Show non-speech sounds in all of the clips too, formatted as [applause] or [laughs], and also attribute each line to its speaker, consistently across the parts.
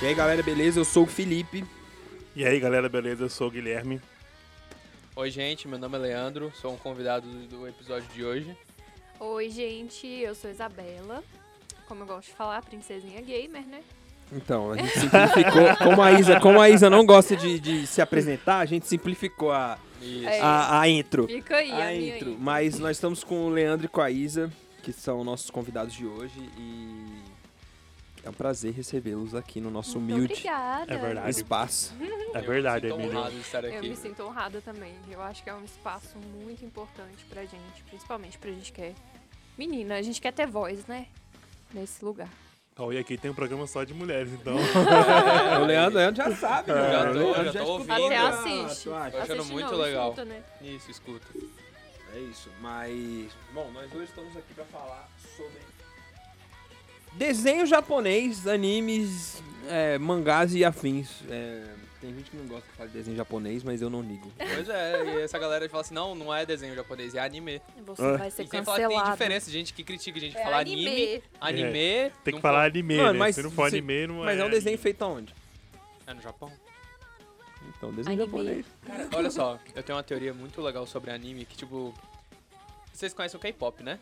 Speaker 1: E aí, galera, beleza? Eu sou o Felipe.
Speaker 2: E aí, galera, beleza? Eu sou o Guilherme.
Speaker 3: Oi, gente, meu nome é Leandro, sou um convidado do episódio de hoje.
Speaker 4: Oi, gente, eu sou Isabela. Como eu gosto de falar, princesinha gamer, né?
Speaker 1: Então, a gente simplificou. [laughs] Como a Isa, como a Isa não gosta de, de se apresentar, a gente simplificou a,
Speaker 3: E
Speaker 4: É.
Speaker 1: a, a intro.
Speaker 4: Fica aí,
Speaker 3: ah,
Speaker 1: A
Speaker 4: a minha
Speaker 1: intro.
Speaker 4: intro.
Speaker 1: Mas nós estamos com o Leandro e com a Isa, que são nossos convidados de hoje. E é um prazer recebê-los aqui no nosso
Speaker 4: Muito
Speaker 1: humilde
Speaker 4: obrigada.
Speaker 2: É verdade.
Speaker 1: espaço.
Speaker 2: É
Speaker 3: eu
Speaker 2: verdade,
Speaker 3: me sinto
Speaker 2: Emílio.
Speaker 3: honrado de estar
Speaker 4: Eu me
Speaker 3: aqui.
Speaker 4: sinto honrada também. Eu acho que é um espaço muito importante pra gente, principalmente pra gente que é menina. A gente quer ter voz, né? Nesse lugar.
Speaker 2: Ó, e aqui tem um programa só de mulheres, então.
Speaker 1: o Leandro, Leandro já sabe,
Speaker 2: É.
Speaker 1: né?
Speaker 2: Já
Speaker 3: tô,
Speaker 1: O Leandro
Speaker 3: já tô
Speaker 1: escutou
Speaker 3: ouvindo.
Speaker 4: Até
Speaker 1: a
Speaker 4: assiste.
Speaker 1: tatuagem.
Speaker 3: achando
Speaker 4: Assiste
Speaker 3: muito
Speaker 4: não,
Speaker 3: legal.
Speaker 4: escuta, né?
Speaker 3: Isso, escuta.
Speaker 1: É isso, mas. Bom, nós hoje estamos aqui pra falar sobre. Desenho japonês, animes, é, mangás e afins. É, tem gente que não gosta que fala de desenho japonês, mas eu não ligo.
Speaker 3: Pois é, e essa galera fala assim, não, não é desenho japonês, é anime.
Speaker 4: Você
Speaker 2: Ah.
Speaker 4: vai ser
Speaker 3: e sem falar que tem
Speaker 4: cancelado.
Speaker 3: diferença, gente que critica, gente que
Speaker 4: É
Speaker 3: fala
Speaker 4: anime.
Speaker 3: anime, anime...
Speaker 2: É, Tem que
Speaker 3: não
Speaker 2: falar anime,
Speaker 1: Mano,
Speaker 2: né?
Speaker 1: mas
Speaker 2: se não for
Speaker 1: se-
Speaker 2: anime, não
Speaker 1: Mas é um desenho
Speaker 2: anime.
Speaker 1: feito aonde?
Speaker 3: pode- É no Japão.
Speaker 1: Então, desenho
Speaker 4: Anime.
Speaker 1: japonês.
Speaker 3: Cara, olha só, eu tenho uma teoria muito legal sobre anime, que tipo... Vocês conhecem o K-pop, né?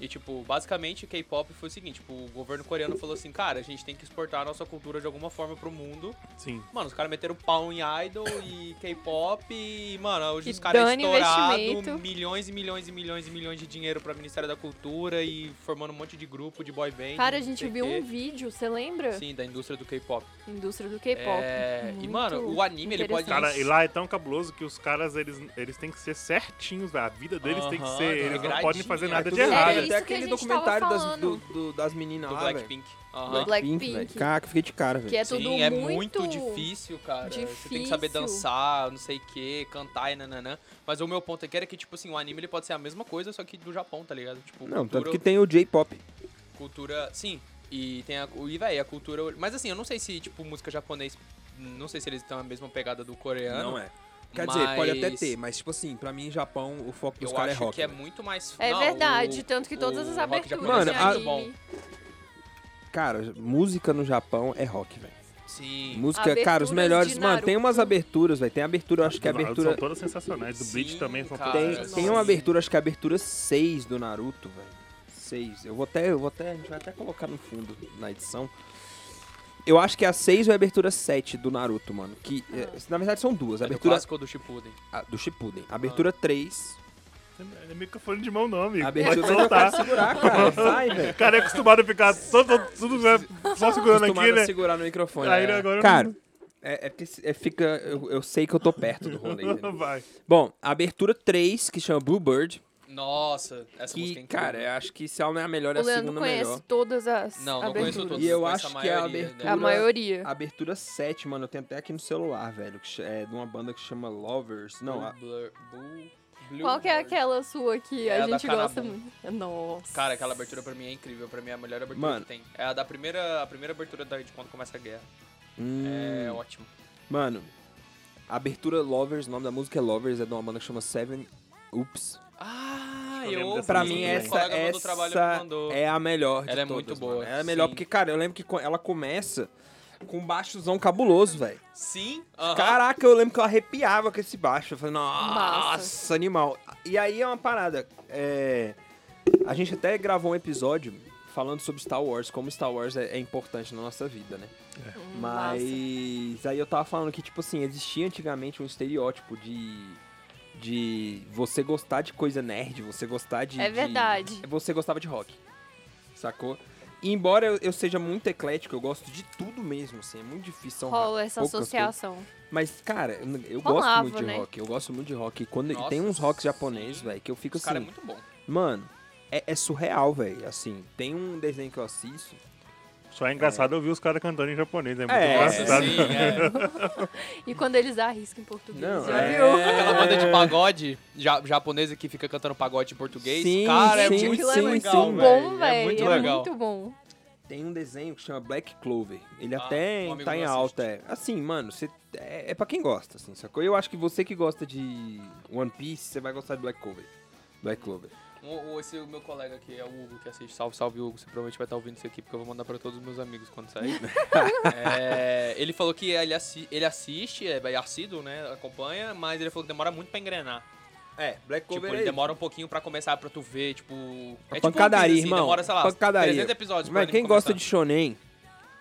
Speaker 3: E, tipo, basicamente, K-pop foi o seguinte, tipo, o governo coreano falou assim, cara, a gente tem que exportar a nossa cultura de alguma forma pro mundo.
Speaker 2: Sim.
Speaker 3: Mano, os caras meteram pau em idol e K-pop e, mano, hoje
Speaker 4: E
Speaker 3: os caras
Speaker 4: dane
Speaker 3: estourados,
Speaker 4: investimento.
Speaker 3: milhões e milhões e milhões e milhões de dinheiro pra Ministério da Cultura e formando um monte de grupo, de boy band.
Speaker 4: Cara, a
Speaker 3: não
Speaker 4: gente
Speaker 3: sei
Speaker 4: viu
Speaker 3: o quê.
Speaker 4: um vídeo, você lembra?
Speaker 3: Sim, da indústria do K-pop.
Speaker 4: Indústria do K-pop.
Speaker 3: É, e,
Speaker 4: Muito
Speaker 3: mano, o anime, ele pode-
Speaker 4: interessante.
Speaker 2: Cara, e lá é tão cabuloso que os caras, eles, eles têm que ser certinhos, a vida deles tem que
Speaker 3: Aham,
Speaker 2: ser... Eles não
Speaker 3: regradinho,
Speaker 2: podem fazer
Speaker 3: é
Speaker 2: nada
Speaker 1: tudo
Speaker 2: de
Speaker 1: errado.
Speaker 4: Era
Speaker 2: errado.
Speaker 4: isso que
Speaker 1: Até
Speaker 4: a
Speaker 1: aquele
Speaker 4: gente tava
Speaker 1: documentário das,
Speaker 4: falando.
Speaker 1: do- do- das meninas
Speaker 3: do
Speaker 1: lá, velho.
Speaker 3: Blackpink. Aham.
Speaker 4: Do Blackpink.
Speaker 1: velho. Caraca, fiquei de cara, velho.
Speaker 4: Que é tudo
Speaker 3: Sim, é muito
Speaker 4: muito
Speaker 3: difícil, cara. Você tem que
Speaker 4: difícil.
Speaker 3: saber dançar, não sei o que, cantar e nananã. Mas o meu ponto aqui era que, tipo assim, o anime ele pode ser a mesma coisa, só que do Japão, tá ligado?
Speaker 4: é
Speaker 3: Tipo,
Speaker 1: Não,
Speaker 3: cultura,
Speaker 1: tanto que tem o J-pop.
Speaker 3: cultura. Sim. E tem a. E, véi, a cultura. Mas assim, eu não sei se, tipo, música japonês. Não sei se eles têm a mesma pegada do coreano.
Speaker 1: Não é. Quer dizer, pode até
Speaker 3: mas
Speaker 1: ter, mas tipo assim, pra mim, Japão, o foco dos
Speaker 3: Eu
Speaker 1: caras é
Speaker 3: acho
Speaker 1: rock.
Speaker 3: que é
Speaker 1: velho.
Speaker 3: muito mais.
Speaker 4: É
Speaker 3: não,
Speaker 4: verdade,
Speaker 3: o-
Speaker 4: tanto que todas
Speaker 3: o
Speaker 4: as
Speaker 3: rock
Speaker 4: aberturas
Speaker 3: japonês
Speaker 1: Mano,
Speaker 4: de
Speaker 3: é
Speaker 1: a-
Speaker 3: muito bom.
Speaker 4: anime,
Speaker 1: Cara, música no Japão é rock, velho.
Speaker 3: Sim.
Speaker 1: Música, cara, os
Speaker 4: Aberturas
Speaker 1: melhores.
Speaker 4: de
Speaker 1: Mano, tem umas
Speaker 4: Naruto.
Speaker 1: aberturas, velho. Tem abertura, eu acho que a
Speaker 2: São-
Speaker 1: abertura.
Speaker 2: São todas sensacionais. Do Bleach
Speaker 3: Sim,
Speaker 2: também são
Speaker 3: cara.
Speaker 1: Tem,
Speaker 3: todas-
Speaker 1: tem
Speaker 3: Nossa.
Speaker 1: uma abertura, acho que é a abertura 6 do Naruto, velho. 6. Eu vou até. Eu vou até. A gente vai até colocar no fundo na edição. Eu acho que é a 6 ou a abertura 7 do Naruto, mano. Que, é,
Speaker 4: Ah.
Speaker 1: na verdade, são duas. A
Speaker 3: É do
Speaker 1: abertura
Speaker 3: clássico ou do Shippuden.
Speaker 1: a- do Shippuden. A abertura 3.
Speaker 2: É microfone de mão não, amigo.
Speaker 1: A
Speaker 2: Pode
Speaker 1: abertura não pode
Speaker 2: soltar.
Speaker 1: segurar, cara. Sai, velho.
Speaker 2: O cara é acostumado a ficar todo, tudo, né, só segurando
Speaker 1: Acostumado
Speaker 2: aqui,
Speaker 1: a
Speaker 2: né?
Speaker 1: segurar no microfone.
Speaker 2: Aí
Speaker 1: né?
Speaker 2: agora
Speaker 1: Cara, é, é porque se- é, fica. Eu, eu sei que eu tô perto do rolê. né?
Speaker 2: não vai.
Speaker 1: Bom, a abertura 3, que chama Bluebird.
Speaker 3: Nossa, essa música é
Speaker 1: Que,
Speaker 3: incrível.
Speaker 1: cara, eu acho que se ela não é a melhor, é
Speaker 4: O
Speaker 1: a
Speaker 4: Leandro
Speaker 1: segunda
Speaker 4: conhece
Speaker 1: melhor.
Speaker 4: todas as
Speaker 3: Não, não
Speaker 4: aberturas.
Speaker 3: conheço todas.
Speaker 1: E eu
Speaker 3: conheço
Speaker 1: acho
Speaker 3: a
Speaker 1: que é a
Speaker 3: maioria, né?
Speaker 1: abertura.
Speaker 4: A maioria.
Speaker 1: A abertura 7, mano, eu tenho até aqui no celular, velho. Que ch- é de uma banda que chama Lovers. Não, a-
Speaker 3: Blur- Blue- Blue
Speaker 4: Qual que é
Speaker 3: Bird.
Speaker 4: aquela sua que
Speaker 3: É
Speaker 4: a
Speaker 3: a da
Speaker 4: gente gosta
Speaker 3: Kanamon.
Speaker 4: muito? Nossa.
Speaker 3: Cara, aquela abertura pra mim é incrível. Pra mim é a melhor abertura
Speaker 1: Mano.
Speaker 3: que tem. É a da primeira, a primeira abertura da, de quando começa a guerra.
Speaker 1: Hum,
Speaker 3: É ótimo.
Speaker 1: Mano, a abertura Lovers, o nome da música é Lovers, é de uma banda que chama Seven. Ups.
Speaker 3: Ah,
Speaker 2: Eu
Speaker 3: eu.
Speaker 2: lembro
Speaker 3: ouvi
Speaker 2: dessa
Speaker 1: Pra
Speaker 3: isso
Speaker 1: mim,
Speaker 2: música
Speaker 3: do
Speaker 1: essa,
Speaker 2: também.
Speaker 1: é
Speaker 3: colega meu do trabalho me
Speaker 1: essa
Speaker 3: mandou.
Speaker 1: é a melhor. de
Speaker 3: Ela é
Speaker 1: todas,
Speaker 3: muito
Speaker 1: mano.
Speaker 3: boa,
Speaker 1: Ela é a melhor,
Speaker 3: sim.
Speaker 1: porque, cara, eu lembro que co- ela começa com um baixozão cabuloso, velho.
Speaker 3: Sim? aham.
Speaker 1: Caraca, eu lembro que eu arrepiava com esse baixo. Eu falei, nossa,
Speaker 4: Massa.
Speaker 1: animal. E aí é uma parada. é, A gente até gravou um episódio falando sobre Star Wars, como Star Wars é, é importante na nossa vida, né?
Speaker 4: Hum, massa.
Speaker 1: Mas aí eu tava falando que, tipo assim, existia antigamente um estereótipo de. De você gostar de coisa nerd, você gostar de.
Speaker 4: É
Speaker 1: de-
Speaker 4: verdade.
Speaker 1: você gostava de rock. Sacou? E embora eu, eu seja muito eclético, eu gosto de tudo mesmo, assim, é muito difícil. são
Speaker 4: Rola essa
Speaker 1: poucas coisas.
Speaker 4: associação.
Speaker 1: Mas, cara, eu, eu gosto
Speaker 4: Rolava,
Speaker 1: muito de
Speaker 4: né?
Speaker 1: rock. Eu gosto muito de rock. E quando
Speaker 3: Nossa,
Speaker 1: tem uns rocks japoneses,
Speaker 3: sim.
Speaker 1: velho, que eu fico
Speaker 3: Esse cara
Speaker 1: assim,
Speaker 3: é muito bom.
Speaker 1: mano, é, é surreal, velho. Assim, tem um desenho que eu assisto.
Speaker 2: Só é engraçado ouvir os caras cantando em japonês, é muito
Speaker 1: É,
Speaker 3: Nossa,
Speaker 2: engraçado.
Speaker 3: sim, é.
Speaker 4: E quando eles arriscam em português,
Speaker 1: Não,
Speaker 4: já
Speaker 1: é-
Speaker 4: viu?
Speaker 3: Aquela banda de pagode ja, japonesa que fica cantando pagode em português.
Speaker 1: Sim,
Speaker 3: cara,
Speaker 1: sim,
Speaker 3: é muito
Speaker 1: sim,
Speaker 3: legal,
Speaker 1: sim.
Speaker 4: bom,
Speaker 3: velho. É muito
Speaker 4: velho. É
Speaker 3: legal.
Speaker 4: muito bom.
Speaker 1: [laughs] Tem um desenho que chama Black Clover. Ele
Speaker 3: Ah,
Speaker 1: até
Speaker 3: um amigo
Speaker 1: tá em
Speaker 3: meu
Speaker 1: alta. É. Assim, mano, você é, é pra quem gosta, assim, sacou? Eu acho que você que gosta de One Piece, você vai gostar de Black Clover. Black Clover.
Speaker 3: Um- um- esse meu colega aqui é o Hugo, que assiste. Salve, salve, Hugo. Você provavelmente vai estar ouvindo isso aqui, porque eu vou mandar pra todos os meus amigos quando
Speaker 1: [laughs]
Speaker 3: sair. É, ele falou que ele, assi- ele assiste, é é assíduo, né? Acompanha, mas ele falou que demora muito pra engrenar.
Speaker 1: É, Black
Speaker 3: Tipo,
Speaker 1: Clover
Speaker 3: ele
Speaker 1: é
Speaker 3: demora um pouquinho pra começar, pra tu ver, tipo...
Speaker 1: É
Speaker 3: É tipo
Speaker 1: pancadaria,
Speaker 3: One Piece, assim,
Speaker 1: irmão.
Speaker 3: Demora, sei lá,
Speaker 1: Pancadaria.
Speaker 3: 300 episódios pra
Speaker 1: Mas
Speaker 3: anime
Speaker 1: quem gosta de
Speaker 3: começar.
Speaker 1: shonen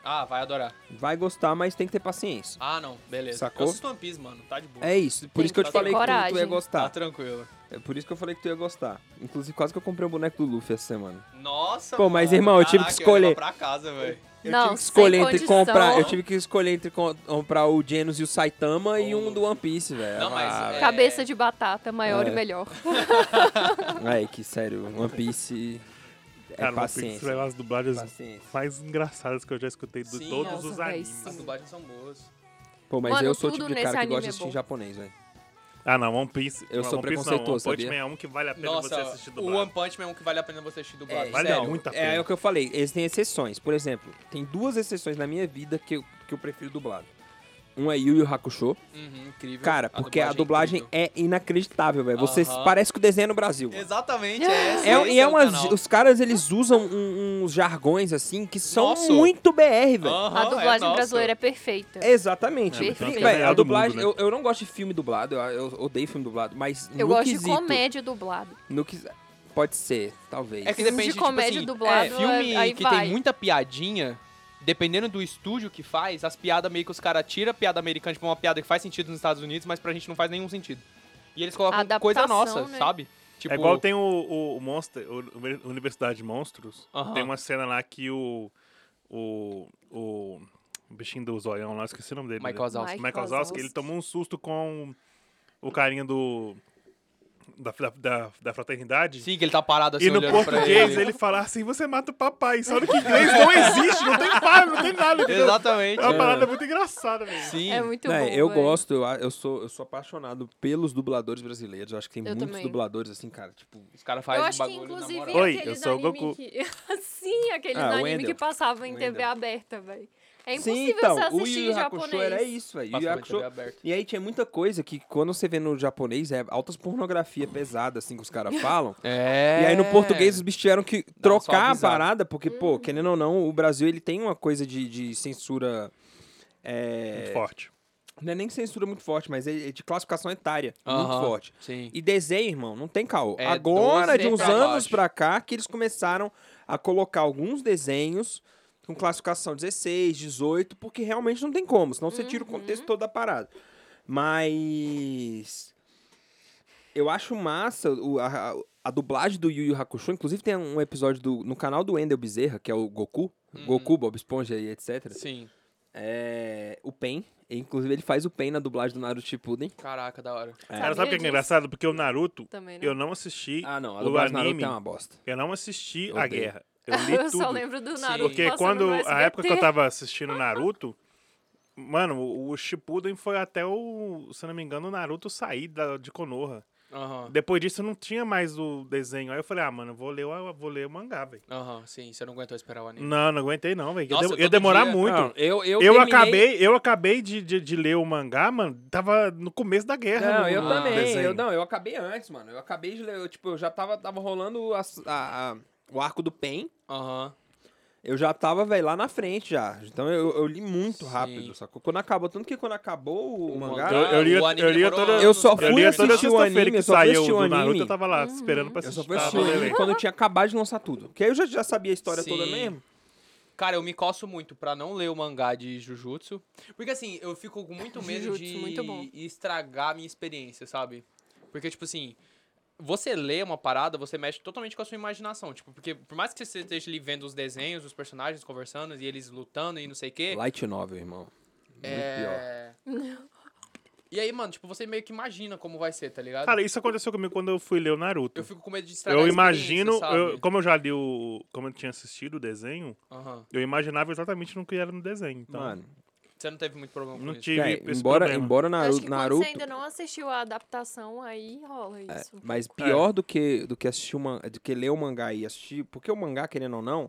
Speaker 3: Ah, vai adorar.
Speaker 1: vai gostar, mas tem que ter paciência.
Speaker 3: Ah, não, beleza.
Speaker 1: Sacou?
Speaker 3: Eu assisto One Piece, mano, tá de boa.
Speaker 1: É isso, por
Speaker 4: Tem
Speaker 1: isso que eu
Speaker 3: que
Speaker 1: te
Speaker 3: ter
Speaker 1: falei que tu- tu ia
Speaker 4: coragem.
Speaker 3: Tá
Speaker 1: gostar.
Speaker 3: tranquilo.
Speaker 1: É por isso que eu falei que tu ia gostar. Inclusive, quase que eu comprei um boneco do Luffy essa semana.
Speaker 3: Nossa,
Speaker 1: Pô, mas, irmão, eu tive que
Speaker 3: caraca, eu ia
Speaker 1: escolher.
Speaker 3: levar pra casa, velho.
Speaker 1: Eu
Speaker 4: Não,
Speaker 1: tive que
Speaker 4: sem
Speaker 1: escolher entre
Speaker 4: condição.
Speaker 1: comprar. Eu tive que escolher entre com- comprar o Genos e o Saitama e
Speaker 3: Ô,
Speaker 1: um do One Piece, velho.
Speaker 3: Não, mas,
Speaker 1: Ah,
Speaker 3: é,
Speaker 4: Cabeça de batata, maior
Speaker 1: É.
Speaker 3: [laughs]
Speaker 4: e melhor.
Speaker 1: velho. Ai, que sério, One Piece é
Speaker 2: Cara, One Piece
Speaker 1: paciência.
Speaker 2: é uma das dublagens
Speaker 1: Paciência.
Speaker 2: mais engraças que eu já escutei de
Speaker 3: Sim,
Speaker 2: todos
Speaker 4: nossa,
Speaker 2: os
Speaker 4: véi,
Speaker 2: animes.
Speaker 4: sim.
Speaker 3: As dublagens são boas.
Speaker 1: Pô, mas
Speaker 4: Mano,
Speaker 1: eu sou o tipo
Speaker 4: tudo
Speaker 1: de cara que gosta
Speaker 4: nesse anime
Speaker 1: de
Speaker 4: é
Speaker 1: assistir
Speaker 4: bom.
Speaker 1: japonês, velho.
Speaker 2: Ah, não, One Piece.
Speaker 1: Eu
Speaker 2: não,
Speaker 1: sou
Speaker 2: One Piece
Speaker 1: preconceituoso,
Speaker 2: não, One Punch
Speaker 1: sabia?
Speaker 2: Man é um que vale a pena você
Speaker 3: Nossa,
Speaker 2: assistir
Speaker 3: o
Speaker 2: dublado.
Speaker 3: One Punch Man é um que vale a pena você assistir dublado.
Speaker 1: É,
Speaker 2: Vale
Speaker 3: sério.
Speaker 2: muito a pena.
Speaker 1: É, é o que eu falei. Existem exceções. Por exemplo, tem duas exceções na minha vida que eu, que eu prefiro dublado. Um é Yu Yu Hakusho.
Speaker 3: Uhum, incrível.
Speaker 1: Cara, porque a dublagem
Speaker 3: incrível.
Speaker 1: é, inacreditável, velho. Você
Speaker 3: Aham.
Speaker 1: parece que o desenho é no Brasil. mano.
Speaker 3: Exatamente, é esse,
Speaker 1: É,
Speaker 3: esse
Speaker 1: e é
Speaker 3: o
Speaker 1: umas-
Speaker 3: canal.
Speaker 1: os caras, eles usam um- uns jargões, assim, que são
Speaker 3: Nossa.
Speaker 1: muito BR, velho.
Speaker 3: Aham,
Speaker 4: A dublagem
Speaker 3: é
Speaker 4: brasileira é perfeita.
Speaker 1: Exatamente.
Speaker 4: É,
Speaker 1: E,
Speaker 4: então é a
Speaker 1: véi,
Speaker 4: melhor
Speaker 1: a
Speaker 2: do
Speaker 1: dublagem,
Speaker 2: mundo, né?
Speaker 1: eu, eu não gosto de filme dublado, eu, eu odeio filme dublado, mas
Speaker 4: Eu
Speaker 1: no
Speaker 4: gosto
Speaker 1: quesito,
Speaker 4: de comédia dublada.
Speaker 1: No que, pode ser, talvez.
Speaker 3: É que
Speaker 4: Filme
Speaker 3: depende
Speaker 4: de
Speaker 3: tipo
Speaker 4: comédia
Speaker 3: assim,
Speaker 4: dublado,
Speaker 3: é, filme
Speaker 4: é- aí
Speaker 3: que
Speaker 4: vai.
Speaker 3: tem muita piadinha, dependendo do estúdio que faz, as piadas meio que os caras tiram a piada americana, tipo uma piada que faz sentido nos Estados Unidos, mas pra gente não faz nenhum sentido. E eles colocam
Speaker 4: Adaptação,
Speaker 3: coisa nossa,
Speaker 4: né?
Speaker 3: sabe? Tipo,
Speaker 2: É igual tem o, o, o Monster, o Univer- Universidade de Monstros.
Speaker 3: Aham.
Speaker 2: Tem uma cena lá que o. O. O. o bichinho do zoião lá, esqueci o nome dele.
Speaker 3: Mike
Speaker 2: né?
Speaker 3: Wazowski.
Speaker 4: Mike
Speaker 2: Mike Wazowski, ele
Speaker 4: Wazowski.
Speaker 2: tomou um susto com o carinha do. Da, da, da, da fraternidade.
Speaker 3: Sim, que ele tá parado assim
Speaker 2: E no
Speaker 3: olhando pra
Speaker 2: português ele fala assim: você mata o papai. Só que inglês não existe, não tem para, não tem nada. entendeu?
Speaker 3: [laughs] Exatamente.
Speaker 2: É uma parada muito engraçada, velho.
Speaker 3: Sim.
Speaker 4: É muito
Speaker 1: Né,
Speaker 4: bom.
Speaker 1: eu
Speaker 4: véi.
Speaker 1: gosto, eu, a- eu sou, eu sou apaixonado pelos dubladores brasileiros. Eu acho que tem
Speaker 4: Eu
Speaker 1: muitos
Speaker 4: também.
Speaker 1: dubladores, assim, cara, tipo...
Speaker 3: Os caras
Speaker 4: Eu
Speaker 3: fazem
Speaker 4: acho que,
Speaker 3: um bagulho na
Speaker 4: inclusive,
Speaker 3: moral.
Speaker 2: Oi, eu
Speaker 4: aqueles
Speaker 2: sou o
Speaker 4: anime
Speaker 2: Goku.
Speaker 4: que... [laughs] Sim, aqueles
Speaker 1: Ah,
Speaker 4: anime
Speaker 1: Wendell.
Speaker 4: que passavam em TV
Speaker 1: Wendell.
Speaker 4: aberta, velho. É
Speaker 1: Sim,
Speaker 4: impossível
Speaker 1: então,
Speaker 4: você
Speaker 1: o
Speaker 4: assistir
Speaker 1: Yu Yu
Speaker 4: em
Speaker 1: Hakusho
Speaker 4: japonês.
Speaker 1: era isso, velho. Yu Yu
Speaker 3: Passa pra
Speaker 1: Hakusho...
Speaker 3: TV aberta.
Speaker 1: E aí tinha muita coisa que quando você vê no japonês é altas pornografia pesada, assim, que os
Speaker 4: [laughs]
Speaker 1: caras falam.
Speaker 3: É. um
Speaker 1: E aí no português os bichos tiveram que trocar a
Speaker 3: suavizada.
Speaker 1: parada, porque,
Speaker 4: Uhum.
Speaker 1: pô, querendo ou não, o Brasil ele tem uma coisa de, de censura.
Speaker 2: Muito
Speaker 1: É,
Speaker 2: forte.
Speaker 1: não é nem censura muito forte, mas é é de classificação etária muito
Speaker 3: Aham,
Speaker 1: forte.
Speaker 3: Sim.
Speaker 1: E desenho, irmão, não tem caô.
Speaker 3: É,
Speaker 1: Agora,
Speaker 3: 12
Speaker 1: de uns
Speaker 3: pra
Speaker 1: anos
Speaker 3: baixo.
Speaker 1: pra cá, que eles começaram a colocar alguns desenhos com classificação 16, 18, porque realmente não tem como, senão você tira o contexto todo da parada. Mas. Eu acho massa o- a, a- a dublagem do Yu Yu Hakusho. Inclusive, tem um episódio do- no canal do Wendel Bezerra, que é o Goku. Goku, Bob Esponja e etc.
Speaker 3: Sim.
Speaker 1: É, o Pen. Inclusive, ele faz o Pen na dublagem do Naruto Shippuden.
Speaker 3: Caraca, da hora.
Speaker 4: Tá
Speaker 2: Cara, sabe o que é
Speaker 4: disso?
Speaker 2: engraçado? Porque o Naruto,
Speaker 4: Também, né?
Speaker 2: eu não assisti
Speaker 1: Ah, não. A
Speaker 2: O
Speaker 1: dublagem do Naruto
Speaker 2: anime-
Speaker 1: é uma bosta.
Speaker 2: Eu não assisti
Speaker 1: Eu
Speaker 2: a
Speaker 1: odeio.
Speaker 4: [laughs]
Speaker 2: guerra. Eu li
Speaker 4: Eu
Speaker 2: tudo.
Speaker 4: só lembro do
Speaker 3: Sim.
Speaker 4: Naruto
Speaker 2: Porque
Speaker 4: passando
Speaker 2: quando
Speaker 4: no
Speaker 2: a época que eu
Speaker 4: SBT.
Speaker 2: tava
Speaker 4: [laughs]
Speaker 2: assistindo Naruto, mano, o o Shippuden foi até o, se não me engano, o Naruto sair da, de Konoha.
Speaker 3: Aham.
Speaker 2: Depois disso não tinha mais o desenho. Aí eu falei: "Ah, mano, eu vou ler, o- eu vou ler o mangá, velho".
Speaker 3: Aham, sim. Você não aguentou esperar o anime.
Speaker 2: Não, não aguentei não, velho. Ia
Speaker 3: Nossa,
Speaker 2: dem-
Speaker 3: todo
Speaker 2: ia demorar
Speaker 3: dia-
Speaker 2: muito.
Speaker 1: Não, eu, eu,
Speaker 2: eu
Speaker 1: terminei-
Speaker 2: acabei, eu acabei de, de, de ler o mangá, mano, tava no começo da guerra.
Speaker 1: Não,
Speaker 2: no-
Speaker 1: eu
Speaker 2: no
Speaker 1: também.
Speaker 2: desenho.
Speaker 1: Eu, não, eu acabei antes, mano. Eu acabei de ler. Eu, tipo, eu já tava, tava rolando as- a- a- o arco do Pen.
Speaker 3: Aham.
Speaker 1: Eu já tava, velho, lá na frente já. Então eu, eu li muito
Speaker 3: Sim.
Speaker 1: rápido, sacou? Quando acabou, tanto que quando acabou o, mangá.
Speaker 2: Eu- eu li-
Speaker 3: o anime
Speaker 2: eu li
Speaker 3: demorou
Speaker 2: toda-
Speaker 3: anos né?
Speaker 1: Eu só
Speaker 3: pra
Speaker 1: fui
Speaker 2: lia
Speaker 3: sair.
Speaker 1: assistir o anime,
Speaker 2: que
Speaker 1: eu só fui
Speaker 2: saiu
Speaker 1: assistir o
Speaker 2: do Naruto,
Speaker 1: anime.
Speaker 2: eu tava
Speaker 3: Ah.
Speaker 2: lá esperando pra
Speaker 1: Eu
Speaker 2: assistir.
Speaker 1: só fui
Speaker 2: tava
Speaker 1: assistir o
Speaker 2: pra ler.
Speaker 1: anime quando tinha acabado de lançar tudo. Porque aí eu já, já sabia a história toda
Speaker 3: Sim.
Speaker 1: mesmo.
Speaker 3: Cara, eu me coço muito pra não ler o mangá de Jujutsu. Porque assim, eu fico com muito medo
Speaker 4: Jujutsu,
Speaker 3: de
Speaker 4: muito bom.
Speaker 3: estragar a minha experiência, sabe? Porque, tipo assim, você lê uma parada, você mexe totalmente com a sua imaginação. Tipo, porque por mais que você esteja ali vendo os desenhos, os personagens conversando e eles lutando e não sei o quê.
Speaker 1: Light Novel, irmão. Muito pior.
Speaker 3: é. E aí, mano, tipo, você meio que imagina como vai ser, tá ligado?
Speaker 2: Cara, isso aconteceu comigo quando eu fui ler o Naruto.
Speaker 3: eu fico com medo de estragar
Speaker 2: Eu
Speaker 3: a experiência,
Speaker 2: imagino,
Speaker 3: sabe?
Speaker 2: eu- como eu já li o. Como eu tinha assistido o desenho,
Speaker 3: Aham.
Speaker 2: eu imaginava exatamente no que era no desenho. Então,
Speaker 1: Mano,
Speaker 3: Você não teve muito problema com
Speaker 2: não
Speaker 3: isso.
Speaker 2: tive
Speaker 1: véi,
Speaker 2: esse
Speaker 1: embora,
Speaker 2: problema.
Speaker 1: embora
Speaker 4: [laughs] Acho que
Speaker 1: Naruto,
Speaker 4: quando
Speaker 1: Naruto
Speaker 4: você ainda não assistiu a adaptação, aí rola isso.
Speaker 1: Mas pior do que do que assistir uma, do que ler o mangá e assistir, porque o mangá querendo ou não,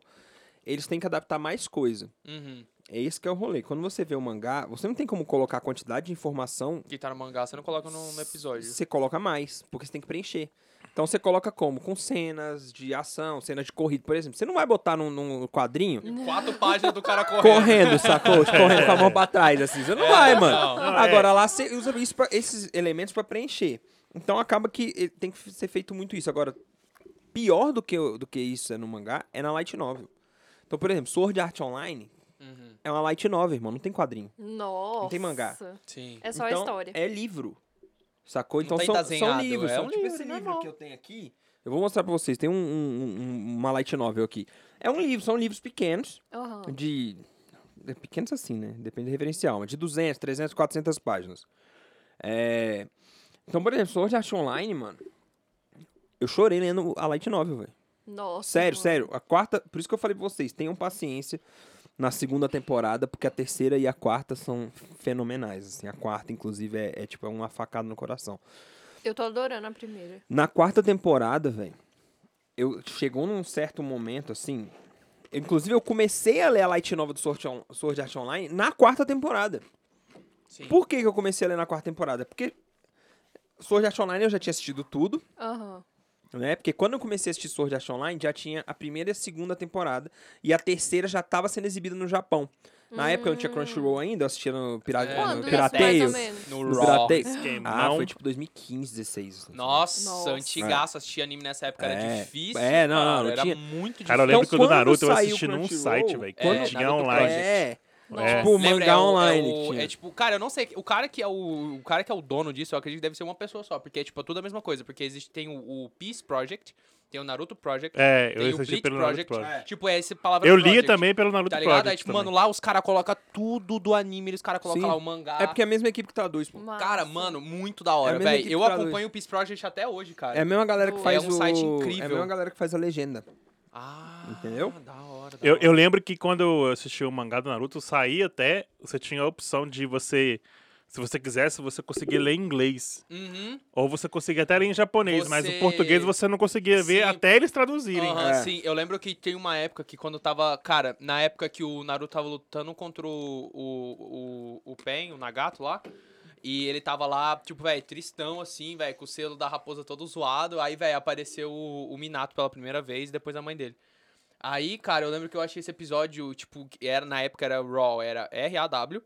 Speaker 1: eles têm que adaptar mais coisa.
Speaker 3: Uhum.
Speaker 1: É esse que é o rolê. Quando você vê o mangá, você não tem como colocar a quantidade de informação,
Speaker 3: Que tá no mangá, você não coloca no, no episódio.
Speaker 1: você coloca mais, porque você tem que preencher. Então você coloca como? Com cenas de ação, cenas de corrida, por exemplo. Você não vai botar num, num quadrinho
Speaker 3: Quatro páginas do cara correndo.
Speaker 1: correndo, sacou? Tipo, Correndo com a mão pra trás, assim. Você não
Speaker 3: É,
Speaker 1: vai,
Speaker 3: não,
Speaker 1: mano.
Speaker 3: não,
Speaker 2: é.
Speaker 1: Agora lá você usa isso pra- esses elementos pra preencher. Então acaba que eh, tem que ser feito muito isso. Agora, pior do que, o- do que isso é no mangá é na light novel. Então, por exemplo, Sword Art Online
Speaker 3: Uhum,
Speaker 1: é uma light novel, irmão. Não tem quadrinho.
Speaker 4: Nossa.
Speaker 1: tem mangá.
Speaker 3: sim.
Speaker 4: É só
Speaker 1: então,
Speaker 4: a história.
Speaker 1: É livro. Sacou?
Speaker 3: Não
Speaker 1: Então
Speaker 3: tá
Speaker 1: são, são
Speaker 3: desenhado,
Speaker 1: livros.
Speaker 3: é
Speaker 1: são,
Speaker 3: um
Speaker 1: tipo
Speaker 3: livro
Speaker 1: esse livro
Speaker 3: normal.
Speaker 1: que eu tenho aqui. Eu vou mostrar pra vocês. Tem um, um- um- uma light novel aqui. É um livro, são livros pequenos.
Speaker 4: Aham.
Speaker 1: De. é Pequenos assim, né? Depende do referencial. Mas de 200, 300, 400 páginas. É, Então, por exemplo, Sword Art Online, mano. Eu chorei lendo a Light Novel, velho.
Speaker 4: Nossa.
Speaker 1: Sério,
Speaker 4: mano.
Speaker 1: sério. A quarta. Por isso que eu falei pra vocês, tenham paciência na segunda temporada, porque a terceira e a quarta são fenomenais. Assim. A quarta, inclusive, é, é tipo uma facada no coração.
Speaker 4: Eu tô adorando a primeira.
Speaker 1: Na quarta temporada, velho, eu chegou num certo momento, assim. eu- Inclusive, eu comecei a ler a Light Nova do Sword, On- Sword Art Online na quarta temporada.
Speaker 3: sim.
Speaker 1: Por que, que eu comecei a ler na quarta temporada? Porque Sword Art Online eu já tinha assistido tudo,
Speaker 4: Aham.
Speaker 1: né? Porque quando eu comecei a assistir Sword Art Online, já tinha a primeira e a segunda temporada. E a terceira já tava sendo exibida no Japão. Na época eu não tinha Crunchyroll ainda, eu assistia no, pirata,
Speaker 3: É,
Speaker 1: no
Speaker 4: Quando isso, mais
Speaker 1: Pirateio.
Speaker 4: ou menos?
Speaker 3: No
Speaker 1: No
Speaker 3: Raw.
Speaker 1: Pirateio. Ah,
Speaker 2: Esquemão.
Speaker 1: foi tipo 2015, 16. assim.
Speaker 3: Nossa,
Speaker 4: Nossa.
Speaker 3: antigaço. Assistir anime nessa época
Speaker 1: É.
Speaker 3: era difícil.
Speaker 1: É, não, não,
Speaker 3: cara,
Speaker 1: não
Speaker 3: Era
Speaker 1: tinha.
Speaker 3: muito difícil.
Speaker 2: Cara, eu lembro
Speaker 1: Então,
Speaker 2: que o do
Speaker 1: quando
Speaker 2: Naruto eu
Speaker 1: saiu
Speaker 2: assisti
Speaker 1: o
Speaker 2: num
Speaker 1: Crunchyroll,
Speaker 2: site, velho. Que
Speaker 1: quando-
Speaker 2: tinha
Speaker 3: Naruto
Speaker 2: online.
Speaker 1: É,
Speaker 4: Nossa.
Speaker 2: um
Speaker 1: tipo o
Speaker 3: Lembra,
Speaker 1: mangá
Speaker 3: é o-
Speaker 1: online
Speaker 3: é o-
Speaker 1: que tinha.
Speaker 3: é tipo, cara, eu não sei, o cara que é o, o cara que é o dono disso, eu acredito que deve ser uma pessoa só, porque é tipo tudo a mesma coisa, porque existe tem o, o Peace Project, tem o Naruto Project,
Speaker 2: É,
Speaker 3: tem
Speaker 2: eu
Speaker 3: o
Speaker 2: assisti
Speaker 3: Bleach
Speaker 2: pelo Naruto
Speaker 3: Project,
Speaker 2: Project.
Speaker 3: tipo é esse palavra
Speaker 2: Eu lia
Speaker 3: project,
Speaker 2: também pelo Naruto
Speaker 3: Tá ligado? Aí,
Speaker 2: Project.
Speaker 3: tipo,
Speaker 2: também.
Speaker 3: mano, lá os caras colocam tudo do anime, os caras colocam
Speaker 1: Sim.
Speaker 3: lá o mangá.
Speaker 1: É porque é a mesma equipe que traduz, pô.
Speaker 4: Massa.
Speaker 3: Cara, mano, muito da
Speaker 1: É a
Speaker 3: hora,
Speaker 1: mesma
Speaker 3: velho.
Speaker 1: equipe
Speaker 3: Eu
Speaker 1: que traduz.
Speaker 3: acompanho o Peace Project até hoje, cara.
Speaker 1: É a mesma galera que
Speaker 4: É
Speaker 1: faz
Speaker 3: um
Speaker 1: o...
Speaker 3: site
Speaker 1: É a
Speaker 3: incrível.
Speaker 1: mesma galera que faz a legenda.
Speaker 3: Ah,
Speaker 1: Entendeu?
Speaker 3: Da hora, da
Speaker 2: Eu,
Speaker 3: hora.
Speaker 2: eu lembro que quando eu assisti o mangá do Naruto, saía até. Você tinha a opção de você. Se você quisesse, você conseguia ler em inglês.
Speaker 3: Uhum.
Speaker 2: Ou você conseguia até ler em japonês, mas o
Speaker 3: Você-
Speaker 2: português você não conseguia ver
Speaker 3: Sim.
Speaker 2: até eles traduzirem.
Speaker 3: Aham,
Speaker 1: É.
Speaker 3: sim. Eu lembro que tem uma época que quando tava. Cara, na época que o Naruto tava lutando contra o. O, o, o Pen, o Nagato lá. E ele tava lá, tipo, velho, tristão, assim, velho, com o selo da raposa todo zoado. Aí, velho, apareceu o, o Minato pela primeira vez e depois a mãe dele. Aí, cara, eu lembro que eu achei esse episódio, tipo, que era, na época era Raw, era R-A-W.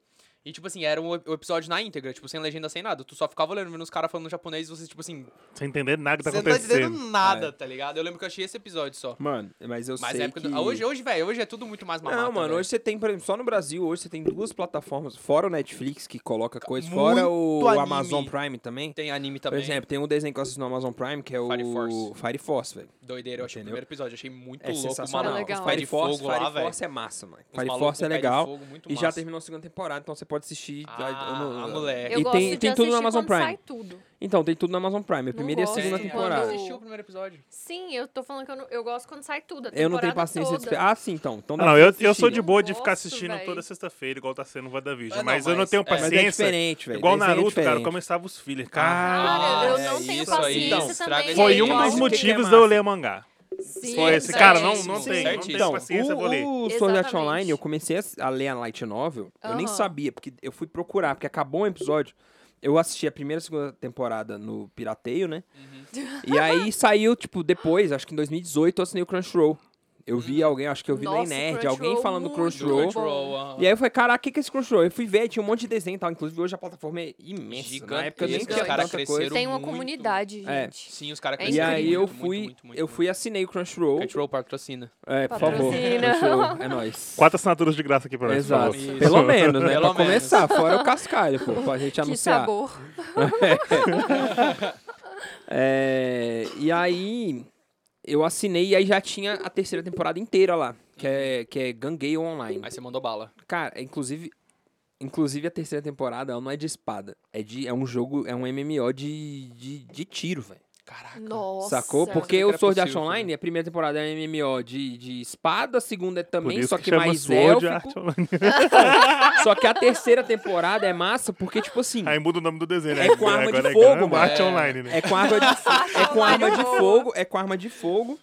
Speaker 3: E, tipo assim, era um ep- o episódio na íntegra, tipo, sem legenda, sem nada. Tu só ficava olhando, vendo os caras falando japonês e você, tipo assim,
Speaker 2: Sem entender nada que tá
Speaker 3: você não tá
Speaker 2: acontecendo.
Speaker 3: entendendo nada, tá ligado? Eu lembro que eu achei esse episódio só.
Speaker 1: Mano, mas eu
Speaker 3: Mas
Speaker 1: sei
Speaker 3: a época
Speaker 1: que...
Speaker 3: do- ah, Hoje, hoje velho, hoje é tudo muito mais mamata. né?
Speaker 1: Não, mano,
Speaker 3: velho.
Speaker 1: hoje você tem, por exemplo, só no Brasil, hoje você tem duas plataformas, fora o Netflix que coloca coisa,
Speaker 3: Muito
Speaker 1: fora o
Speaker 3: anime.
Speaker 1: Amazon Prime também.
Speaker 3: Tem anime
Speaker 1: Por
Speaker 3: também.
Speaker 1: exemplo, tem um desenho que eu assisto no Amazon Prime que é o
Speaker 3: Fire Force.
Speaker 1: Fire Force, velho.
Speaker 3: Doideira, eu achei o
Speaker 1: Entendeu?
Speaker 3: primeiro episódio. Achei muito
Speaker 1: É
Speaker 3: louco, o
Speaker 1: sensacional.
Speaker 3: maluco.
Speaker 4: legal.
Speaker 3: Os
Speaker 1: Os
Speaker 3: pé de fogo
Speaker 1: Fire
Speaker 3: lá, velho.
Speaker 1: Force é massa, mano.
Speaker 3: Os
Speaker 1: Fire
Speaker 3: maluco
Speaker 1: Force
Speaker 3: com
Speaker 1: é
Speaker 3: pé de
Speaker 1: legal.
Speaker 3: fogo, muito
Speaker 1: E já
Speaker 3: massa.
Speaker 1: terminou a segunda temporada, então você pode assistir.
Speaker 3: Ah, ah, moleque.
Speaker 4: Eu
Speaker 1: e
Speaker 4: gosto
Speaker 1: tem,
Speaker 4: de
Speaker 1: tem tudo no
Speaker 4: assistir
Speaker 1: Amazon
Speaker 4: quando
Speaker 1: Prime.
Speaker 4: Sai tudo.
Speaker 1: Então, tem tudo no Amazon Prime. A primeira e a
Speaker 4: gosto
Speaker 1: segunda
Speaker 4: quando-
Speaker 1: temporada.
Speaker 3: assistiu o primeiro episódio.
Speaker 4: Sim, eu tô falando que eu, não- eu gosto quando sai tudo. a
Speaker 1: Eu não tenho
Speaker 4: temporada
Speaker 1: paciência de
Speaker 4: toda.
Speaker 1: esperar. Ah, sim, então. então dá
Speaker 2: Não,
Speaker 1: pra
Speaker 2: eu,
Speaker 1: assistir.
Speaker 2: eu sou de
Speaker 4: Eu
Speaker 2: boa de ficar
Speaker 4: gosto,
Speaker 2: assistindo
Speaker 4: véi.
Speaker 2: toda sexta-feira, igual tá sendo o
Speaker 3: Ah,
Speaker 2: WandaVision.
Speaker 3: não,
Speaker 2: Mas eu não
Speaker 3: mas-
Speaker 2: tenho
Speaker 3: é. Mas é
Speaker 1: Mas
Speaker 2: paciência.
Speaker 1: é diferente, velho.
Speaker 2: Igual
Speaker 1: Desenho é
Speaker 2: Naruto, cara,
Speaker 1: diferente.
Speaker 2: começava os fillers.
Speaker 1: Ah,
Speaker 2: Cara,
Speaker 4: Cara, eu
Speaker 1: é
Speaker 4: não tenho
Speaker 1: isso aí.
Speaker 4: paciência
Speaker 1: Então,
Speaker 3: estraga
Speaker 4: também.
Speaker 3: esse
Speaker 2: foi
Speaker 3: eu
Speaker 2: um
Speaker 1: gosto
Speaker 2: dos
Speaker 1: que é
Speaker 2: motivos
Speaker 1: massa.
Speaker 2: de eu ler mangá.
Speaker 4: Sim,
Speaker 2: Foi esse.
Speaker 4: certíssimo.
Speaker 2: Cara, não, não
Speaker 3: Sim,
Speaker 2: tem. Não tem
Speaker 3: certíssimo.
Speaker 2: paciência, eu vou ler.
Speaker 1: Então, o, o Sword Art
Speaker 4: Exatamente.
Speaker 1: Online, eu comecei a- a ler a Light Novel, eu nem
Speaker 4: Aham.
Speaker 1: sabia, porque eu fui procurar, porque acabou um episódio, eu assisti a primeira e segunda temporada no Pirateio, né?
Speaker 4: Uhum.
Speaker 1: E
Speaker 4: [laughs]
Speaker 1: aí saiu, tipo, depois, acho que em 2018, eu assinei o Crunchyroll. Eu vi alguém, acho que eu vi
Speaker 4: Hum. Nossa,
Speaker 1: na Nerd,
Speaker 4: Crunchyroll,
Speaker 1: alguém falando do
Speaker 4: muito
Speaker 1: Crunchyroll.
Speaker 4: bom.
Speaker 3: ah,
Speaker 1: E aí eu falei, caraca, o que, que é esse Crunchyroll? Eu fui ver, tinha um monte de desenho e tal. Inclusive hoje a plataforma é imensa. na época eu nem tinha
Speaker 4: Gigantesca, os caras
Speaker 1: tanta coisa.
Speaker 3: cresceram
Speaker 4: Tem uma
Speaker 3: muito.
Speaker 4: comunidade,
Speaker 1: É.
Speaker 4: gente.
Speaker 3: Sim, os caras
Speaker 4: É
Speaker 1: E
Speaker 3: cresceram
Speaker 1: aí
Speaker 3: muito,
Speaker 1: eu
Speaker 3: muito,
Speaker 1: fui,
Speaker 3: muito, muito,
Speaker 1: eu fui e assinei o Crunchyroll.
Speaker 3: Crunchyroll patrocina.
Speaker 1: É, por favor.
Speaker 4: Patrocina.
Speaker 1: Crunchyroll, é nóis.
Speaker 4: [laughs]
Speaker 2: Quatro assinaturas de graça aqui pra nós,
Speaker 1: Exato.
Speaker 2: por favor.
Speaker 3: Isso.
Speaker 1: Pelo menos, né?
Speaker 3: Pelo
Speaker 1: pra
Speaker 3: menos.
Speaker 1: começar, fora o cascalho, pô, pra gente
Speaker 4: [laughs] Que
Speaker 1: anunciar.
Speaker 4: sabor.
Speaker 1: É, e aí, eu assinei e aí já tinha a terceira temporada inteira lá, que é, que é Gangueio Online.
Speaker 3: Aí você mandou bala.
Speaker 1: Cara, é inclusive, inclusive a terceira temporada, ela não é de espada, é, de, é um jogo, é um MMO de, de, de tiro, velho.
Speaker 3: Caraca.
Speaker 4: Nossa. é
Speaker 1: Sacou? Porque
Speaker 3: Não
Speaker 1: o
Speaker 3: era
Speaker 1: Sword Art
Speaker 3: possível,
Speaker 1: Online, a primeira temporada é um MMO de, de espada, a segunda é
Speaker 2: Por
Speaker 1: também,
Speaker 2: isso
Speaker 1: só
Speaker 2: que
Speaker 1: que
Speaker 2: chama
Speaker 1: mais
Speaker 2: Sword
Speaker 1: élfico.
Speaker 2: Art Online.
Speaker 1: Só que a terceira temporada é massa porque, tipo
Speaker 2: [laughs]
Speaker 1: assim,
Speaker 2: [laughs] Aí muda o nome do desenho, né?
Speaker 1: É com arma de
Speaker 2: Agora é
Speaker 1: fogo,
Speaker 2: Gundam
Speaker 1: mano.
Speaker 2: Art
Speaker 3: É.
Speaker 2: Online, né?
Speaker 1: é com arma de, é com arma de fogo, é com arma de fogo.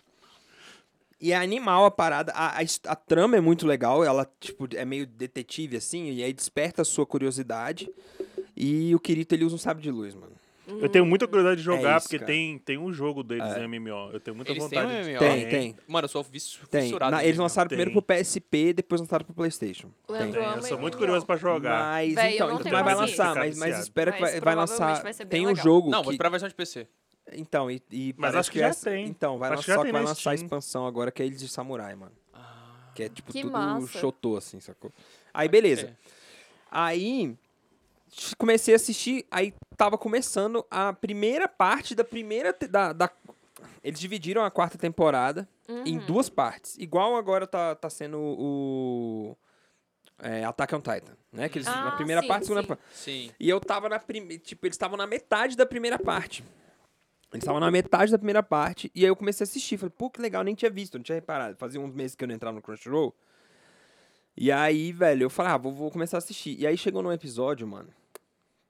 Speaker 1: E é animal a parada. A, a, his- a trama é muito legal, ela, tipo, é meio detetive, assim, e aí desperta a sua curiosidade. E o Kirito, ele usa um sabre de luz, mano.
Speaker 2: Eu tenho muita curiosidade de jogar,
Speaker 1: isso,
Speaker 2: porque
Speaker 1: cara.
Speaker 2: tem, tem um jogo deles
Speaker 1: É.
Speaker 2: em MMO. Eu tenho muita
Speaker 3: Eles têm
Speaker 2: vontade.
Speaker 3: um
Speaker 2: de-
Speaker 3: MMO?
Speaker 1: Tem, tem.
Speaker 3: Mano, eu sou viss-
Speaker 1: Tem.
Speaker 3: fissurado.
Speaker 1: Na-
Speaker 3: em
Speaker 1: eles
Speaker 3: MMO.
Speaker 1: lançaram primeiro
Speaker 2: Tem.
Speaker 1: pro PSP, depois lançaram pro PlayStation.
Speaker 4: Leandro
Speaker 1: Tem.
Speaker 4: ama
Speaker 2: É, Eu sou muito
Speaker 4: MMO.
Speaker 2: curioso pra jogar.
Speaker 1: Mas
Speaker 4: Véi, eu
Speaker 1: então,
Speaker 4: não
Speaker 1: então,
Speaker 4: tenho
Speaker 1: mas vai
Speaker 4: paciência.
Speaker 1: lançar, mas, mas
Speaker 2: Viciado.
Speaker 1: espera que
Speaker 4: Mas
Speaker 1: vai, vai
Speaker 4: provavelmente
Speaker 1: lançar.
Speaker 4: vai ser bem
Speaker 1: tem um
Speaker 4: legal.
Speaker 1: jogo
Speaker 3: Não,
Speaker 1: que
Speaker 3: vou pra versão de PC.
Speaker 1: Então, e, e
Speaker 2: Mas
Speaker 1: parece
Speaker 2: acho que já
Speaker 1: essa-
Speaker 2: tem.
Speaker 1: Então, vai
Speaker 2: Acho que já
Speaker 1: lançar,
Speaker 2: tem
Speaker 1: vai
Speaker 2: na
Speaker 1: lançar a
Speaker 2: Steam. Ah.
Speaker 1: expansão agora que é eles de samurai, mano. Que é tipo
Speaker 4: Que
Speaker 1: tudo
Speaker 4: massa.
Speaker 1: shotô, assim, sacou? Aí,
Speaker 2: É.
Speaker 1: beleza.
Speaker 3: É,
Speaker 1: Aí, ch- comecei a assistir, aí tava começando a primeira parte da primeira... te- Da, da- Eles dividiram a quarta temporada em
Speaker 4: Uhum.
Speaker 1: duas partes. Igual agora tá, tá sendo o... é, Attack on Titan, né? Que eles,
Speaker 4: Ah,
Speaker 1: na primeira
Speaker 4: sim,
Speaker 1: parte, segunda
Speaker 4: sim.
Speaker 1: parte.
Speaker 3: Sim.
Speaker 1: E eu tava na primeira. Tipo, eles estavam na metade da primeira parte. Eles estavam na metade da primeira parte. E aí eu comecei a assistir. Falei, pô, que legal, nem tinha visto, não tinha reparado. Fazia uns meses que eu não entrava no Crunchyroll. E aí, velho, eu falei, ah, vou, vou começar a assistir. E aí chegou num episódio, mano.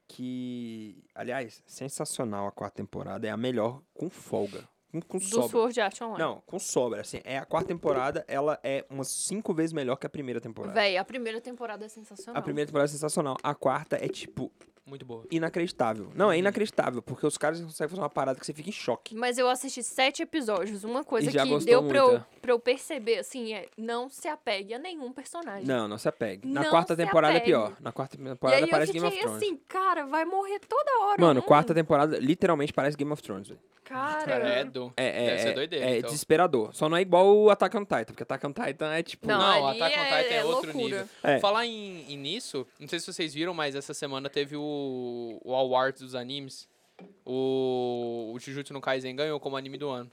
Speaker 1: Que. Aliás, sensacional a quarta temporada. É a melhor com folga. Com, com
Speaker 4: Do
Speaker 1: sobra.
Speaker 4: Sword Art Online.
Speaker 1: Não, com sobra. Assim, é a quarta temporada, ela é umas cinco vezes melhor que a primeira temporada.
Speaker 4: Véi, a primeira temporada é sensacional.
Speaker 1: a primeira temporada é sensacional. A quarta é tipo
Speaker 3: Muito boa.
Speaker 1: inacreditável. Não,
Speaker 4: Uhum.
Speaker 1: é inacreditável, porque os caras conseguem fazer uma parada que você fica em choque.
Speaker 4: Mas eu assisti sete episódios. Uma coisa
Speaker 1: E já
Speaker 4: que
Speaker 1: gostou
Speaker 4: deu pra eu,
Speaker 1: muito,
Speaker 4: pra eu perceber, assim, é não se apegue a nenhum personagem.
Speaker 1: Não, não se apegue. Na
Speaker 4: É. Não
Speaker 1: quarta
Speaker 4: se
Speaker 1: temporada
Speaker 4: apegue.
Speaker 1: é pior. Na quarta
Speaker 4: e
Speaker 1: temporada
Speaker 4: aí eu
Speaker 1: parece Game of
Speaker 4: fiquei
Speaker 1: Thrones.
Speaker 4: assim, cara, vai morrer toda hora.
Speaker 1: Mano,
Speaker 4: hum,
Speaker 1: quarta temporada literalmente parece Game of Thrones, velho.
Speaker 4: Cara,
Speaker 3: É, do.
Speaker 1: É, é,
Speaker 3: Deve ser
Speaker 1: é,
Speaker 3: doideira,
Speaker 1: é
Speaker 3: então.
Speaker 1: desesperador. Só não é igual o Attack on Titan, porque Attack on Titan é tipo...
Speaker 4: Não,
Speaker 3: Não,
Speaker 4: ali
Speaker 3: Attack on
Speaker 4: é-
Speaker 3: Titan é,
Speaker 4: é
Speaker 3: outro
Speaker 4: loucura.
Speaker 3: nível.
Speaker 1: É.
Speaker 3: Falar em, em nisso, não sei se vocês viram, mas essa semana teve o, o All Art dos animes. O, o Jujutsu no Kaisen ganhou como anime do ano.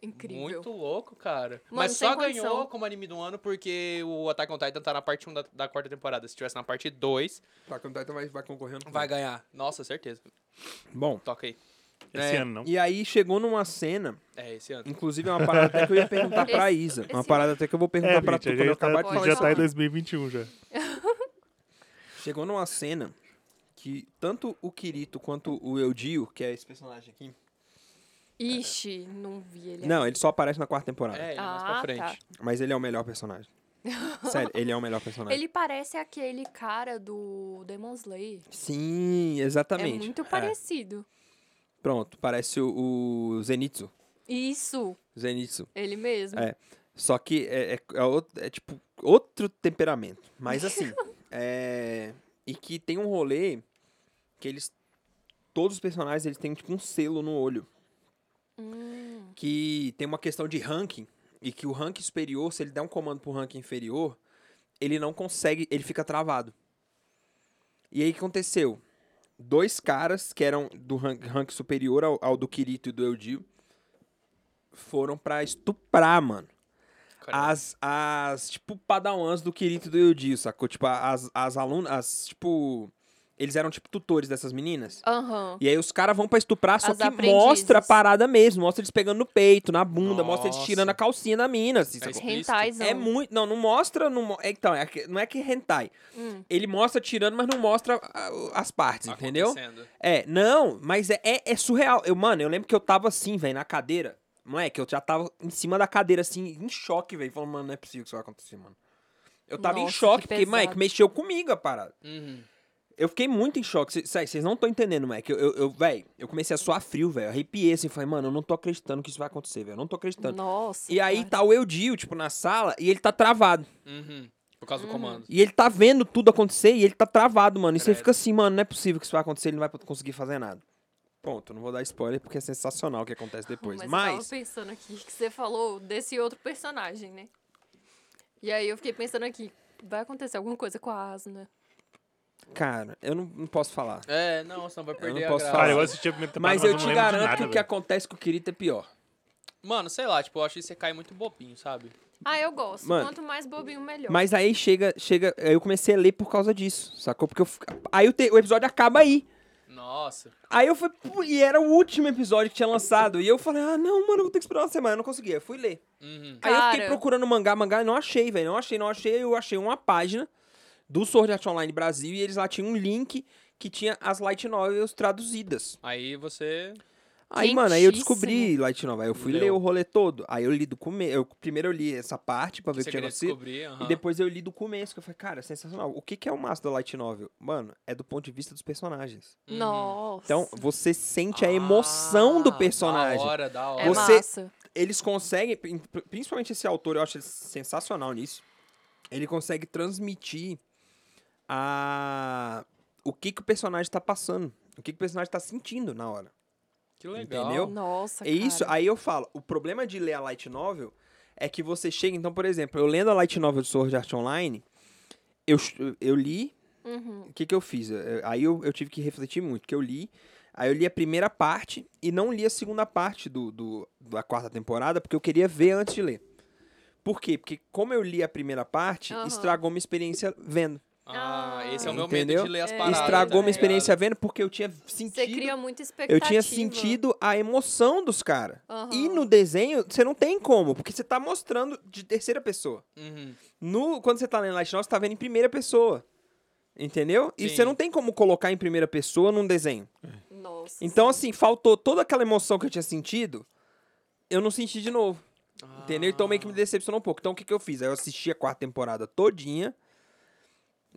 Speaker 4: incrível.
Speaker 3: Muito louco, cara.
Speaker 4: Mano,
Speaker 3: mas
Speaker 4: sem
Speaker 3: só
Speaker 4: condição.
Speaker 3: ganhou como anime do ano porque o Attack on Titan tá na parte 1 da, da quarta temporada. Se tivesse na parte 2,
Speaker 1: Attack on Titan vai, concorrendo.
Speaker 3: vai ganhar. Nossa, certeza.
Speaker 1: Bom,
Speaker 3: Toca aí.
Speaker 2: Esse
Speaker 3: É.
Speaker 2: ano não.
Speaker 1: e aí chegou numa cena,
Speaker 3: É, esse ano.
Speaker 1: inclusive é uma parada até que eu ia perguntar pra
Speaker 4: Esse-
Speaker 1: Isa. Uma
Speaker 4: esse-
Speaker 1: parada até que eu vou perguntar pra tu
Speaker 2: gente,
Speaker 1: quando eu
Speaker 2: já, tá,
Speaker 1: acabar né? de
Speaker 4: pode
Speaker 1: falar.
Speaker 2: já
Speaker 4: falar.
Speaker 2: tá em 2021 já.
Speaker 1: Chegou numa cena que tanto o Kirito quanto o Eudio, que é esse personagem aqui.
Speaker 4: Ixi, não vi ele.
Speaker 1: Não, ele só aparece na quarta temporada.
Speaker 3: É, ele é mais
Speaker 4: Ah,
Speaker 3: pra
Speaker 4: tá.
Speaker 3: frente.
Speaker 1: Mas ele é o melhor personagem.
Speaker 4: [laughs]
Speaker 1: Sério, ele é o melhor personagem.
Speaker 4: Ele parece aquele cara do Demon Slayer.
Speaker 1: Sim,
Speaker 4: É
Speaker 1: exatamente.
Speaker 4: muito parecido.
Speaker 1: Pronto, parece o, o Zenitsu.
Speaker 4: Isso,
Speaker 1: Zenitsu.
Speaker 4: ele mesmo.
Speaker 1: É. Só que é, é, é outro- é, tipo outro temperamento. Mas assim. é, E que tem um rolê que eles. Todos os personagens eles têm tipo um selo no olho.
Speaker 4: Hum,
Speaker 1: que tem uma questão de ranking e que o ranking superior, se ele der um comando pro ranking inferior, ele não consegue, ele fica travado. E aí o que aconteceu? Dois caras que eram do ran- ranking superior ao, ao do Kirito e do Eudio foram pra estuprar, mano.
Speaker 3: Caramba.
Speaker 1: As, as, tipo, padawans do Kirito e do Eudio, sacou? Tipo, as, as alunas, as, tipo... Eles eram, tipo, tutores dessas meninas.
Speaker 4: Aham.
Speaker 1: E é aí os caras vão pra estuprar, só
Speaker 4: As
Speaker 1: que
Speaker 4: aprendizes.
Speaker 1: mostra a parada mesmo. Mostra eles pegando no peito, na bunda, mostra eles
Speaker 3: Nossa.
Speaker 1: tirando a calcinha da mina, assim,
Speaker 3: É
Speaker 1: sacou?
Speaker 3: isso.
Speaker 4: Rentaisão.
Speaker 1: É muito. Não, não mostra. Não, mo- é, então, é que- não é que é hentai.
Speaker 4: Hum.
Speaker 1: Ele mostra tirando, mas não mostra ah, as partes, entendeu?
Speaker 3: tá Acontecendo.
Speaker 1: É, não, mas é, é, é surreal. Eu, mano, eu lembro que eu tava assim, velho, na cadeira. Moleque, eu já tava em cima da cadeira, assim, em choque, velho. Falando, mano, não é possível que isso vai acontecer, mano. Eu tava em
Speaker 4: Nossa, que
Speaker 1: choque, porque,
Speaker 4: pesado.
Speaker 1: Mike, mexeu comigo a parada.
Speaker 3: Uhum.
Speaker 1: Eu fiquei muito em choque. Cê- Sério, vocês não estão entendendo, moleque. Eu, eu, eu, véi, eu comecei a suar frio, velho. Arrepiei assim. Falei, mano, eu não tô acreditando que isso vai acontecer, velho. Eu não tô acreditando.
Speaker 4: Nossa.
Speaker 1: E aí
Speaker 4: cara.
Speaker 1: tá o Eudio, tipo, na sala, e ele tá travado.
Speaker 3: Uhum. Por causa do comando.
Speaker 1: E ele tá vendo tudo acontecer e ele tá travado, mano. E você
Speaker 3: Credo.
Speaker 1: fica assim, mano, não é possível que isso vai acontecer, ele não vai conseguir fazer nada. Ponto, não vou dar spoiler porque é sensacional o que acontece depois.
Speaker 4: [laughs] Mas, eu tava
Speaker 1: Mas,
Speaker 4: pensando aqui que você falou desse outro personagem, né? E aí eu fiquei pensando aqui, vai acontecer alguma coisa com a Asuna.
Speaker 1: cara, eu não, não posso falar.
Speaker 3: É, não, senão vai perder
Speaker 1: posso
Speaker 3: a graça.
Speaker 1: falar.
Speaker 2: Cara, Então, eu assisti a primeira temporada,
Speaker 1: Tá. Mas eu
Speaker 2: não
Speaker 1: te
Speaker 2: lembro de
Speaker 1: garanto
Speaker 2: nada,
Speaker 1: que o que
Speaker 2: velho.
Speaker 1: acontece com o Kirito é pior.
Speaker 3: Mano, sei lá, tipo, eu acho que você cai muito bobinho, sabe?
Speaker 4: Ah, eu gosto.
Speaker 1: Mano,
Speaker 4: Quanto mais bobinho, melhor.
Speaker 1: Mas aí chega, chega. Eu comecei a ler por causa disso, sacou? Porque eu. fi- Aí o, te- o episódio acaba aí.
Speaker 3: Nossa.
Speaker 1: Aí eu fui. pô, E era o último episódio que tinha lançado. E eu falei, ah, não, mano, eu vou ter que esperar uma semana. Eu não conseguia. Eu fui ler.
Speaker 3: Uhum.
Speaker 1: Aí eu
Speaker 4: Cara.
Speaker 1: fiquei procurando mangá, mangá, e não achei, velho. Não achei, não achei. Eu achei uma página do Sword Art Online Brasil e eles lá tinham um link que tinha as light novels traduzidas.
Speaker 3: Aí você.
Speaker 1: Aí, mano, aí eu
Speaker 4: Quentíssimo.
Speaker 1: descobri Light Novel. Eu fui
Speaker 3: Leu.
Speaker 1: ler o rolê todo. Aí eu li do começo. Eu, primeiro eu li essa parte pra ver o que
Speaker 3: Você
Speaker 1: tinha
Speaker 3: queria
Speaker 1: acontecido.
Speaker 3: descobrir, aham.
Speaker 1: E depois eu li do começo, que eu falei, cara, sensacional. O que, que é o massa da Light Novel? Mano, é do ponto de vista dos personagens.
Speaker 3: Uhum.
Speaker 4: Nossa.
Speaker 1: Então, você sente a emoção do
Speaker 3: Ah,
Speaker 1: personagem.
Speaker 3: Da hora, da hora.
Speaker 4: é
Speaker 1: você-
Speaker 4: massa.
Speaker 1: Eles conseguem, prin- principalmente esse autor, eu acho ele sensacional nisso. Ele consegue transmitir a o que, que o personagem tá passando. O que, que o personagem tá sentindo na hora.
Speaker 3: Que legal.
Speaker 1: Entendeu?
Speaker 4: Nossa,
Speaker 1: É isso, aí eu falo, o problema de ler a light novel é que você chega, então, por exemplo, eu lendo a light novel de Sword Art Online, eu, ch- eu li,
Speaker 4: Uhum.
Speaker 1: o que que eu fiz? Eu- Aí eu, eu tive que refletir muito, que eu li, aí eu li a primeira parte e não li a segunda parte do, do- da quarta temporada, porque eu queria ver antes de ler. Por quê? Porque como eu li a primeira parte,
Speaker 4: Aham.
Speaker 1: estragou minha experiência vendo.
Speaker 3: Ah,
Speaker 4: Ah.
Speaker 3: esse é o meu
Speaker 1: Entendeu?
Speaker 3: medo de ler as
Speaker 4: É.
Speaker 3: paradas.
Speaker 1: estragou
Speaker 3: tá
Speaker 1: minha
Speaker 3: ligado?
Speaker 1: experiência vendo porque eu tinha
Speaker 4: Você
Speaker 1: sentido...
Speaker 4: cria muita
Speaker 1: Eu
Speaker 4: expectativa.
Speaker 1: tinha sentido a emoção dos caras.
Speaker 4: Aham.
Speaker 1: E no desenho, você não tem como, porque você tá mostrando de terceira pessoa.
Speaker 3: Uhum.
Speaker 1: No, quando você tá lendo Light Novel, você tá vendo em primeira pessoa. Entendeu? E
Speaker 3: Sim.
Speaker 1: você não tem como colocar em primeira pessoa num desenho.
Speaker 4: Nossa.
Speaker 1: Então, assim, faltou toda aquela emoção que eu tinha sentido, eu não senti de novo. Entendeu? Então meio que me decepcionou um pouco. Então o que, que eu fiz? Aí eu assisti a quarta temporada todinha,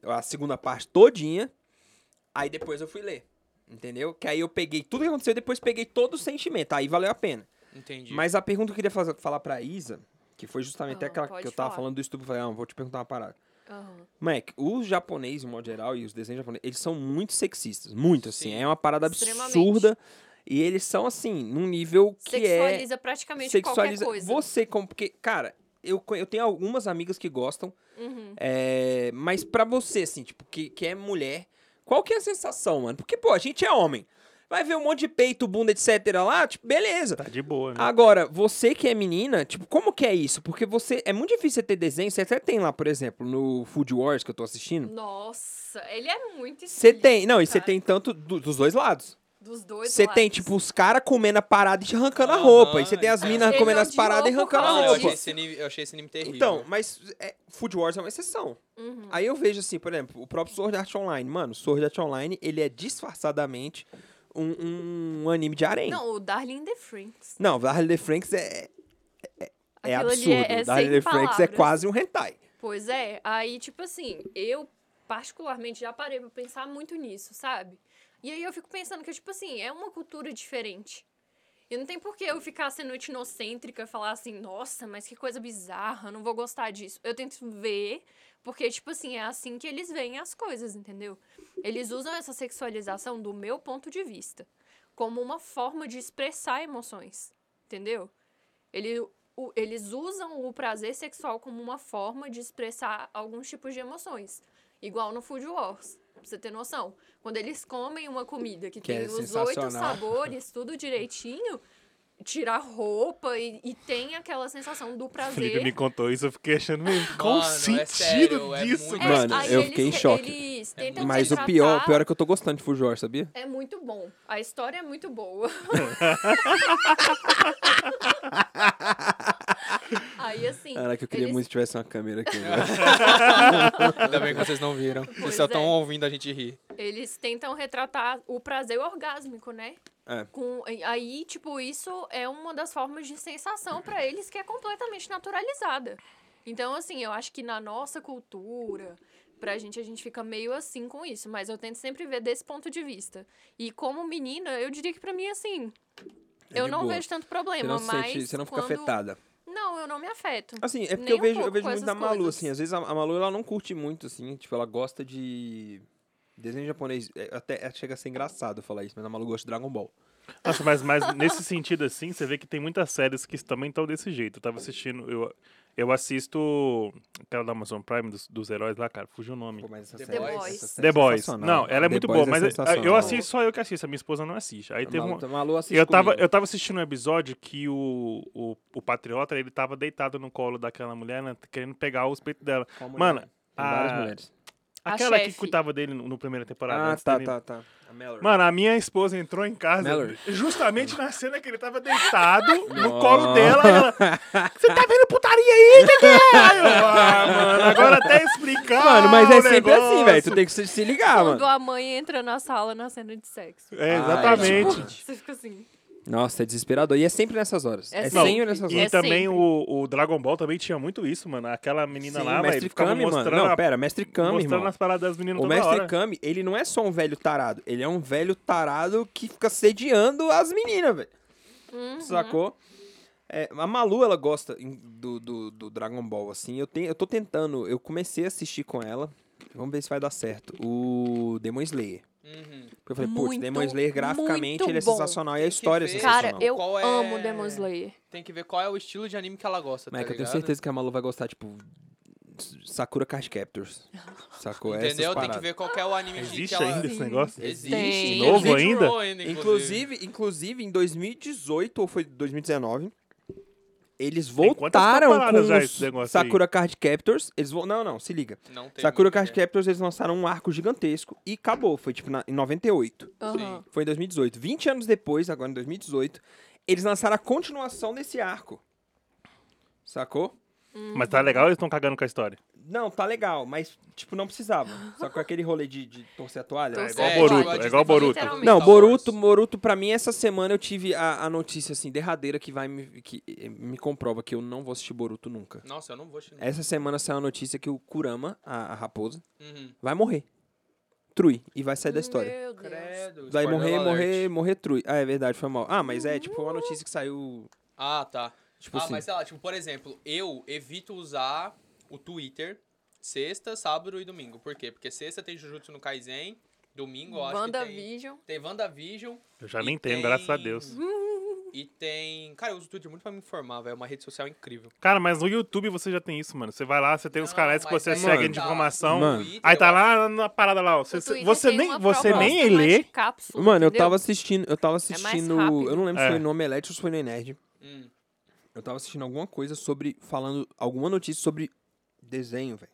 Speaker 1: a segunda parte todinha, aí depois eu fui ler. Entendeu? Que aí eu peguei tudo que aconteceu e depois peguei todo o sentimento. Aí valeu a pena.
Speaker 3: Entendi.
Speaker 1: Mas a pergunta que eu queria fazer, falar pra Isa, que foi justamente
Speaker 4: Ah,
Speaker 1: aquela
Speaker 4: pode
Speaker 1: que eu tava
Speaker 4: falar.
Speaker 1: falando do estupro, eu falei, ah, vou te perguntar uma parada.
Speaker 4: Aham.
Speaker 1: Mac, o japonês, em modo geral, e os desenhos japoneses, eles são muito sexistas. Muito, assim.
Speaker 3: Sim.
Speaker 1: É uma parada
Speaker 4: Extremamente.
Speaker 1: absurda. E eles são, assim, num nível que é
Speaker 4: Sexualiza praticamente
Speaker 1: sexualiza
Speaker 4: qualquer coisa.
Speaker 1: você como porque cara eu, co- eu tenho algumas amigas que gostam
Speaker 4: Uhum.
Speaker 1: é, mas pra você assim tipo que, que é mulher qual que é a sensação mano porque pô a gente é homem vai ver um monte de peito bunda etc lá tipo beleza
Speaker 2: Tá de boa, né?
Speaker 1: agora você que é menina tipo como que é isso porque você é muito difícil você ter desenho você até tem lá por exemplo no Food Wars que eu tô assistindo
Speaker 4: Nossa, ele é muito
Speaker 1: você
Speaker 4: explícito,
Speaker 1: tem não e você
Speaker 4: cara.
Speaker 1: tem tanto do- dos dois lados
Speaker 4: Dos dois
Speaker 1: você tem
Speaker 4: lados.
Speaker 1: tipo os caras comendo a parada e te arrancando a
Speaker 3: Aham,
Speaker 1: roupa e você tem as
Speaker 3: então.
Speaker 1: minas
Speaker 4: Ele é um
Speaker 1: comendo as
Speaker 4: odiou
Speaker 1: paradas e
Speaker 4: por
Speaker 1: arrancando
Speaker 4: causa
Speaker 1: a
Speaker 3: Não, eu,
Speaker 1: roupa
Speaker 3: achei esse anime, eu achei esse anime terrível.
Speaker 1: um Então, mas é, Food Wars é uma exceção.
Speaker 4: Uhum.
Speaker 1: Aí eu vejo assim, por exemplo, o próprio Sword Art Online. Mano, Sword Art Online, ele é disfarçadamente um, um anime de arém.
Speaker 4: Não, o Darling in the Franks.
Speaker 1: Não, Darling the Franks é, é
Speaker 4: Aquilo ali
Speaker 1: absurdo.
Speaker 4: é- é
Speaker 1: Darling
Speaker 4: sem
Speaker 1: the Franks é
Speaker 4: palavras.
Speaker 1: quase um hentai.
Speaker 4: Pois é, aí tipo assim, eu particularmente já parei pra pensar muito nisso, sabe? E aí eu fico pensando que, tipo assim, é uma cultura diferente. E não tem por que eu ficar sendo etnocêntrica e falar assim, nossa, mas que coisa bizarra, não vou gostar disso. Eu tento ver, porque, tipo assim, é assim que eles veem as coisas, entendeu? Eles usam essa sexualização do meu ponto de vista como uma forma de expressar emoções, entendeu? Ele, o- eles usam o prazer sexual como uma forma de expressar alguns tipos de emoções. Igual no Food Wars, pra você ter noção. Quando eles comem uma comida que,
Speaker 1: Que é
Speaker 4: tem os
Speaker 1: sensacional.
Speaker 4: oito sabores, tudo direitinho, tirar roupa e, e tem aquela sensação do
Speaker 2: O Felipe me
Speaker 4: prazer.
Speaker 2: contou isso, eu fiquei achando meio. [laughs] Qual o
Speaker 3: Mano, é
Speaker 2: sentido
Speaker 3: sério, é
Speaker 2: disso,
Speaker 3: muito-
Speaker 4: É,
Speaker 1: Mano,
Speaker 4: aí
Speaker 1: eu
Speaker 4: eles
Speaker 1: fiquei em
Speaker 4: te-
Speaker 1: choque.
Speaker 4: eles tentam
Speaker 1: Mas
Speaker 4: te
Speaker 1: o pior, o
Speaker 4: tratar-
Speaker 1: pior é que eu tô gostando de Food Wars, sabia?
Speaker 4: é muito bom. A história é
Speaker 1: [laughs]
Speaker 4: muito boa. Aí, assim.
Speaker 1: Caraca, eu queria
Speaker 4: eles-
Speaker 1: muito que tivesse uma câmera
Speaker 4: [laughs]
Speaker 1: aqui. velho.
Speaker 3: Ainda bem que vocês não viram. Vocês
Speaker 4: Pois
Speaker 3: só estão
Speaker 1: um
Speaker 4: é.
Speaker 3: ouvindo a gente rir.
Speaker 4: Eles tentam retratar o prazer orgásmico, né?
Speaker 1: É.
Speaker 4: Com, aí, tipo, isso é uma das formas de sensação pra eles que é completamente naturalizada. Então, assim, eu acho que na nossa cultura, pra gente, a gente fica meio assim com isso. Mas eu tento sempre ver desse ponto de vista. E como menina, eu diria que pra mim, assim,
Speaker 1: É
Speaker 4: eu
Speaker 1: de
Speaker 4: não
Speaker 1: boa.
Speaker 4: vejo tanto
Speaker 1: Você
Speaker 4: problema,
Speaker 1: não, se
Speaker 4: mas
Speaker 1: sente, você não fica
Speaker 4: quando-
Speaker 1: afetada.
Speaker 4: Não, eu não me afeto.
Speaker 1: Assim, é porque
Speaker 4: Nem
Speaker 1: eu
Speaker 4: um
Speaker 1: vejo, eu
Speaker 4: pouco
Speaker 1: vejo
Speaker 4: com
Speaker 1: muito
Speaker 4: essas
Speaker 1: da Malu,
Speaker 4: coisas.
Speaker 1: assim. Às vezes a, a Malu ela não curte muito, assim. Tipo, ela gosta de desenho japonês. É, até é- chega a ser engraçado falar isso, mas a Malu gosta de Dragon Ball.
Speaker 2: Nossa, mas, mas nesse sentido, assim, você vê que tem muitas séries que também estão desse jeito. Eu tava assistindo, eu, eu assisto aquela da Amazon Prime dos, dos heróis lá, cara, fugiu o nome.
Speaker 1: Pô, mas essa
Speaker 3: The
Speaker 1: série-
Speaker 4: Boys.
Speaker 1: essa série
Speaker 2: The
Speaker 1: é
Speaker 2: Boys.
Speaker 1: sensacional.
Speaker 2: Não, ela
Speaker 1: The
Speaker 2: é muito
Speaker 1: Boys
Speaker 2: boa, mas é-
Speaker 1: sensacional.
Speaker 2: eu assisto, só eu que assisto, a minha esposa não assiste. Aí
Speaker 1: A
Speaker 2: teve um,
Speaker 1: Malu, a Malu assiste
Speaker 2: eu tava,
Speaker 1: comigo.
Speaker 2: eu tava assistindo um episódio que o, o, o Patriota, ele tava deitado no colo daquela mulher, né, querendo pegar os peitos dela.
Speaker 1: Qual mulher?
Speaker 2: Mano,
Speaker 1: Tem várias
Speaker 2: a-
Speaker 1: mulheres.
Speaker 4: A
Speaker 2: Aquela que
Speaker 4: chefe.
Speaker 2: cuidava dele no, no primeira temporada.
Speaker 1: Ah,
Speaker 2: antes
Speaker 1: tá,
Speaker 2: dele-
Speaker 1: tá, tá. A Mallory.
Speaker 2: Mano, a minha esposa entrou em casa
Speaker 1: Mallory.
Speaker 2: justamente na cena que ele tava deitado no colo dela e ela. Você tá vendo putaria aí, Dedé? Aí eu, ah, mano, agora até explicar.
Speaker 1: Mano, mas é
Speaker 2: Ah, o
Speaker 1: sempre assim,
Speaker 2: negócio."
Speaker 1: velho. Tu tem que se, se ligar,
Speaker 4: Quando
Speaker 1: mano.
Speaker 4: a mãe entra na sala na cena de sexo.
Speaker 2: É,
Speaker 1: Ah,
Speaker 2: exatamente.
Speaker 1: tipo,
Speaker 4: Você fica assim.
Speaker 1: Nossa, é desesperador. E é sempre nessas horas.
Speaker 4: É
Speaker 1: É,
Speaker 4: sempre.
Speaker 1: sempre nessas
Speaker 2: E
Speaker 1: horas.
Speaker 4: É
Speaker 2: também
Speaker 4: sempre.
Speaker 2: o, o Dragon Ball também tinha muito isso, mano. Aquela menina
Speaker 1: Sim,
Speaker 2: lá, velho,
Speaker 1: Mestre
Speaker 2: ficava
Speaker 1: Kami, mano.
Speaker 2: mostrando,
Speaker 1: Não,
Speaker 2: a-
Speaker 1: pera, Mestre Kami,
Speaker 2: mostrando
Speaker 1: irmão.
Speaker 2: as paradas das meninas
Speaker 1: O
Speaker 2: toda
Speaker 1: Mestre
Speaker 2: hora.
Speaker 1: Kami, ele não é só um velho tarado. Ele é um velho tarado que fica sediando as meninas, velho. Sacou? É, a Malu, ela gosta em- do, do, do Dragon Ball, assim. Eu, tenho, eu tô tentando, eu comecei a assistir com ela. Vamos ver se vai dar certo. O Demon Slayer.
Speaker 3: Uhum.
Speaker 1: Porque eu falei, putz,
Speaker 4: Muito,
Speaker 1: Demon Slayer graficamente
Speaker 4: muito
Speaker 1: ele é
Speaker 4: bom.
Speaker 1: sensacional e a
Speaker 3: Tem que
Speaker 1: história é
Speaker 3: ver.
Speaker 1: sensacional.
Speaker 4: Cara, eu
Speaker 3: Qual é-
Speaker 4: amo Demon Slayer.
Speaker 3: Tem que ver qual é o estilo de anime que ela gosta,
Speaker 1: Mas é
Speaker 3: tá
Speaker 1: que eu tenho
Speaker 3: ligado?
Speaker 1: certeza que a Malu vai gostar, tipo, Sakura Card Captors. Sacou? É Essas
Speaker 3: Entendeu? Tem que
Speaker 1: paradas.
Speaker 3: ver qual que é o anime que-
Speaker 2: Existe
Speaker 3: que ela...
Speaker 2: ainda esse negócio?
Speaker 3: Existe.
Speaker 4: Tem.
Speaker 2: Novo
Speaker 3: Existe
Speaker 2: ainda?
Speaker 3: Rowan,
Speaker 1: Inclusive, inclusive, em 2018 ou foi 2019, eles
Speaker 2: quantas
Speaker 1: voltaram com
Speaker 2: temporadas já
Speaker 1: os
Speaker 2: esse negócio
Speaker 1: Sakura Card Captors. Eles vo... Não, não, se liga.
Speaker 3: Não tem
Speaker 1: Sakura
Speaker 3: muito,
Speaker 1: Card
Speaker 3: né?
Speaker 1: Captors, eles lançaram um arco gigantesco e acabou. Foi tipo na- em 98.
Speaker 4: Aham.
Speaker 1: Foi em 2018. 20 anos depois, agora em 2018, eles lançaram a continuação desse arco. Sacou?
Speaker 2: Mas tá legal, eles estão cagando com a história.
Speaker 1: Não, tá legal, mas, tipo, não precisava. Só com aquele rolê de, de torcer a toalha.
Speaker 4: Torcer
Speaker 1: É,
Speaker 2: igual
Speaker 4: a
Speaker 2: Boruto,
Speaker 4: toalha.
Speaker 2: Tá, é igual Boruto.
Speaker 4: Literalmente.
Speaker 1: Não,
Speaker 3: Star Wars.
Speaker 1: Boruto, Boruto, pra mim, essa semana eu tive a, a notícia, assim, derradeira que vai me, que, eh, me comprova que eu não vou assistir Boruto nunca.
Speaker 3: Nossa, eu não vou xingar.
Speaker 1: Essa semana saiu a notícia que o Kurama, a, a raposa,
Speaker 3: Uhum.
Speaker 1: vai morrer. Trui. E vai sair da história.
Speaker 4: Meu Deus.
Speaker 3: Credo.
Speaker 1: Vai
Speaker 3: spoiler
Speaker 1: morrer,
Speaker 3: alert.
Speaker 1: morrer, morrer Trui. Ah, é verdade, foi mal. Ah, mas é, tipo, uma notícia que saiu,
Speaker 3: Ah, tá.
Speaker 1: tipo
Speaker 3: ah,
Speaker 1: assim...
Speaker 3: mas sei lá, tipo, por exemplo, eu evito usar o Twitter sexta, sábado e domingo. Por quê? Porque sexta tem Jujutsu no Kaisen, domingo eu acho que tem...
Speaker 4: WandaVision.
Speaker 3: Tem WandaVision
Speaker 2: Eu já
Speaker 3: E
Speaker 2: nem tenho,
Speaker 3: tem-
Speaker 2: graças a Deus.
Speaker 3: e tem... Cara, eu uso o Twitter muito pra me informar, velho. É uma rede social incrível.
Speaker 2: Cara, mas no YouTube você já tem isso, mano. Você vai lá, você tem os
Speaker 3: Não,
Speaker 2: canais que
Speaker 3: mas é
Speaker 2: você
Speaker 3: aí
Speaker 2: segue
Speaker 1: tá.
Speaker 2: de informação.
Speaker 1: Mano.
Speaker 3: Twitter,
Speaker 2: Aí tá
Speaker 3: eu acho-
Speaker 2: lá na parada lá, ó.
Speaker 4: O
Speaker 2: Você,
Speaker 4: Twitter
Speaker 2: você
Speaker 4: tem
Speaker 2: nem,
Speaker 4: uma
Speaker 2: você nem
Speaker 4: proposta mais
Speaker 2: lê.
Speaker 4: de cápsula,
Speaker 1: Mano, eu
Speaker 4: entendeu? É
Speaker 1: tava assistindo, eu tava assistindo,
Speaker 4: rápido.
Speaker 1: eu não lembro
Speaker 2: É.
Speaker 1: se foi no Omelete ou se foi no Nerd.
Speaker 3: Hum.
Speaker 1: Eu tava assistindo alguma coisa sobre, falando, alguma notícia sobre desenho, velho.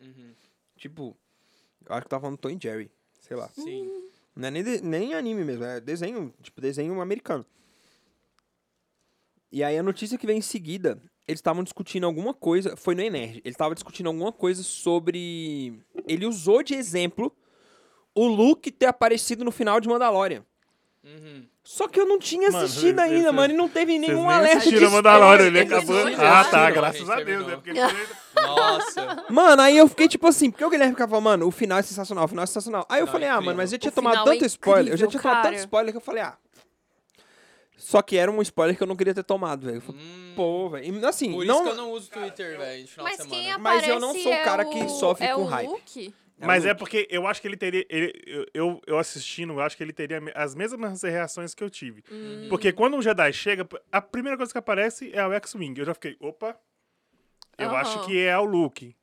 Speaker 3: Uhum.
Speaker 1: Tipo, eu acho que tava falando Tom e Jerry, sei lá.
Speaker 3: Sim.
Speaker 1: Não é nem, de- nem anime mesmo, é desenho, tipo, desenho americano. E aí a notícia que vem em seguida, eles estavam discutindo alguma coisa, foi no Enerd, eles estavam discutindo alguma coisa sobre... Ele usou de exemplo o Luke ter aparecido no final de Mandalorian.
Speaker 3: Uhum.
Speaker 1: Só que eu não tinha
Speaker 2: Mano,
Speaker 1: assistido
Speaker 2: vocês-
Speaker 1: ainda,
Speaker 2: vocês-
Speaker 1: mano, e não teve
Speaker 2: Vocês
Speaker 1: nenhum
Speaker 2: nem
Speaker 1: alerta de
Speaker 2: assistiram
Speaker 1: spoiler.
Speaker 2: Mandalorian, ele acabou.
Speaker 4: Terminou,
Speaker 3: né?
Speaker 4: já
Speaker 2: Ah, tá,
Speaker 3: assistiram,
Speaker 2: graças a
Speaker 3: gente,
Speaker 2: Deus. né?
Speaker 3: terminou.
Speaker 2: Porque ele-
Speaker 3: Nossa.
Speaker 1: Mano, aí eu fiquei tipo assim, porque o Guilherme ficava falando, mano, o final é sensacional, o final é sensacional. Aí eu
Speaker 3: Não,
Speaker 1: falei,
Speaker 3: é
Speaker 1: ah,
Speaker 3: incrível.
Speaker 1: mano, mas eu tinha
Speaker 4: O
Speaker 1: tomado
Speaker 4: final é
Speaker 1: tanto spoiler, eu já
Speaker 4: incrível,
Speaker 1: tinha tomado tanto
Speaker 4: cara.
Speaker 1: spoiler que eu falei, ah. Só que era um spoiler que eu não queria ter tomado, velho. Eu falei,
Speaker 3: Hum.
Speaker 1: Pô, velho. E, Assim,
Speaker 3: Por isso
Speaker 1: não.
Speaker 3: que eu não uso Twitter, velho, de final
Speaker 4: Mas
Speaker 3: de semana.
Speaker 4: quem aparece
Speaker 1: Mas eu não sou o
Speaker 4: é
Speaker 1: cara que sofre
Speaker 4: é
Speaker 1: com
Speaker 4: o
Speaker 1: hype.
Speaker 4: Luke.
Speaker 2: Mas é
Speaker 1: muito.
Speaker 2: porque eu acho que ele teria. ele- eu- eu, eu assistindo, eu acho que ele teria me- as mesmas reações que eu tive.
Speaker 4: Hum.
Speaker 2: Porque quando um Jedi chega, a primeira coisa que aparece é o X-Wing. Eu já fiquei, opa, eu
Speaker 4: Aham.
Speaker 2: acho que é o Luke.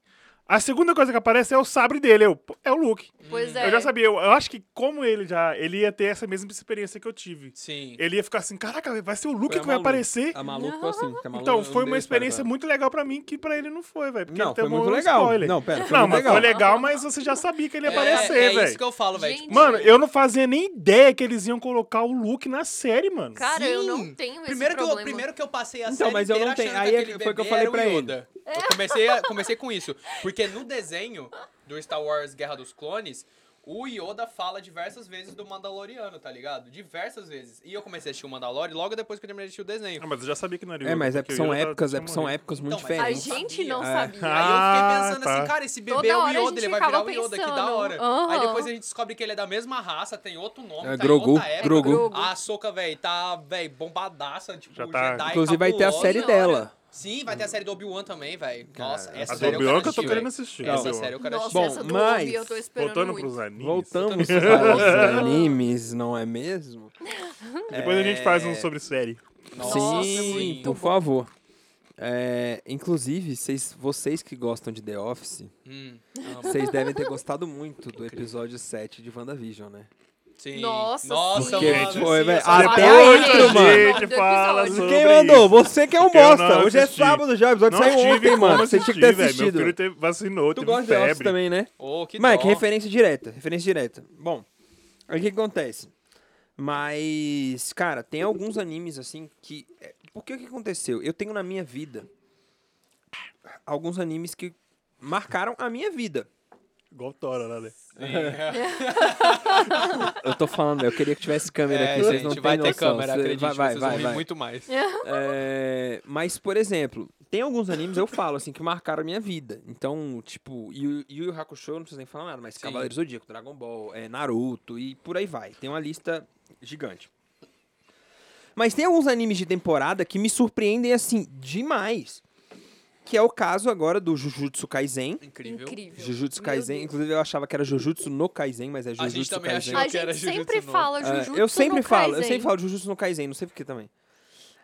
Speaker 2: A segunda coisa que aparece é o sabre dele, eu, "Pô, é o Luke.
Speaker 4: Pois é.
Speaker 2: Eu já sabia, eu, eu acho que como ele já. Ele ia ter essa mesma experiência que eu tive.
Speaker 3: Sim.
Speaker 2: Ele ia ficar assim, caraca, vai ser o
Speaker 1: Foi
Speaker 2: Luke
Speaker 1: a
Speaker 2: que vai
Speaker 1: Malu.
Speaker 2: aparecer.
Speaker 1: A maluca ficou assim. que a Malu
Speaker 2: Então,
Speaker 1: não deu
Speaker 2: foi uma experiência
Speaker 1: spoiler
Speaker 2: muito legal pra mim, que pra ele não foi,
Speaker 1: pra
Speaker 2: velho. Porque
Speaker 1: ela. Não,
Speaker 2: ele tem
Speaker 1: foi muito
Speaker 2: um
Speaker 1: legal.
Speaker 2: spoiler.
Speaker 1: Não, pera, foi
Speaker 2: Não,
Speaker 1: muito
Speaker 2: mas
Speaker 1: legal.
Speaker 2: foi legal, mas você já sabia que ele ia
Speaker 3: É,
Speaker 2: aparecer,
Speaker 3: é,
Speaker 2: velho.
Speaker 3: isso que eu falo, velho.
Speaker 4: Gente,
Speaker 3: Tipo,
Speaker 2: Mano, eu não fazia nem ideia que eles iam colocar o Luke na série, mano.
Speaker 4: Cara, eu não
Speaker 3: Sim.
Speaker 4: tenho esse
Speaker 3: Primeiro que, eu,
Speaker 4: problema.
Speaker 3: primeiro que eu passei a
Speaker 1: Então,
Speaker 3: série
Speaker 1: mas eu
Speaker 3: inteira
Speaker 1: não tenho-
Speaker 3: achando
Speaker 1: aí é
Speaker 3: aquele
Speaker 1: que foi o que eu
Speaker 3: bebê
Speaker 1: falei
Speaker 3: era o
Speaker 1: pra ele.
Speaker 3: Yoda.
Speaker 4: É.
Speaker 3: Eu comecei, a- comecei com isso. Porque no desenho do Star Wars Guerra dos Clones, o Yoda fala diversas vezes do Mandaloriano, tá ligado? Diversas vezes. E eu comecei a assistir o Mandalorian logo depois que eu terminei de assistir o desenho.
Speaker 2: Ah, mas eu já sabia que não era
Speaker 1: É, mas é porque
Speaker 2: porque o
Speaker 1: são
Speaker 2: Yoda
Speaker 1: épocas, é
Speaker 2: tinha
Speaker 1: porque são
Speaker 2: morrido.
Speaker 1: épocas muito
Speaker 3: Então, mas
Speaker 4: A
Speaker 3: eu
Speaker 1: diferentes.
Speaker 3: não
Speaker 4: gente
Speaker 3: sabia.
Speaker 4: não
Speaker 1: É.
Speaker 4: sabia.
Speaker 3: Aí eu
Speaker 2: Ah,
Speaker 3: fiquei pensando
Speaker 2: tá.
Speaker 3: assim, cara, esse bebê
Speaker 4: Toda
Speaker 3: é o
Speaker 4: hora a
Speaker 3: Yoda,
Speaker 4: gente
Speaker 3: ele vai virar
Speaker 4: ficava
Speaker 3: o Yoda, que da
Speaker 4: pensando.
Speaker 3: hora.
Speaker 4: Aham.
Speaker 3: Aí depois a gente descobre que ele é da mesma raça, tem outro nome,
Speaker 1: É,
Speaker 3: tá
Speaker 1: Grogu,
Speaker 3: em outra época.
Speaker 1: Grogu.
Speaker 4: Grogu.
Speaker 3: A Soca, velho, Ah, tá, velho, bombadaça, tipo,
Speaker 2: Já tá-
Speaker 3: Jedi
Speaker 1: Inclusive, vai ter a
Speaker 3: cabulosa.
Speaker 1: série
Speaker 4: Nossa.
Speaker 1: dela.
Speaker 3: Sim, vai ter a série do Obi-Wan também, velho. Nossa,
Speaker 1: Cara,
Speaker 3: essa
Speaker 2: A
Speaker 3: série
Speaker 2: do
Speaker 3: eu
Speaker 2: Obi-Wan
Speaker 3: quero
Speaker 2: que eu tô
Speaker 3: assistir,
Speaker 2: querendo
Speaker 3: velho.
Speaker 2: assistir.
Speaker 3: Essa
Speaker 2: Obi-Wan.
Speaker 3: série eu quero
Speaker 4: Nossa,
Speaker 3: assistir.
Speaker 1: Bom,
Speaker 4: essa do
Speaker 1: mas-
Speaker 4: Obi eu tô esperando
Speaker 2: Voltando
Speaker 4: muito.
Speaker 2: pros animes.
Speaker 1: Voltamos
Speaker 3: Eu tô
Speaker 1: para os
Speaker 2: [laughs]
Speaker 4: pensando.
Speaker 1: animes, não é mesmo?
Speaker 2: Depois a
Speaker 1: É.
Speaker 2: gente faz um sobre série.
Speaker 4: é
Speaker 3: Nossa,
Speaker 2: é
Speaker 1: Sim,
Speaker 3: muito
Speaker 1: por
Speaker 4: bom.
Speaker 1: favor. É, inclusive, vocês, vocês que gostam de The Office,
Speaker 3: Hum, amo.
Speaker 1: vocês devem ter gostado muito [laughs] do episódio 7 de Wandavision, né?
Speaker 3: Sim.
Speaker 4: Nossa,
Speaker 3: Nossa,
Speaker 1: Porque,
Speaker 3: mano,
Speaker 1: tipo,
Speaker 3: sim,
Speaker 1: velho,
Speaker 3: essa série-
Speaker 1: até
Speaker 4: Ai,
Speaker 1: a
Speaker 4: gente,
Speaker 1: intro, mano.
Speaker 4: o nome do
Speaker 2: fala
Speaker 4: episódio.
Speaker 2: sobre
Speaker 1: Quem mandou?
Speaker 2: isso.
Speaker 1: Você que é um
Speaker 2: Porque eu
Speaker 1: bosta.
Speaker 2: não
Speaker 1: Hoje é
Speaker 2: assisti.
Speaker 1: sábado já, o episódio
Speaker 2: Não
Speaker 1: saiu
Speaker 2: tive
Speaker 1: ontem,
Speaker 2: como
Speaker 1: mano. Você tinha que ter
Speaker 2: assistir, velho.
Speaker 1: assistido.
Speaker 2: Meu filho teve, vacinou,
Speaker 1: Tu
Speaker 2: teve
Speaker 1: gosta de The Office
Speaker 2: febre.
Speaker 1: também, né?
Speaker 3: Ô, que
Speaker 1: Mike,
Speaker 3: dó.
Speaker 1: referência direta, referência direta. Bom, aí o que que acontece? Mas, cara, tem alguns animes assim que. é, Porque o que aconteceu? Eu tenho na minha vida alguns animes que marcaram a minha vida.
Speaker 2: Igual o Tora lá, né?
Speaker 1: Eu tô falando, eu queria né, que tivesse câmera
Speaker 3: É,
Speaker 1: aqui, vocês não
Speaker 3: gente, vai
Speaker 1: têm
Speaker 3: ter
Speaker 1: noção.
Speaker 3: câmera,
Speaker 1: Cê-
Speaker 3: acredite,
Speaker 1: vai, vai,
Speaker 3: vocês
Speaker 1: vai,
Speaker 3: vão ver
Speaker 1: vai.
Speaker 3: muito mais.
Speaker 1: É, mas, por exemplo, tem alguns animes, eu falo, assim, que marcaram a minha vida. Então, tipo, Yu Yu Yu Hakusho, não precisa nem falar nada, mas
Speaker 3: Sim.
Speaker 1: Cavaleiros do Zodíaco, Dragon Ball, é, Naruto e por aí vai. Tem uma lista gigante. Mas tem alguns animes de temporada que me surpreendem, assim, demais. Que é o caso agora do Jujutsu Kaisen.
Speaker 3: Incrível.
Speaker 4: Incrível.
Speaker 1: Jujutsu
Speaker 4: Meu
Speaker 1: Kaisen,
Speaker 4: Deus.
Speaker 1: inclusive eu achava que era Jujutsu no Kaisen, mas é Jujutsu
Speaker 3: também
Speaker 1: Kaisen.
Speaker 3: achou
Speaker 4: A
Speaker 3: que era
Speaker 4: gente sempre
Speaker 3: Jujutsu no-
Speaker 4: fala
Speaker 1: É,
Speaker 4: Jujutsu
Speaker 1: eu sempre
Speaker 4: no
Speaker 1: falo, eu
Speaker 4: Kaisen.
Speaker 1: sempre falo Jujutsu no Kaisen, não sei por que também.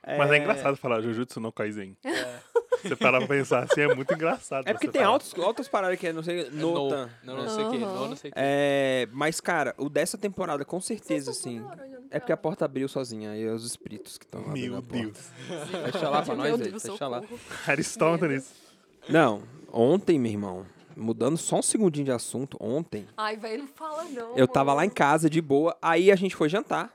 Speaker 2: Mas é engraçado falar Jujutsu no Kaisen.
Speaker 4: [laughs] É.
Speaker 2: Você para pra pensar assim, é muito engraçado.
Speaker 1: É porque
Speaker 2: você
Speaker 1: tem
Speaker 2: falar.
Speaker 1: altos, altas paradas que é, não sei,
Speaker 3: É, no,
Speaker 1: nota.
Speaker 3: não, não sei o que,
Speaker 4: Aham.
Speaker 3: não, não sei o que.
Speaker 1: É, mas, cara, o dessa temporada, com certeza, assim.
Speaker 4: toda hora olhando
Speaker 1: É
Speaker 4: pra
Speaker 1: porque a
Speaker 4: lá.
Speaker 1: porta abriu sozinha, aí é os espíritos que estão lá.
Speaker 2: Meu Deus.
Speaker 1: Fecha lá pra
Speaker 4: Meu
Speaker 1: nós,
Speaker 4: Deus,
Speaker 1: velho. Fecha lá.
Speaker 4: socorro.
Speaker 2: [laughs] Aristóteles.
Speaker 1: Não, ontem, meu irmão, mudando só um segundinho de assunto, ontem,
Speaker 4: Ai, velho, não fala não.
Speaker 1: eu tava lá em
Speaker 4: mano.
Speaker 1: casa de boa, aí a gente foi jantar.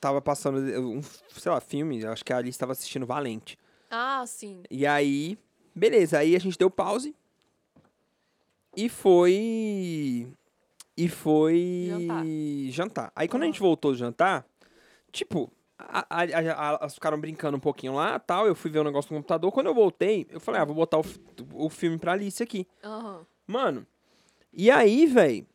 Speaker 1: Tava passando um, sei lá, filme, eu acho que a Alice tava assistindo Valente.
Speaker 4: Ah, sim.
Speaker 1: E aí, beleza, aí a gente deu pause. E foi. E foi.
Speaker 4: Jantar.
Speaker 1: jantar. Aí quando a gente voltou do jantar, tipo, a- a- a- a- elas ficaram brincando um pouquinho lá tal. Eu fui ver o negócio no computador. Quando eu voltei, eu falei, ah, vou botar o, f- o filme pra Alice aqui.
Speaker 4: Aham.
Speaker 1: Mano. E aí, véi.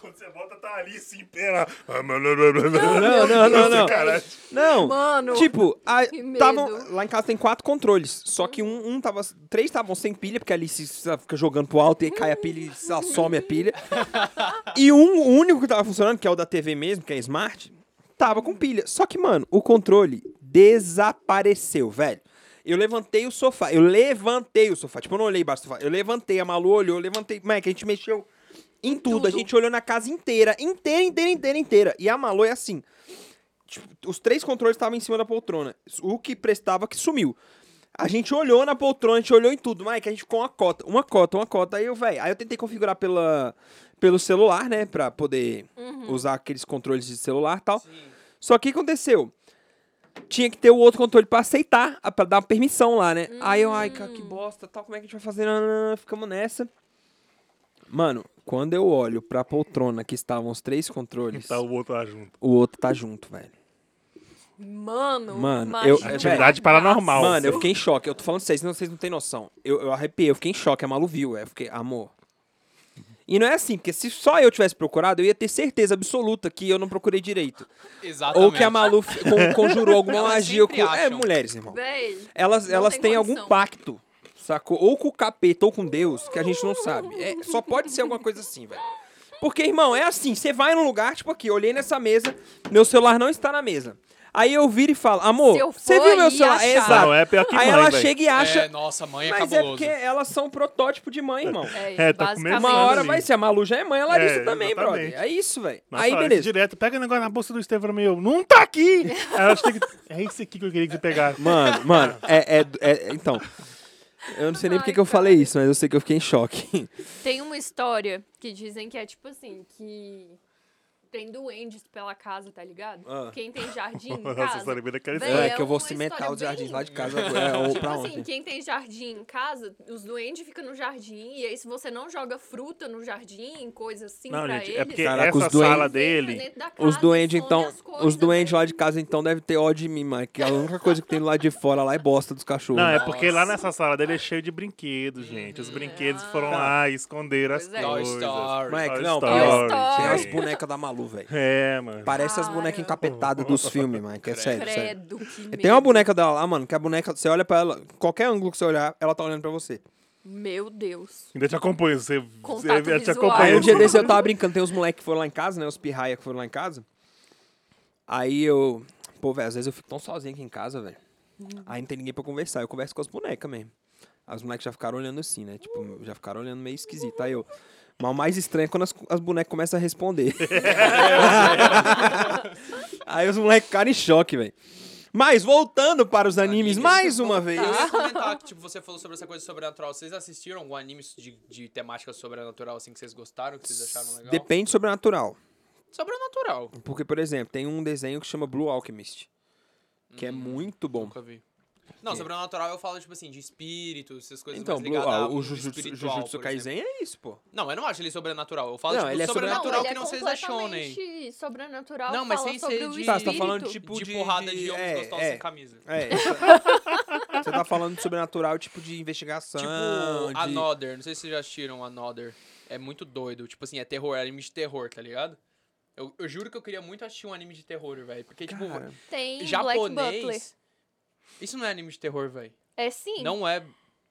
Speaker 2: Quando você volta, tá ali sim, pera.
Speaker 1: Não, não, não, não.
Speaker 2: Caralho.
Speaker 1: Não.
Speaker 4: Mano.
Speaker 1: Tipo, a,
Speaker 4: [laughs] que medo.
Speaker 1: tavam, lá em casa tem quatro controles. Só que um, um tava. Três estavam sem pilha, porque ali se se ela fica jogando pro alto e aí cai a pilha e se some a pilha. E um o único que tava funcionando, que é o da TV mesmo, que é Smart, tava com pilha. Só que, mano, o controle desapareceu, velho. Eu levantei o sofá. Eu levantei o sofá. Tipo, eu não olhei embaixo do sofá. Eu levantei, a Malu olhou, eu levantei. Mike, a gente mexeu em tudo. A
Speaker 4: tudo.
Speaker 1: gente olhou na casa inteira. Inteira, inteira, inteira, inteira. E a Malu é assim. Tipo, os três controles estavam em cima da poltrona. O que prestava que sumiu. A gente olhou na poltrona, a gente olhou em tudo. Mike, a gente ficou uma cota, uma cota, uma cota. Aí eu, velho, aí eu tentei configurar pela, pelo celular, né? Pra poder usar aqueles controles de celular e tal. Só que o que aconteceu? Tinha que ter o outro controle pra aceitar, a- pra dar permissão lá, né? Aí eu, ai, cara, que bosta, tal, como é que a gente vai fazer? Não, não, não, ficamos nessa. Mano, quando eu olho pra poltrona que estavam os três controles,
Speaker 2: Tá o outro lá junto.
Speaker 1: o outro tá junto, velho.
Speaker 4: Mano.
Speaker 1: Mano,
Speaker 4: macho
Speaker 1: eu-
Speaker 4: do
Speaker 2: Atividade
Speaker 4: cagaço.
Speaker 2: paranormal.
Speaker 1: Mano, eu fiquei em choque. Eu tô falando pra vocês, não, vocês não têm noção. Eu, eu arrepiei, eu fiquei em choque. A Malu viu, é, eu fiquei, amor. E não é assim, porque se só eu tivesse procurado, eu ia ter certeza absoluta que eu não procurei direito.
Speaker 3: Exatamente.
Speaker 1: Ou que a Malu f- con-
Speaker 3: [laughs]
Speaker 1: conjurou alguma
Speaker 3: Elas
Speaker 1: magia.
Speaker 3: sempre
Speaker 1: com- É,
Speaker 3: acham.
Speaker 1: mulheres, irmão.
Speaker 4: Véi.
Speaker 1: Elas,
Speaker 4: Não
Speaker 1: elas
Speaker 4: tem
Speaker 1: têm algum
Speaker 4: condição.
Speaker 1: pacto, sacou? Ou com o capeta, ou com Deus, que a gente não sabe. É, só pode ser alguma coisa assim, velho. Porque, irmão, é assim, você vai num lugar, tipo aqui, eu olhei nessa mesa, meu celular não está na mesa. Aí eu viro e falo,
Speaker 4: Se eu
Speaker 1: amor, você
Speaker 4: for,
Speaker 1: viu meu
Speaker 4: ia
Speaker 1: celular? É,
Speaker 4: achar.
Speaker 1: exato.
Speaker 2: Não, é pior que
Speaker 1: Aí
Speaker 2: mãe,
Speaker 1: ela
Speaker 2: velho.
Speaker 1: chega e acha,
Speaker 3: É, nossa, mãe é
Speaker 1: mas é
Speaker 3: cabuloso.
Speaker 1: porque elas são um protótipo de mãe, irmão.
Speaker 4: É,
Speaker 2: É, tá com medo.
Speaker 4: basicamente.
Speaker 1: Uma hora
Speaker 2: Sim.
Speaker 1: vai ser, a Malu já é mãe, a Larissa
Speaker 2: É,
Speaker 1: também,
Speaker 2: exatamente.
Speaker 1: brother. É isso, velho.
Speaker 2: Mas
Speaker 1: Aí,
Speaker 2: fala isso
Speaker 1: beleza.
Speaker 2: Direto, pega o negócio na bolsa do Estevão meu. Não tá aqui! Aí eu acho que tem que- É esse aqui que eu queria que você pegasse.
Speaker 1: Mano, mano, é, é, é- é- Então. Eu não sei nem porque
Speaker 4: Ai,
Speaker 1: que eu falei
Speaker 4: cara.
Speaker 1: isso, mas eu sei que eu fiquei em choque.
Speaker 4: Tem uma história que dizem que é tipo assim, que tem duendes pela casa, tá ligado?
Speaker 1: Ah.
Speaker 4: Quem tem
Speaker 2: [laughs]
Speaker 4: jardim em
Speaker 2: Nossa,
Speaker 4: casa...
Speaker 2: essa lembrei daquela
Speaker 4: Véi,
Speaker 2: história.
Speaker 1: É, que eu vou
Speaker 4: uma
Speaker 1: cimentar
Speaker 4: história
Speaker 1: os jardins
Speaker 4: bem-
Speaker 1: lá de casa agora, é, ou
Speaker 4: Tipo
Speaker 1: pra
Speaker 4: assim,
Speaker 1: ontem.
Speaker 4: quem tem jardim em casa, os duendes ficam no jardim, e aí se você não joga fruta no jardim, coisa assim
Speaker 2: Não,
Speaker 4: pra
Speaker 2: gente,
Speaker 4: eles...
Speaker 2: é porque
Speaker 1: Caraca,
Speaker 2: essa
Speaker 1: os duendes-
Speaker 2: sala
Speaker 4: eles entram
Speaker 2: dele.
Speaker 4: dentro da casa
Speaker 1: Os
Speaker 4: e
Speaker 1: duendes,
Speaker 4: somem
Speaker 1: então.
Speaker 4: as coisas, né?
Speaker 1: Os duendes
Speaker 4: véi.
Speaker 1: lá de casa, então, devem ter ódio de mim, mano. Que a única coisa que tem lá de fora lá é bosta dos cachorros.
Speaker 2: Não, é
Speaker 1: né?
Speaker 2: porque lá nessa sala dele é cheio de brinquedos, gente. Os brinquedos foram lá e esconderam as
Speaker 4: Hum. Ah. Pois
Speaker 3: Toy
Speaker 4: é.
Speaker 2: coisas.
Speaker 3: Story.
Speaker 1: Moleque,
Speaker 2: Toy
Speaker 1: não,
Speaker 2: Story,
Speaker 1: parece-
Speaker 4: Toy
Speaker 1: tem as
Speaker 2: gente.
Speaker 1: bonecas da Malu, velho.
Speaker 2: É, mano.
Speaker 1: Parece as bonecas
Speaker 4: Cara.
Speaker 1: encapetadas dos filmes, mano. Que é sério, sério.
Speaker 4: Ah, Credo, que
Speaker 1: E
Speaker 4: medo.
Speaker 1: Tem uma boneca dela lá, mano, que a boneca, você olha pra ela, qualquer ângulo que você olhar, ela tá olhando pra você.
Speaker 4: Meu Deus.
Speaker 2: Ainda te acompanha, você, você
Speaker 4: Contato
Speaker 2: ainda te
Speaker 4: visual.
Speaker 1: Aí
Speaker 2: acompanha.
Speaker 1: um dia desse eu tava brincando, tem uns moleques que foram lá em casa, né? Os pirraia que foram lá em casa. Aí eu. Pô, velho, às vezes eu fico tão sozinho aqui em casa, velho. Aí não tem ninguém pra conversar. Eu converso com as bonecas mesmo. As bonecas já ficaram olhando assim, né? Tipo, já ficaram olhando meio esquisito. Aí eu. Mas o mais estranho é quando as, as bonecas começam a responder. [laughs] Aí os moleques ficaram em choque, velho. Mas voltando para os animes,
Speaker 3: Animes,
Speaker 1: mais uma vez.
Speaker 3: Eu ia comentar que, tipo, você falou sobre essa coisa sobrenatural. Vocês assistiram algum anime de, de temática sobrenatural, assim, que vocês gostaram, que vocês acharam legal?
Speaker 1: Depende sobrenatural.
Speaker 3: Sobrenatural.
Speaker 1: Porque, por exemplo, tem um desenho que chama Blue Alchemist. Que é muito bom.
Speaker 3: Uhum. Nunca vi. Não,
Speaker 1: É.
Speaker 3: sobrenatural eu falo, tipo assim, de espíritos, essas coisas
Speaker 1: Então,
Speaker 3: mais
Speaker 1: Blue,
Speaker 3: ligadas
Speaker 1: ó,
Speaker 3: ao
Speaker 1: o
Speaker 3: mundo
Speaker 1: Jujutsu,
Speaker 3: espiritual,
Speaker 1: Jujutsu
Speaker 3: por
Speaker 1: Kaisen é isso, pô.
Speaker 3: exemplo. Não, eu não acho ele sobrenatural. Eu falo,
Speaker 1: Não,
Speaker 3: tipo,
Speaker 1: ele é
Speaker 3: sobrenatural
Speaker 4: não,
Speaker 3: que não
Speaker 4: ele
Speaker 3: vocês
Speaker 4: é
Speaker 3: achonem.
Speaker 4: completamente sobrenatural,
Speaker 3: Não, mas
Speaker 4: fala
Speaker 3: sem ser
Speaker 4: sobre o
Speaker 3: de-
Speaker 4: espírito.
Speaker 1: Tá, você tá falando de tipo
Speaker 3: Tipo de,
Speaker 1: de...
Speaker 3: porrada de, homens
Speaker 1: é,
Speaker 3: gostosos
Speaker 1: é,
Speaker 3: sem camisa. [laughs]
Speaker 1: É, isso. você tá falando de sobrenatural, tipo de investigação,
Speaker 3: Tipo,
Speaker 1: de...
Speaker 3: Another. Não sei se vocês já assistiram Another. É muito doido. Tipo assim, é terror, é anime de terror, tá ligado? Eu, eu juro que eu queria muito assistir um anime de terror, velho. Porque, tipo,
Speaker 1: Cara,
Speaker 4: Tem Black Butler.
Speaker 3: japonês. Isso não é anime de terror, velho.
Speaker 4: É sim.
Speaker 3: Não é.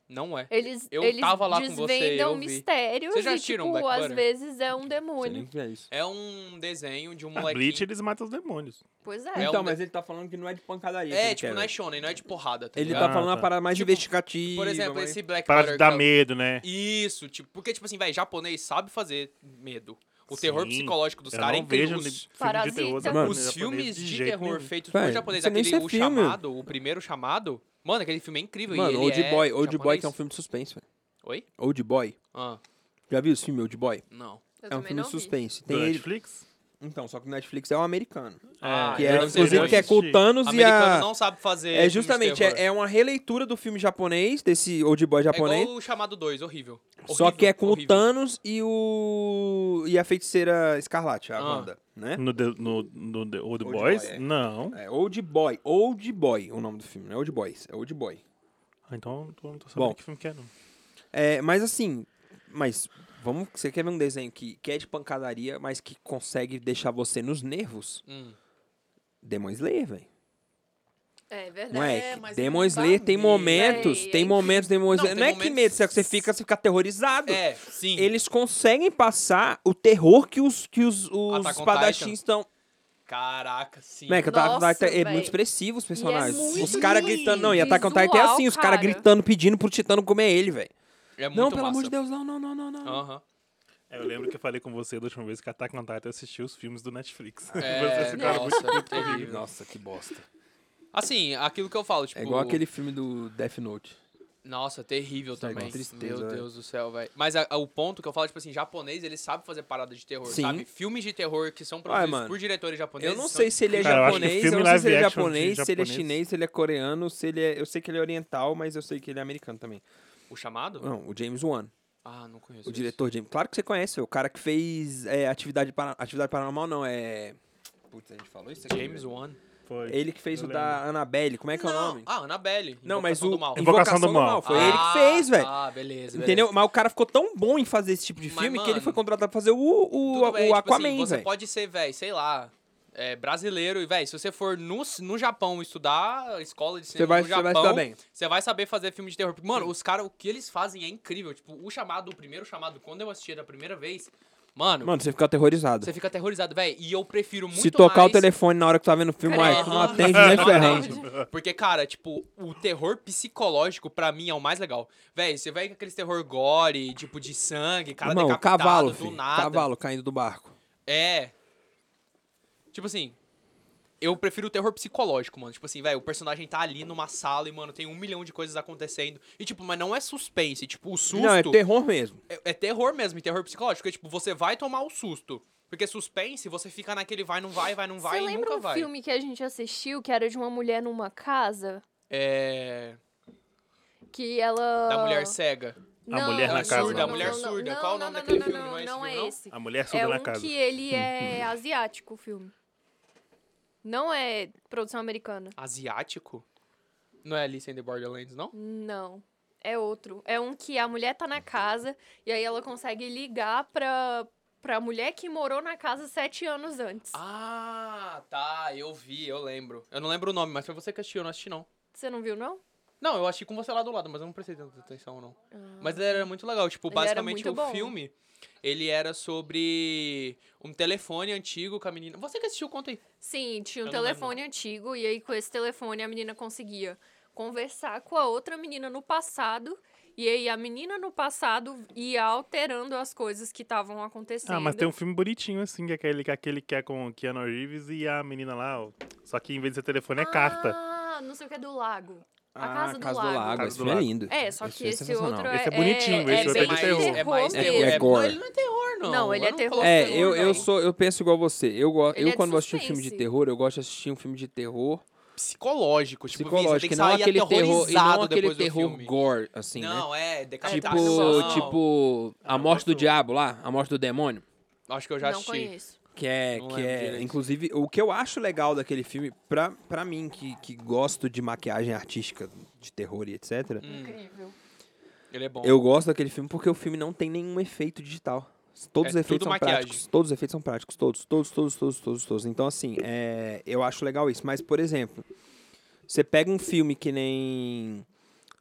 Speaker 3: Não é.
Speaker 4: Eles,
Speaker 3: Eu
Speaker 4: eles
Speaker 3: tava lá com você,
Speaker 4: desvendam
Speaker 3: eu vi.
Speaker 4: mistérios
Speaker 3: Vocês já
Speaker 4: e,
Speaker 3: assistiram
Speaker 4: tipo,
Speaker 3: Black
Speaker 4: às
Speaker 3: Butter?
Speaker 4: vezes é
Speaker 1: você
Speaker 4: um
Speaker 1: nem
Speaker 4: demônio.
Speaker 1: vê isso.
Speaker 3: É um desenho
Speaker 1: É
Speaker 3: de um
Speaker 2: A Bleach,
Speaker 3: molequinho.
Speaker 2: eles matam os demônios.
Speaker 4: Pois
Speaker 3: É
Speaker 4: é.
Speaker 3: um
Speaker 1: então,
Speaker 3: de-
Speaker 1: mas ele tá falando que não é de pancadaria. que
Speaker 3: É,
Speaker 1: ele
Speaker 3: tipo,
Speaker 1: quer,
Speaker 3: não é
Speaker 1: velho.
Speaker 3: shonen, não é de porrada, tá
Speaker 1: Ele
Speaker 3: ligado?
Speaker 1: tá falando uma
Speaker 2: tá.
Speaker 1: parada mais
Speaker 3: Tipo,
Speaker 1: investigativa.
Speaker 3: Por exemplo,
Speaker 1: mas-
Speaker 3: esse Black
Speaker 2: Para de
Speaker 3: Butter.
Speaker 2: dar
Speaker 3: que é-
Speaker 2: medo, né?
Speaker 3: Isso, tipo, porque, tipo assim, velho, japonês sabe fazer medo. O
Speaker 2: Sim,
Speaker 3: terror psicolológico dos
Speaker 2: Eu
Speaker 3: caras é
Speaker 2: não vejo
Speaker 3: incrível.
Speaker 2: li-
Speaker 3: Os,
Speaker 2: filme de
Speaker 4: Parasita.
Speaker 2: terror da
Speaker 1: Mano,
Speaker 2: japonês
Speaker 3: os filmes
Speaker 2: de
Speaker 3: de,
Speaker 2: jeito
Speaker 3: terror
Speaker 2: nenhum.
Speaker 3: feitos
Speaker 1: Véi,
Speaker 3: por japonês,
Speaker 1: você nem
Speaker 3: aquele
Speaker 1: sei
Speaker 3: o
Speaker 1: filme.
Speaker 3: chamado, o primeiro chamado. Mano, aquele filme é incrível. e
Speaker 1: Mano,
Speaker 3: ele
Speaker 1: Old
Speaker 3: é
Speaker 1: Boy, Old Boy
Speaker 3: japonês.
Speaker 1: que é um filme de suspense, velho.
Speaker 3: Oi?
Speaker 1: Old Boy.
Speaker 3: Ah,
Speaker 1: Já viu esse filme, Old Boy?
Speaker 3: não.
Speaker 4: Eu
Speaker 1: É um
Speaker 4: também
Speaker 1: filme
Speaker 4: não
Speaker 1: de
Speaker 4: vi.
Speaker 1: suspense.
Speaker 2: Do
Speaker 1: Tem ele...
Speaker 2: Netflix?
Speaker 1: Então, só que o Netflix é um americano.
Speaker 3: Ah,
Speaker 1: Que
Speaker 3: eu
Speaker 1: é,
Speaker 3: não sei,
Speaker 1: inclusive,
Speaker 3: eu
Speaker 1: que é com o
Speaker 2: assisti.
Speaker 1: Thanos e
Speaker 3: Americano
Speaker 1: a...
Speaker 3: não sabe fazer.
Speaker 1: É
Speaker 3: filmes de
Speaker 1: justamente,
Speaker 3: terror.
Speaker 1: é, é uma releitura do filme japonês, desse Old Boy
Speaker 3: É
Speaker 1: japonês.
Speaker 3: igual o chamado 2, horrível.
Speaker 1: só que é com o
Speaker 3: horrível.
Speaker 1: Thanos e o. e a feiticeira Escarlate, a
Speaker 3: Ah.
Speaker 1: Wanda, né?
Speaker 2: No, The- no, no The Old
Speaker 1: Old
Speaker 2: Boys?
Speaker 1: Boy, é.
Speaker 2: Não.
Speaker 1: É Old Boy, Old Boy o nome do filme, não é Old Boys, é Old Boy.
Speaker 2: Ah, então eu não tô sabendo
Speaker 1: Bom.
Speaker 2: que filme que é, não.
Speaker 1: É, mas assim, mas vamos. Você quer ver um desenho que, que é de pancadaria, mas que consegue deixar você nos nervos?
Speaker 3: Hum.
Speaker 1: Demon Slayer, velho.
Speaker 4: É verdade.
Speaker 1: Não
Speaker 3: É,
Speaker 1: é?
Speaker 3: mas
Speaker 1: Demon
Speaker 3: não dá
Speaker 1: Slayer tem
Speaker 3: medo.
Speaker 1: momentos,
Speaker 4: Véi, é
Speaker 1: tem momentos, Demon Slayer.
Speaker 3: tem
Speaker 1: Não, é que
Speaker 3: momentos-
Speaker 1: medo, só que você fica, você fica aterrorizado.
Speaker 3: É, sim.
Speaker 1: Eles conseguem passar o terror que os, que os, os
Speaker 3: Attack on Titan.
Speaker 1: espadachins estão.
Speaker 3: Caraca, sim.
Speaker 1: Meca, tá,
Speaker 4: Nossa,
Speaker 1: tá- é
Speaker 4: véi.
Speaker 1: muito expressivo os personagens.
Speaker 4: muito
Speaker 1: os caras gritando. Não, e Attack on
Speaker 4: visual,
Speaker 1: Titan é assim, os caras
Speaker 4: cara.
Speaker 1: gritando, pedindo pro Titano comer ele, velho.
Speaker 3: É muito
Speaker 1: Não, pelo
Speaker 3: massa.
Speaker 1: amor de Deus, não, não, não, não, não.
Speaker 3: Aham.
Speaker 2: É, Eu lembro que eu falei com você da última vez que Attack on Titan assistiu os filmes do Netflix.
Speaker 3: É,
Speaker 2: [laughs] Vocês ficaram muito-
Speaker 3: nossa, terrível.
Speaker 1: Nossa, que bosta.
Speaker 3: Assim, aquilo que eu falo, tipo...
Speaker 1: É igual aquele filme do Death Note.
Speaker 3: Nossa, terrível
Speaker 1: Isso é
Speaker 3: também.
Speaker 1: uma tristeza,
Speaker 3: Meu
Speaker 1: velho.
Speaker 3: Deus do céu, velho. Mas a- a- o ponto que eu falo, tipo assim, japonês, ele sabe fazer parada de terror,
Speaker 1: Sim.
Speaker 3: sabe? Filmes de terror que são
Speaker 1: Ué,
Speaker 3: produzidos
Speaker 1: mano,
Speaker 3: por diretores japoneses.
Speaker 1: Eu não
Speaker 3: são-
Speaker 1: sei se ele é
Speaker 2: Cara, eu acho que
Speaker 1: japonês, eu
Speaker 2: filme
Speaker 1: não sei se
Speaker 2: live
Speaker 1: ele é
Speaker 2: action de
Speaker 1: japonês, se ele é
Speaker 2: japonês.
Speaker 1: chinês, se ele é coreano, se ele é. Eu sei que ele é oriental, mas eu sei que ele é americano também.
Speaker 3: O chamado?
Speaker 1: Não, o James Wan.
Speaker 3: Ah, não conheço.
Speaker 1: O
Speaker 3: esse.
Speaker 1: diretor James. Claro que você conhece, o cara que fez é, atividade, para... atividade Paranormal, não, é. Putz, a gente falou isso? aqui
Speaker 3: é James
Speaker 1: mesmo?
Speaker 3: Wan.
Speaker 2: Foi.
Speaker 1: Ele que fez
Speaker 2: Eu
Speaker 1: o da Annabelle, como é que é o
Speaker 3: Não,
Speaker 1: nome?
Speaker 3: Ah, Annabelle.
Speaker 1: Não, mas o.
Speaker 3: Invocação Do mal.
Speaker 2: Invocação do Mal.
Speaker 1: Foi
Speaker 3: Ah,
Speaker 1: ele que fez, velho.
Speaker 3: Ah, beleza, beleza.
Speaker 1: Entendeu? Mas o cara ficou tão bom em fazer esse tipo de
Speaker 3: Mas,
Speaker 1: filme que ele
Speaker 3: mano,
Speaker 1: foi contratado pra fazer o, o,
Speaker 3: Tudo
Speaker 1: o
Speaker 3: bem, tipo
Speaker 1: Aquaman,
Speaker 3: assim, Você
Speaker 1: velho.
Speaker 3: pode ser, velho, sei lá, é, brasileiro. E, velho, se você for no, no Japão estudar a escola de cinema
Speaker 1: vai-
Speaker 3: no
Speaker 1: você vai
Speaker 3: Japão,
Speaker 1: estudar bem.
Speaker 3: você vai saber fazer filme de terror. Porque, Mano, os caras, o que eles fazem é incrível. Tipo, o chamado, o primeiro chamado, quando eu assisti da primeira vez, mano,
Speaker 1: Mano, você fica aterrorizado.
Speaker 3: você fica aterrorizado, velho. E eu prefiro muito
Speaker 1: Se tocar
Speaker 3: mais...
Speaker 1: o telefone na hora que tá vendo o filme,
Speaker 4: Cara,
Speaker 1: uai,
Speaker 3: [laughs]
Speaker 1: tu não
Speaker 3: aham.
Speaker 1: atende nem
Speaker 3: Não
Speaker 1: ferrando.
Speaker 3: atende. [laughs] Porque, cara, tipo, o terror psicológico, pra mim, é o mais legal. Véi, você vai com aqueles terror gore, tipo, de sangue, cara
Speaker 1: Irmão,
Speaker 3: decapitado
Speaker 1: cavalo,
Speaker 3: do
Speaker 1: filho,
Speaker 3: nada.
Speaker 1: cavalo caindo do barco.
Speaker 3: É. Tipo assim, eu prefiro o terror psicológico, mano. Tipo assim, velho, o personagem tá ali numa sala e, mano, tem um milhão de coisas acontecendo. E, tipo, mas não é suspense. Tipo, o susto
Speaker 1: Não, é terror mesmo.
Speaker 3: é, é terror mesmo, e terror psicológico. Porque, tipo, você vai tomar o susto. Porque suspense, você fica naquele vai, não vai, vai, não vai
Speaker 4: Você
Speaker 3: e
Speaker 4: lembra
Speaker 3: nunca
Speaker 4: um
Speaker 3: vai.
Speaker 4: filme que a gente assistiu que era de uma mulher numa casa?
Speaker 3: É.
Speaker 4: Que ela.
Speaker 3: Da mulher cega.
Speaker 2: A mulher na casa,
Speaker 4: surda,
Speaker 2: não.
Speaker 4: a mulher surda. Qual o nome daquele filme? Não, é esse filme, não?
Speaker 2: A mulher
Speaker 4: É
Speaker 2: surda na
Speaker 4: um
Speaker 2: casa.
Speaker 4: que
Speaker 2: [laughs]
Speaker 4: ele é asiático, o filme. Não é produção americana.
Speaker 3: Asiático? Não é Alice in the Borderlands, não?
Speaker 4: Não. É outro. É um que a mulher tá na casa e aí ela consegue ligar pra, pra mulher que morou na casa sete anos antes.
Speaker 3: Ah, tá. Eu vi, eu lembro. Eu não lembro o nome, mas foi você que assistiu, eu não assisti, não.
Speaker 4: Você não viu, não?
Speaker 3: Não, eu achei com você lá do lado, mas eu não prestei tanta atenção, não. Mas ele era muito legal. Tipo,
Speaker 4: Ah. Ele era
Speaker 3: basicamente
Speaker 4: muito
Speaker 3: o
Speaker 4: bom.
Speaker 3: filme, ele era sobre um telefone antigo com a menina. Você que assistiu, conta aí.
Speaker 4: Sim, tinha um
Speaker 3: Eu não lembro.
Speaker 4: telefone antigo e aí com esse telefone a menina conseguia conversar com a outra menina no passado. E aí a menina no passado ia alterando as coisas que estavam acontecendo.
Speaker 2: Ah, mas tem um filme bonitinho assim, que é aquele, que é aquele que é com o Keanu Reeves e a menina lá, ó. Só que em vez de ser telefone é carta.
Speaker 4: Ah, não sei o que é do lago. A
Speaker 1: Ah,
Speaker 4: Casa do
Speaker 1: Casa
Speaker 4: Lago.
Speaker 2: Casa
Speaker 1: Esse
Speaker 2: do
Speaker 1: filme é
Speaker 2: Lago.
Speaker 1: lindo.
Speaker 4: É, só que
Speaker 1: filme
Speaker 4: esse
Speaker 1: sensacional.
Speaker 4: outro
Speaker 2: Esse é bonitinho, esse
Speaker 4: é
Speaker 2: outro é de
Speaker 4: mais
Speaker 2: terror.
Speaker 3: É mais
Speaker 4: mesmo.
Speaker 3: terror.
Speaker 1: É gore.
Speaker 3: Ele não é terror, não.
Speaker 4: Não, ele
Speaker 3: Eu
Speaker 4: é terror.
Speaker 3: coloco
Speaker 1: É,
Speaker 4: Nossa,
Speaker 1: eu,
Speaker 4: não.
Speaker 1: eu sou, eu penso igual você. Eu, go-
Speaker 4: Ele
Speaker 1: eu
Speaker 4: é de
Speaker 1: quando vou assistir um filme de
Speaker 4: suspense.
Speaker 1: terror, eu gosto de assistir um filme de terror
Speaker 3: psicológico. Tipo, Vin, você tem
Speaker 1: psicológico,
Speaker 3: que
Speaker 1: não
Speaker 3: sair
Speaker 1: aquele terror, e não
Speaker 3: aterrorizado
Speaker 1: aquele
Speaker 3: depois do
Speaker 1: terror
Speaker 3: filme.
Speaker 1: gore, assim, né?
Speaker 3: não, é,
Speaker 1: Tipo,
Speaker 3: decapitação.
Speaker 1: tipo,
Speaker 3: é
Speaker 1: a morte do
Speaker 2: gosto-
Speaker 1: diabo lá, a morte do demônio.
Speaker 3: Acho que eu já
Speaker 4: não
Speaker 3: assisti.
Speaker 4: conheço.
Speaker 1: Que é,
Speaker 3: Não
Speaker 1: que
Speaker 3: lembro
Speaker 1: é
Speaker 3: direito.
Speaker 1: inclusive, o que eu acho legal daquele filme, pra, pra mim, que, que gosto de maquiagem artística, de terror e etc.,
Speaker 4: Incrível.
Speaker 3: Ele é bom.
Speaker 1: eu gosto daquele filme porque o filme não tem nenhum efeito digital. Todos
Speaker 3: É
Speaker 1: os efeitos
Speaker 3: tudo
Speaker 1: são
Speaker 3: maquiagem.
Speaker 1: práticos. Todos os efeitos são práticos. Todos, todos, todos, todos, todos, todos. Então, assim, é, eu acho legal isso. Mas, por exemplo, você pega um filme que nem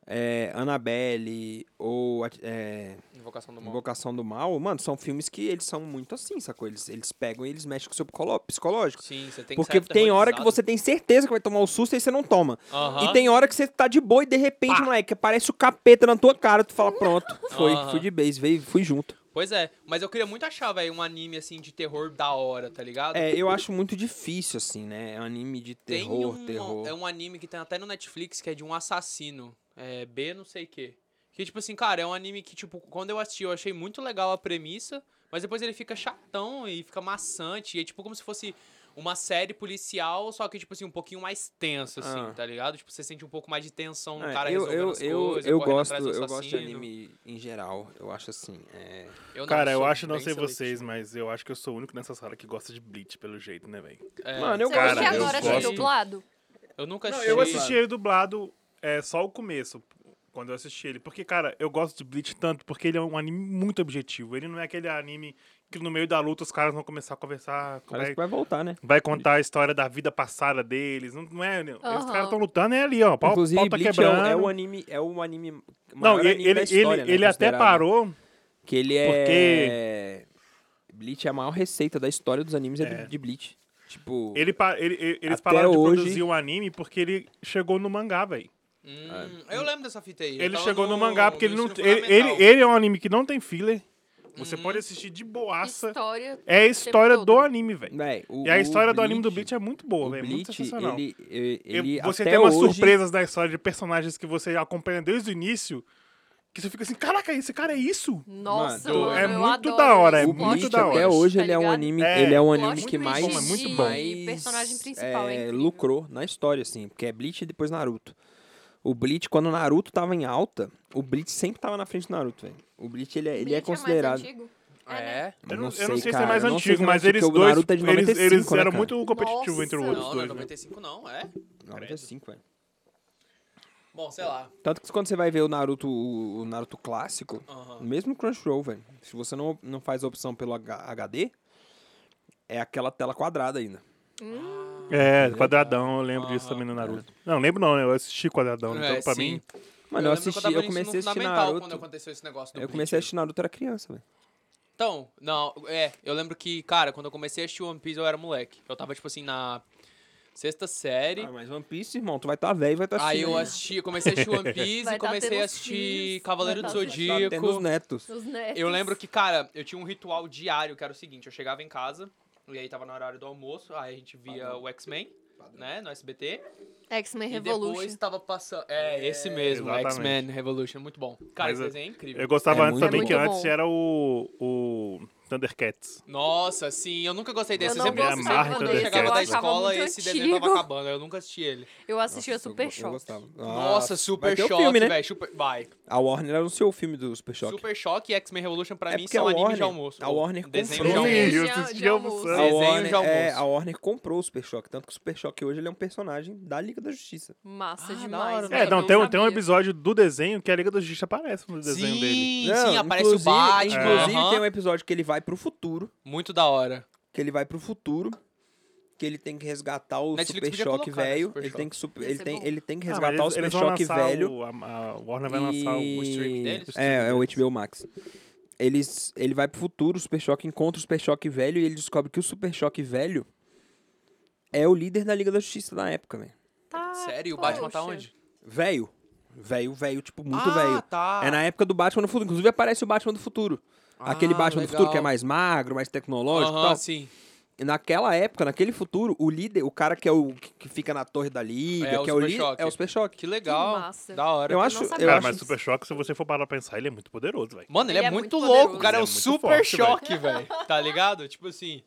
Speaker 1: é, Annabelle ou a- é,
Speaker 3: Invocação do Mal.
Speaker 1: Invocação do Mal, mano, são filmes que eles são muito assim, sacou? Eles, eles pegam e eles mexem com o seu psicolo- psicológico.
Speaker 3: Sim, você tem que
Speaker 1: Porque
Speaker 3: sair
Speaker 1: tem hora que você
Speaker 3: aterrorizado.
Speaker 1: tem certeza que vai tomar o susto e você não toma.
Speaker 3: Aham.
Speaker 1: E tem hora que você tá de boa e de repente,
Speaker 3: Pá.
Speaker 1: moleque, aparece o capeta na tua cara, tu fala, pronto, foi,
Speaker 3: Aham.
Speaker 1: fui de base, veio, fui junto.
Speaker 3: Pois é, mas eu queria muito achar, velho, um anime assim de terror da hora, tá
Speaker 4: Ah,
Speaker 3: ligado?
Speaker 1: É,
Speaker 4: um
Speaker 1: eu acho muito difícil, assim, né? É um anime de
Speaker 3: Tem
Speaker 1: terror,
Speaker 3: um,
Speaker 1: terror.
Speaker 3: É um anime que tem até no Netflix que é de um assassino. É B não sei o quê. Que, tipo assim, cara, é um anime que, tipo, quando eu assisti, eu achei muito legal a premissa, mas depois ele fica chatão e fica maçante. E é tipo como se fosse uma série policial, só que, tipo assim, um pouquinho mais tenso, assim,
Speaker 1: Ah.
Speaker 3: tá ligado? Tipo, você sente um pouco mais de tensão no
Speaker 1: É,
Speaker 3: cara
Speaker 1: eu,
Speaker 3: resolvendo
Speaker 1: eu,
Speaker 3: as
Speaker 1: eu,
Speaker 3: coisas,
Speaker 1: eu
Speaker 3: correndo
Speaker 1: gosto,
Speaker 3: atrás do
Speaker 1: eu gosto de
Speaker 3: assassino.
Speaker 1: anime em geral. Eu acho assim. é-
Speaker 3: Eu não,
Speaker 2: Cara, eu
Speaker 3: sou
Speaker 2: acho, não
Speaker 3: bem
Speaker 2: sei
Speaker 3: seletivo.
Speaker 2: vocês, mas eu acho que eu sou o único nessa sala que gosta de Bleach, pelo jeito, né, velho?
Speaker 3: É,
Speaker 1: Mano, eu
Speaker 4: Você
Speaker 1: gosto.
Speaker 4: acha que
Speaker 2: Cara, eu
Speaker 4: agora já é
Speaker 2: gosto.
Speaker 4: dublado?
Speaker 3: eu nunca
Speaker 2: Não,
Speaker 3: assisti.
Speaker 2: eu assisti ele dublado é, só o começo, quando eu assisti ele. Porque, cara, eu gosto de Bleach tanto, porque ele é um anime muito objetivo. Ele não é aquele anime que no meio da luta os caras vão começar a conversar. como
Speaker 1: Parece
Speaker 2: é-
Speaker 1: que vai voltar, né?
Speaker 2: Vai contar a história da vida passada deles. Não, não é. Os
Speaker 4: Aham.
Speaker 2: caras estão lutando, é ali, ó. Pau,
Speaker 1: Inclusive,
Speaker 2: pau tá
Speaker 1: Bleach é o,
Speaker 2: quebrando.
Speaker 1: é o anime. É o anime.
Speaker 2: Não,
Speaker 1: maior
Speaker 2: ele,
Speaker 1: anime da história,
Speaker 2: ele, ele,
Speaker 1: né,
Speaker 2: ele até
Speaker 1: considerado.
Speaker 2: parou.
Speaker 1: Que ele é. Bleach é a maior receita da história dos animes é, de-
Speaker 2: É.
Speaker 1: de Bleach. Tipo.
Speaker 2: Ele, pa- ele- ele- eles
Speaker 1: Até
Speaker 2: pararam de
Speaker 1: hoje-
Speaker 2: produzir o anime porque ele chegou no mangá, velho.
Speaker 3: Hum, eu lembro dessa fita aí. eu
Speaker 2: É, Ele
Speaker 3: tava
Speaker 2: chegou no mangá porque ele não.
Speaker 3: ensino
Speaker 2: Ele,
Speaker 3: fundamental.
Speaker 2: ele, ele é um anime que não tem filler. Você
Speaker 1: Uhum.
Speaker 2: pode assistir de boaça.
Speaker 4: História.
Speaker 2: É a história
Speaker 4: todo.
Speaker 2: do anime, velho.
Speaker 1: véi, o-
Speaker 2: E a
Speaker 1: o
Speaker 2: história do anime do Bleach é muito
Speaker 1: o
Speaker 2: boa, velho. Muito
Speaker 1: Bleach,
Speaker 2: sensacional.
Speaker 1: ele, ele, ele
Speaker 2: E você
Speaker 1: até
Speaker 2: tem umas
Speaker 1: hoje-
Speaker 2: surpresas da história de personagens que você acompanha desde o início. Que você fica assim, caraca, esse cara é isso?
Speaker 4: Nossa,
Speaker 1: Mano,
Speaker 4: mano,
Speaker 1: é
Speaker 4: eu
Speaker 2: muito
Speaker 4: adoro
Speaker 2: da hora, é
Speaker 4: esse
Speaker 1: O
Speaker 4: plot
Speaker 2: muito
Speaker 1: Bleach
Speaker 2: da
Speaker 4: twist,
Speaker 1: até
Speaker 2: hora.
Speaker 1: hoje
Speaker 4: tá
Speaker 1: ele é um
Speaker 4: ligado?
Speaker 1: anime,
Speaker 2: É,
Speaker 1: ele é um
Speaker 4: o
Speaker 1: anime
Speaker 4: plot
Speaker 1: que
Speaker 4: twist
Speaker 1: mais,
Speaker 2: Bom, é muito bom.
Speaker 1: mais
Speaker 4: de personagem principal,
Speaker 1: é,
Speaker 4: é incrível.
Speaker 1: lucrou na história assim, porque é Bleach e depois Naruto. O Bleach quando o Naruto tava em alta, o Bleach sempre tava na frente do Naruto, velho. O Bleach ele é, ele é
Speaker 4: Bleach mais
Speaker 1: considerado
Speaker 4: antigo? né?
Speaker 3: É?
Speaker 2: Eu não, eu não sei,
Speaker 1: sei,
Speaker 2: se é
Speaker 1: cara,
Speaker 2: mais
Speaker 1: eu não sei se
Speaker 2: antigo,
Speaker 1: é
Speaker 2: mas
Speaker 1: antigo,
Speaker 2: eles
Speaker 1: porque o
Speaker 2: dois.
Speaker 1: Naruto é de
Speaker 2: eles,
Speaker 1: 95,
Speaker 2: eles
Speaker 1: né,
Speaker 2: eram
Speaker 1: cara?
Speaker 2: muito competitivos entre os
Speaker 4: Nossa.
Speaker 2: outros
Speaker 3: Não, não é
Speaker 2: dois. né?
Speaker 3: 95 não, é?
Speaker 1: 95, velho.
Speaker 3: Bom, sei lá.
Speaker 1: Tanto que quando você vai ver o Naruto, o, o Naruto clássico,
Speaker 3: Aham.
Speaker 1: mesmo Crunchyroll, velho. Se você não, não faz a opção pelo H- HD, é aquela tela quadrada ainda. Tá
Speaker 2: É, quadradão, eu lembro disso
Speaker 3: Aham.
Speaker 2: também no Naruto. Não, lembro não, né? Eu assisti quadradão,
Speaker 3: É,
Speaker 2: então pra
Speaker 3: sim.
Speaker 2: mim.
Speaker 1: Mano, eu,
Speaker 3: lembro
Speaker 1: assisti,
Speaker 3: que
Speaker 1: eu,
Speaker 3: tava no
Speaker 1: comecei a
Speaker 3: ensino
Speaker 1: assistir
Speaker 3: fundamental quando
Speaker 1: Naruto.
Speaker 3: aconteceu esse negócio do
Speaker 1: Eu comecei a
Speaker 3: Bleach.
Speaker 1: assistir Naruto, eu era criança, velho.
Speaker 3: Então, não, é, eu lembro que, cara, quando eu comecei a assistir One Piece, eu era moleque. Eu tava, tipo assim, na sexta série.
Speaker 1: Ah, mas One Piece, irmão, tu vai estar tá velho e vai estar tá
Speaker 3: aí eu
Speaker 1: assistindo.
Speaker 3: assisti, eu comecei a assistir
Speaker 2: [laughs]
Speaker 3: One Piece
Speaker 4: Vai
Speaker 3: e
Speaker 4: tá
Speaker 3: comecei
Speaker 4: tendo
Speaker 3: a
Speaker 4: os
Speaker 3: assistir
Speaker 4: filhos,
Speaker 3: Cavaleiro
Speaker 4: vai
Speaker 3: do
Speaker 4: tá tendo-
Speaker 1: Tá
Speaker 3: Zodíaco.
Speaker 1: tendo os netos.
Speaker 4: Os netos.
Speaker 3: Eu lembro que, cara, eu tinha um ritual diário que era o seguinte: eu chegava em casa, e aí tava no horário do almoço, aí a gente via o X-Men, né, no SBT.
Speaker 4: X-Men
Speaker 3: E
Speaker 4: Revolution.
Speaker 3: depois tava passando. É, esse mesmo,
Speaker 2: Exatamente.
Speaker 3: X-Men Revolution, muito bom. Cara,
Speaker 2: Mas
Speaker 3: esse
Speaker 2: eu-
Speaker 3: desenho é incrível.
Speaker 2: Eu gostava
Speaker 1: É
Speaker 2: antes
Speaker 1: muito
Speaker 2: também,
Speaker 1: bom.
Speaker 2: que
Speaker 4: Muito
Speaker 2: antes
Speaker 4: bom.
Speaker 2: era o, o Thundercats.
Speaker 3: Nossa, sim, eu nunca gostei desse.
Speaker 4: Eu não
Speaker 3: sempre
Speaker 2: gostei
Speaker 3: gostei
Speaker 2: quando
Speaker 3: quando eu
Speaker 2: desse,
Speaker 3: chegava
Speaker 2: eu
Speaker 3: da
Speaker 4: achava
Speaker 3: escola e
Speaker 4: muito
Speaker 3: esse desenho tava
Speaker 4: antigo.
Speaker 3: acabando, eu nunca assisti ele.
Speaker 4: Eu assisti
Speaker 1: Nossa,
Speaker 4: o Super
Speaker 1: eu, eu
Speaker 4: Shock.
Speaker 1: gostava.
Speaker 3: Nossa,
Speaker 1: vai
Speaker 3: Super
Speaker 1: ter o
Speaker 3: Choque,
Speaker 1: filme, né?
Speaker 3: velho. Super... Vai.
Speaker 1: A Warner anunciou o filme do Super Shock.
Speaker 3: Super Choque e X-Men Revolution pra
Speaker 1: É
Speaker 3: mim
Speaker 1: porque a
Speaker 3: são anime de
Speaker 1: Warner-
Speaker 3: almoço.
Speaker 1: a Warner
Speaker 3: desenho de
Speaker 1: comprou.
Speaker 3: almoço.
Speaker 4: Sim.
Speaker 2: eu
Speaker 4: de
Speaker 2: assisti
Speaker 4: almoço.
Speaker 2: almoçando.
Speaker 1: A
Speaker 3: Desenho de
Speaker 1: Warner, é,
Speaker 3: almoço.
Speaker 1: a Warner comprou o Super Shock, tanto que o Super Shock hoje ele é um personagem da Liga da Justiça.
Speaker 4: Massa
Speaker 3: Ah, da hora,
Speaker 4: demais.
Speaker 2: É,
Speaker 4: velho.
Speaker 2: não,
Speaker 4: Eu
Speaker 2: tem, um-
Speaker 4: sabia.
Speaker 2: tem um episódio do desenho que a Liga da Justiça aparece no desenho
Speaker 3: Sim,
Speaker 2: dele.
Speaker 3: sim,
Speaker 1: Não,
Speaker 3: aparece o
Speaker 1: inclusive-
Speaker 3: Batman.
Speaker 1: Inclusive,
Speaker 3: aham.
Speaker 1: tem um episódio que ele vai pro futuro.
Speaker 3: Muito da hora.
Speaker 1: Que ele vai pro futuro. Que ele tem que resgatar o
Speaker 3: Netflix
Speaker 1: Super
Speaker 3: podia
Speaker 1: choque
Speaker 3: colocar, né,
Speaker 1: velho.
Speaker 3: Super
Speaker 1: Ele
Speaker 3: Choque.
Speaker 1: tem que, super-
Speaker 4: Ia
Speaker 1: ele
Speaker 4: ser
Speaker 1: tem,
Speaker 4: bom.
Speaker 1: ele tem que
Speaker 2: Ah, mas
Speaker 1: resgatar o
Speaker 2: eles-
Speaker 1: Super
Speaker 2: eles vão
Speaker 1: Choque
Speaker 2: lançar
Speaker 1: velho.
Speaker 2: o- a, a Warner vai lançar o stream
Speaker 1: E-
Speaker 2: deles.
Speaker 1: É, é o HBO Max. Eles, ele vai pro futuro, o Super Choque encontra o Super Choque velho e ele descobre que o Super Choque velho é o líder da Liga da Justiça na época, velho.
Speaker 4: Tá,
Speaker 3: Sério, o Batman tá
Speaker 4: poxa.
Speaker 3: onde?
Speaker 1: Velho. Velho, velho, tipo, muito
Speaker 3: ah,
Speaker 1: velho.
Speaker 3: Tá.
Speaker 1: É na época do Batman do futuro. Inclusive aparece o Batman do futuro. Aquele
Speaker 3: Ah,
Speaker 1: Batman do futuro
Speaker 3: legal.
Speaker 1: que é mais magro, mais tecnológico e
Speaker 3: Aham,
Speaker 1: tal.
Speaker 3: sim.
Speaker 1: E naquela época, naquele futuro, o líder, o cara que é o que que fica na torre da liga,
Speaker 3: É o
Speaker 1: que é o
Speaker 3: Super
Speaker 1: líder,
Speaker 3: Choque.
Speaker 1: é o Super Choque.
Speaker 3: Que legal.
Speaker 4: Que massa.
Speaker 3: Da hora.
Speaker 1: Eu acho,
Speaker 4: sabia.
Speaker 1: eu
Speaker 2: Cara,
Speaker 1: acho
Speaker 2: mas Super Choque, se você for parar pra pensar, ele é muito poderoso, velho.
Speaker 3: Mano, ele, é, muito,
Speaker 4: poderoso.
Speaker 3: louco, o cara é,
Speaker 2: Ele é
Speaker 3: o
Speaker 2: muito
Speaker 3: super
Speaker 4: [laughs]
Speaker 2: forte,
Speaker 3: choque, velho. Tá ligado? Tipo assim.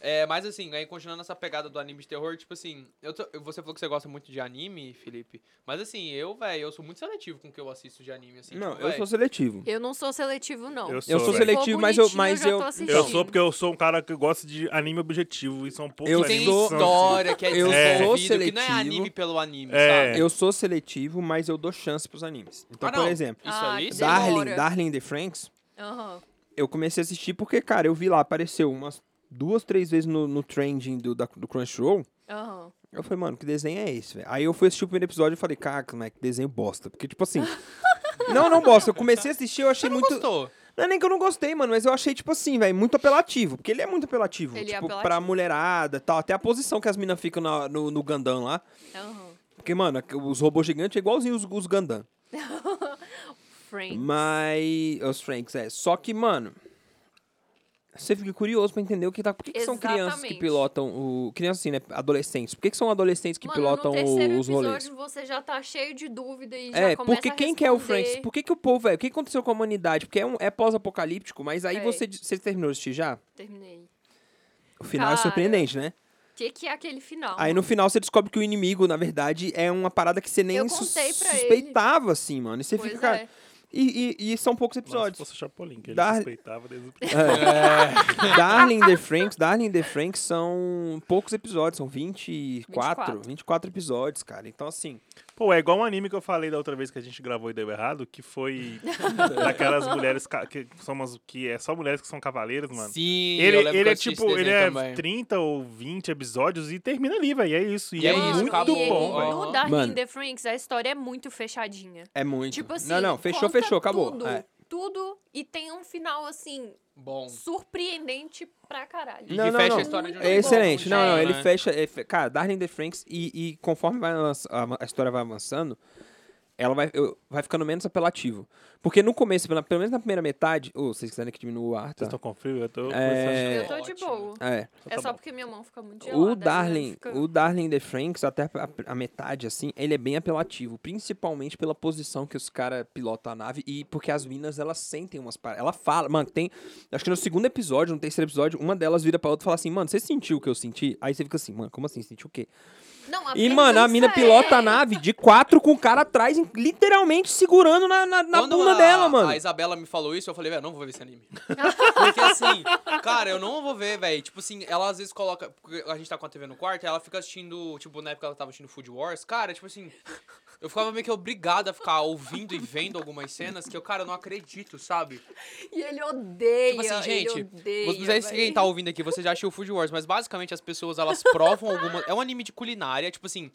Speaker 3: É, mas assim, aí continuando essa pegada do anime de terror, tipo assim, eu tô- você falou que você gosta muito de anime, Felipe. Mas assim, eu, velho, eu sou muito seletivo com o que eu assisto de anime, assim.
Speaker 1: Não,
Speaker 3: tipo,
Speaker 1: eu
Speaker 3: véi,
Speaker 1: sou seletivo.
Speaker 4: Eu não sou seletivo, não.
Speaker 2: Eu
Speaker 4: Se
Speaker 1: Eu sou
Speaker 2: velho.
Speaker 1: seletivo,
Speaker 4: for
Speaker 1: mas eu.
Speaker 4: bonitinho,
Speaker 1: Mas
Speaker 4: já
Speaker 1: eu,
Speaker 4: tô assistindo.
Speaker 2: Eu sou porque eu sou um cara que gosta de anime objetivo e são poucos
Speaker 1: Eu
Speaker 2: animes
Speaker 3: Tem
Speaker 2: que
Speaker 1: sou-
Speaker 2: são
Speaker 3: história que é
Speaker 1: eu sou
Speaker 3: desenvolvido, que não é
Speaker 1: seletivo.
Speaker 3: anime pelo anime,
Speaker 2: É.
Speaker 3: sabe?
Speaker 1: eu sou seletivo, mas eu dou chance pros animes. Então,
Speaker 3: Ah, não.
Speaker 1: por exemplo,
Speaker 3: Isso é
Speaker 4: Ah,
Speaker 3: aí,
Speaker 4: que
Speaker 3: sim.
Speaker 4: da-
Speaker 1: Darling,
Speaker 4: Demora.
Speaker 1: Darling in the Franks,
Speaker 4: Aham.
Speaker 1: eu comecei a assistir porque, cara, eu vi lá, apareceu umas duas, três vezes no, no trending do, da, do Crunchyroll.
Speaker 4: Aham.
Speaker 1: Eu falei, mano, que desenho é esse, velho? Aí eu fui assistir o primeiro episódio e falei, cara, como é que desenho bosta? Porque, tipo
Speaker 3: [laughs]
Speaker 1: assim. não, não bosta. Eu comecei a assistir, eu achei
Speaker 3: Você não
Speaker 1: muito.
Speaker 3: gostou?
Speaker 1: Não é nem que eu não gostei, mano, mas eu achei, tipo assim, velho, muito apelativo. Porque ele é muito apelativo.
Speaker 4: Ele é
Speaker 1: tipo,
Speaker 4: apelativo.
Speaker 1: pra mulherada e tal. Até a posição que as minas ficam na- no, no Gandan lá.
Speaker 4: Aham.
Speaker 1: Porque, mano, os robôs gigantes é igualzinho os, os Gandan.
Speaker 4: Frank.
Speaker 1: Mas. Os Franks, é. Só que, mano. Você fica curioso pra entender o que tá. Por que, que são crianças que
Speaker 4: Exatamente.
Speaker 1: pilotam o. Crianças assim, né? Adolescentes. Por que, que são adolescentes que
Speaker 4: Mano,
Speaker 1: pilotam
Speaker 4: no
Speaker 1: o-
Speaker 4: terceiro
Speaker 1: os
Speaker 4: episódio
Speaker 1: rolês?
Speaker 4: você já tá cheio de dúvida e já
Speaker 1: É,
Speaker 4: começa
Speaker 1: porque
Speaker 4: a
Speaker 1: quem quer o
Speaker 4: responder.
Speaker 1: Franks? Por que, que o povo, velho? O que aconteceu com a humanidade? Porque é, um, é pós-apocalíptico, mas aí
Speaker 4: É.
Speaker 1: você, você terminou de assistir já?
Speaker 4: Terminei.
Speaker 1: O final é
Speaker 4: Cara.
Speaker 1: surpreendente, né?
Speaker 4: O que, que é aquele final?
Speaker 1: Aí no final você descobre que o inimigo, na verdade, é uma parada que você nem
Speaker 4: Eu
Speaker 1: sus-
Speaker 4: contei pra ele.
Speaker 1: suspeitava, assim, mano. E você
Speaker 4: pois
Speaker 1: fica, cara.
Speaker 4: é.
Speaker 1: E, e- e são poucos
Speaker 2: Nossa, se
Speaker 1: episódios.
Speaker 2: fosse o Chapolin, que ele
Speaker 1: Dar-
Speaker 2: suspeitava desde o primeiro.
Speaker 1: É. Darling in the Franks, Darling in the Franks são poucos episódios, são 24, 24,
Speaker 4: 24.
Speaker 1: episódios, cara. Então, assim,
Speaker 2: Pô, é igual um anime que eu falei da outra vez que a gente gravou e deu errado,
Speaker 1: [laughs]
Speaker 2: que foi daquelas mulheres ca- que são umas, que é só mulheres que são cavaleiros, mano.
Speaker 3: Sim, eu
Speaker 2: Ele,
Speaker 3: lembro
Speaker 2: ele
Speaker 3: que eu
Speaker 2: é
Speaker 3: assisti
Speaker 2: tipo,
Speaker 3: esse
Speaker 2: ele
Speaker 3: desenho
Speaker 2: é
Speaker 3: também.
Speaker 2: 30 ou 20 episódios e termina ali, velho. É isso. E,
Speaker 3: E
Speaker 2: é,
Speaker 3: é isso,
Speaker 2: muito
Speaker 4: Mano,
Speaker 3: acabou,
Speaker 4: e
Speaker 2: bom,
Speaker 3: velho.
Speaker 4: no Dark
Speaker 1: Mano.
Speaker 4: in the Franks a história é muito fechadinha.
Speaker 1: é muito.
Speaker 4: Tipo assim,
Speaker 1: não, não, fechou,
Speaker 4: conta
Speaker 1: fechou, acabou.
Speaker 4: Tudo,
Speaker 1: É.
Speaker 4: tudo e tem um final assim
Speaker 3: Bom.
Speaker 4: surpreendente pra caralho.
Speaker 3: E
Speaker 1: Não,
Speaker 3: que
Speaker 1: não,
Speaker 3: fecha
Speaker 1: não.
Speaker 3: a história de um
Speaker 1: É
Speaker 3: jeito
Speaker 1: excelente.
Speaker 3: bom,
Speaker 1: Não, não,
Speaker 3: né?
Speaker 1: ele fecha. é, fe- cara, Darling in the Franks, e, e conforme vai avanç- a, a história vai avançando, ela vai, eu- vai ficando menos apelativo. Porque no começo, pela- pelo menos na primeira metade. Ô, vocês quiserem que diminua o ar,
Speaker 2: Vocês
Speaker 1: tá?
Speaker 2: estão com frio? Eu tô.
Speaker 1: É.
Speaker 4: Eu tô de
Speaker 3: Ótimo.
Speaker 4: boa.
Speaker 1: É.
Speaker 2: Então
Speaker 4: é
Speaker 2: tá
Speaker 4: só
Speaker 2: bom.
Speaker 4: porque minha mão fica muito gelada.
Speaker 1: O Darling,
Speaker 4: Fica...
Speaker 1: o Darling in The Franks, até a, a metade, assim, ele é bem apelativo. Principalmente pela posição que os caras pilotam a nave e porque as minas, elas sentem umas paradas. Ela fala, mano, tem. Acho que no segundo episódio, no terceiro episódio, uma delas vira pra outra e fala assim, mano, você sentiu o que eu senti? Aí você fica assim, mano, como assim? Sentiu o quê?
Speaker 4: Não, a
Speaker 1: E, mano, a
Speaker 4: presença
Speaker 1: mina
Speaker 4: é-
Speaker 1: pilota a nave de quatro com o cara atrás, em- literalmente segurando na, na, na
Speaker 3: Quando
Speaker 1: bunda
Speaker 3: a-
Speaker 1: dela, mano.
Speaker 3: A Isabela me falou isso, eu falei, velho, não vou ver esse
Speaker 4: [laughs]
Speaker 3: anime. Porque assim, cara, eu não vou ver, velho. Tipo assim, ela às vezes coloca. porque A gente tá com a TV no quarto, ela fica assistindo. Tipo, na época ela tava assistindo Food Wars. Cara, tipo assim. Eu ficava meio que obrigado a ficar ouvindo e vendo algumas cenas que eu, cara, eu não acredito, sabe?
Speaker 4: E ele odeia.
Speaker 3: Tipo assim, gente,
Speaker 4: ele odeia,
Speaker 3: Vocês não sei se
Speaker 4: velho.
Speaker 3: quem tá ouvindo aqui, você já achou o Food Wars, mas basicamente as pessoas elas provam alguma. É um anime de culinária, tipo assim.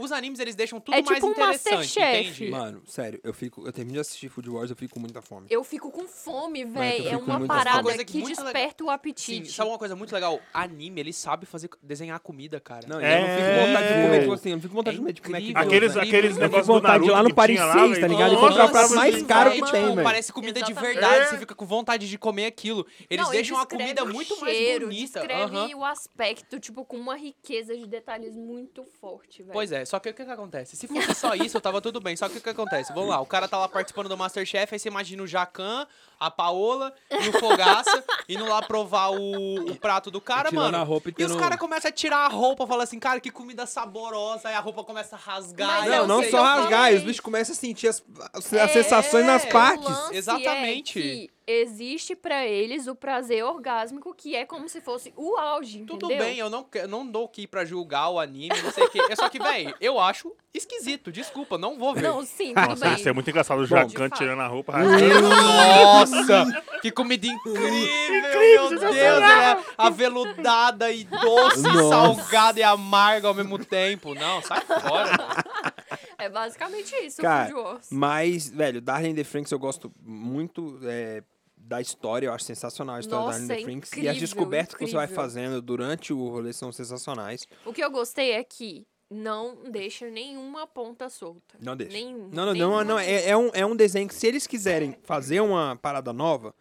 Speaker 3: Os animes eles deixam tudo
Speaker 4: É
Speaker 3: mais
Speaker 4: tipo um
Speaker 3: interessante,
Speaker 4: Masterchef.
Speaker 3: entende?
Speaker 1: Mano, sério, eu fico. Eu termino de assistir Food Wars, eu fico com muita fome.
Speaker 4: Eu fico com fome,
Speaker 1: Moleque, eu
Speaker 4: velho. É
Speaker 1: fico com
Speaker 4: uma
Speaker 1: muita
Speaker 4: parada
Speaker 3: fome. Coisa que
Speaker 4: que
Speaker 3: muito legal.
Speaker 4: desperta o
Speaker 3: Sim,
Speaker 4: apetite.
Speaker 3: sabe uma coisa muito legal? Anime, ele sabe fazer, desenhar comida, cara.
Speaker 1: Não,
Speaker 2: É.
Speaker 1: eu não fico com vontade de comer, tipo né? assim, eu não fico com vontade de comer, de comer
Speaker 3: É
Speaker 1: aquilo, velho.
Speaker 2: Aqueles,
Speaker 3: Deus,
Speaker 2: aqueles negócios
Speaker 3: velho.
Speaker 1: Eu
Speaker 2: do
Speaker 1: tive vontade de ir
Speaker 2: Naruto
Speaker 1: lá no
Speaker 2: que tinha
Speaker 1: Paris
Speaker 2: lá,
Speaker 1: seis,
Speaker 2: velho.
Speaker 1: tá ligado? E
Speaker 2: Nossa,
Speaker 1: comprar o prato mais
Speaker 2: sim,
Speaker 1: caro
Speaker 2: velho.
Speaker 1: que tem,
Speaker 3: tipo,
Speaker 1: velho.
Speaker 3: Parece comida de
Speaker 4: Exatamente.
Speaker 3: verdade,
Speaker 2: É.
Speaker 3: você fica com vontade de comer aquilo. Eles
Speaker 4: Não, e
Speaker 3: deixam a
Speaker 4: descreve
Speaker 3: comida
Speaker 4: o
Speaker 3: muito mais
Speaker 4: cheiro,
Speaker 3: bonita.
Speaker 4: Descreve
Speaker 3: Aham.
Speaker 4: o aspecto, tipo, com uma riqueza de detalhes muito forte, velho.
Speaker 3: Pois é, só que o que, que acontece? Se fosse só isso, eu tava tudo bem. Só que o que acontece? Vamos lá, o cara tá lá participando do Masterchef, aí você imagina o Jacan, a Paola e o Fogaça indo lá provar o, o prato do cara,
Speaker 1: Tirando
Speaker 3: mano.
Speaker 1: a roupa e
Speaker 3: e os
Speaker 1: tendo- um-
Speaker 3: caras começam a tirar a roupa, falam assim, cara, que comida saborosa. Aí a roupa começa a rasgar.
Speaker 4: Mas
Speaker 3: e
Speaker 4: é
Speaker 1: Não,
Speaker 4: o
Speaker 1: não
Speaker 4: que
Speaker 3: sei
Speaker 1: só
Speaker 4: eu
Speaker 1: rasgar,
Speaker 4: falei.
Speaker 1: os bichos começam a sentir as, as- as sensações nas
Speaker 3: é.
Speaker 1: partes.
Speaker 4: O lance
Speaker 3: Exatamente.
Speaker 4: É que existe pra eles o prazer orgásmico, que é como se fosse o auge,
Speaker 3: Tudo
Speaker 4: entendeu?
Speaker 3: bem, eu não, que- eu não dou aqui pra julgar o anime, não sei o quê. É só que, véi, eu acho esquisito. Desculpa, não vou ver.
Speaker 4: Não, sim, tudo
Speaker 2: Nossa,
Speaker 4: bem.
Speaker 1: um
Speaker 2: isso é muito engraçado. O
Speaker 4: de
Speaker 2: Jacan
Speaker 4: fato.
Speaker 2: tirando a roupa, rasgando.
Speaker 3: Nossa! Que comida incrível! meu Deus, ela é aveludada e doce,
Speaker 1: tá Nossa.
Speaker 3: salgada e amarga ao mesmo tempo. Não, sai fora. mano.
Speaker 4: É basicamente isso,
Speaker 1: Cara,
Speaker 4: o Food Wars.
Speaker 1: Mas, velho, Darling in the Franks eu gosto muito é, da história, eu acho sensacional a história
Speaker 4: Nossa,
Speaker 1: da Darling in the
Speaker 4: é
Speaker 1: Franks. e as
Speaker 4: incrível,
Speaker 1: descobertas que você vai
Speaker 4: incrível.
Speaker 1: fazendo durante o rolê são sensacionais.
Speaker 4: O que eu gostei é que não deixa nenhuma ponta solta.
Speaker 1: Não deixa.
Speaker 4: Nenhum,
Speaker 1: Não, não,
Speaker 4: nenhuma.
Speaker 1: não, não, É, é um, é um desenho que se eles quiserem fazer uma parada nova,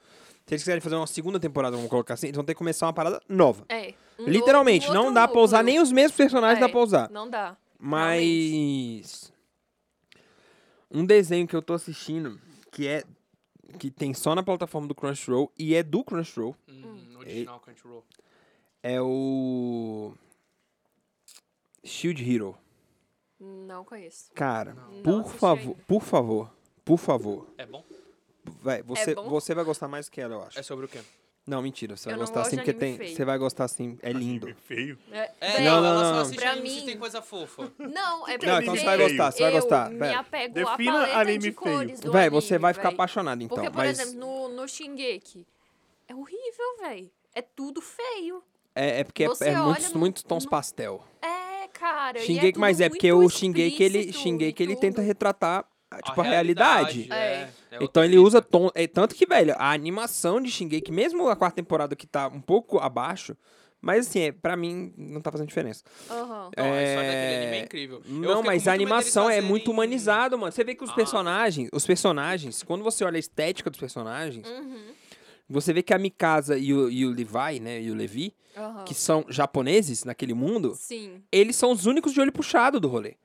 Speaker 1: se eles quiserem fazer uma segunda temporada, vamos colocar assim, eles vão ter que começar uma parada nova.
Speaker 4: É, um
Speaker 1: Literalmente,
Speaker 4: outro- um
Speaker 1: não
Speaker 4: outro
Speaker 1: dá pra usar
Speaker 4: núcleo.
Speaker 1: nem os mesmos personagens,
Speaker 4: É,
Speaker 1: dá pra usar.
Speaker 4: Não dá.
Speaker 1: Mas. Um desenho que eu tô assistindo, que é. Que tem só na plataforma do Crunchyroll e é do Crunchyroll.
Speaker 3: Hum, original Crunchyroll.
Speaker 1: É o. Shield Hero.
Speaker 4: Não conheço.
Speaker 1: Cara,
Speaker 4: Não
Speaker 1: por
Speaker 4: assisti
Speaker 1: favor,
Speaker 4: ainda.
Speaker 1: por favor, por favor.
Speaker 3: É bom?
Speaker 1: Vai, você,
Speaker 4: É bom?
Speaker 1: você vai gostar mais do que ela, eu acho.
Speaker 3: É sobre o quê?
Speaker 1: Não, mentira, você
Speaker 4: Eu
Speaker 1: vai
Speaker 4: não
Speaker 1: gostar
Speaker 4: gosto
Speaker 1: sim,
Speaker 4: de
Speaker 1: porque
Speaker 4: anime
Speaker 1: tem.
Speaker 4: feio.
Speaker 1: Você vai gostar sim, é lindo.
Speaker 2: É feio.
Speaker 4: É,
Speaker 3: É,
Speaker 4: véi,
Speaker 1: Não, não,
Speaker 3: ela
Speaker 1: não,
Speaker 3: só
Speaker 1: não.
Speaker 3: assiste
Speaker 4: Pra
Speaker 3: anime se
Speaker 4: mim-
Speaker 3: tem coisa [laughs] fofa.
Speaker 4: não, é porque
Speaker 1: Não, então você vai gostar, você vai
Speaker 4: eu
Speaker 1: gostar.
Speaker 4: me
Speaker 1: Véi,
Speaker 4: apego
Speaker 2: defina
Speaker 4: à paleta
Speaker 2: anime
Speaker 4: de cores do
Speaker 1: Véi,
Speaker 4: anime,
Speaker 1: você vai ficar
Speaker 4: véi.
Speaker 1: apaixonado então.
Speaker 4: Porque, por
Speaker 1: mas
Speaker 4: exemplo, no, no Shingeki, é horrível, velho. É tudo feio.
Speaker 1: é, é porque é,
Speaker 4: você
Speaker 1: é
Speaker 4: olha
Speaker 1: muitos,
Speaker 4: no-
Speaker 1: muitos tons
Speaker 4: no-
Speaker 1: pastel.
Speaker 4: É, cara. e
Speaker 1: Xinguei,
Speaker 4: tudo
Speaker 1: mas é porque
Speaker 4: muito
Speaker 1: o xinguei que ele,
Speaker 4: explícito
Speaker 1: xinguei
Speaker 4: e
Speaker 1: que ele
Speaker 4: tudo.
Speaker 1: tenta retratar a, tipo, a, realidade.
Speaker 3: é. É outra
Speaker 1: Então ele
Speaker 3: fita.
Speaker 1: usa tom. É, tanto que, velho, a animação de Shingeki, mesmo a quarta temporada que tá um pouco abaixo, mas assim, é, pra mim não tá fazendo diferença.
Speaker 4: Aham.
Speaker 3: Não, a história daquele
Speaker 1: É,
Speaker 3: anime é incrível. Eu
Speaker 1: Não,
Speaker 3: fico
Speaker 1: mas a
Speaker 3: muito medo deles
Speaker 1: animação é
Speaker 3: fazerem- né?
Speaker 1: muito humanizada, mano. Você vê que os
Speaker 3: Ah.
Speaker 1: personagens, os personagens, quando você olha a estética dos personagens,
Speaker 4: Uhum.
Speaker 1: você vê que a Mikasa e o, e o Levi, né, e o Levi,
Speaker 4: Aham.
Speaker 1: que são japoneses naquele mundo,
Speaker 4: Sim.
Speaker 1: eles são os únicos de olho puxado do rolê.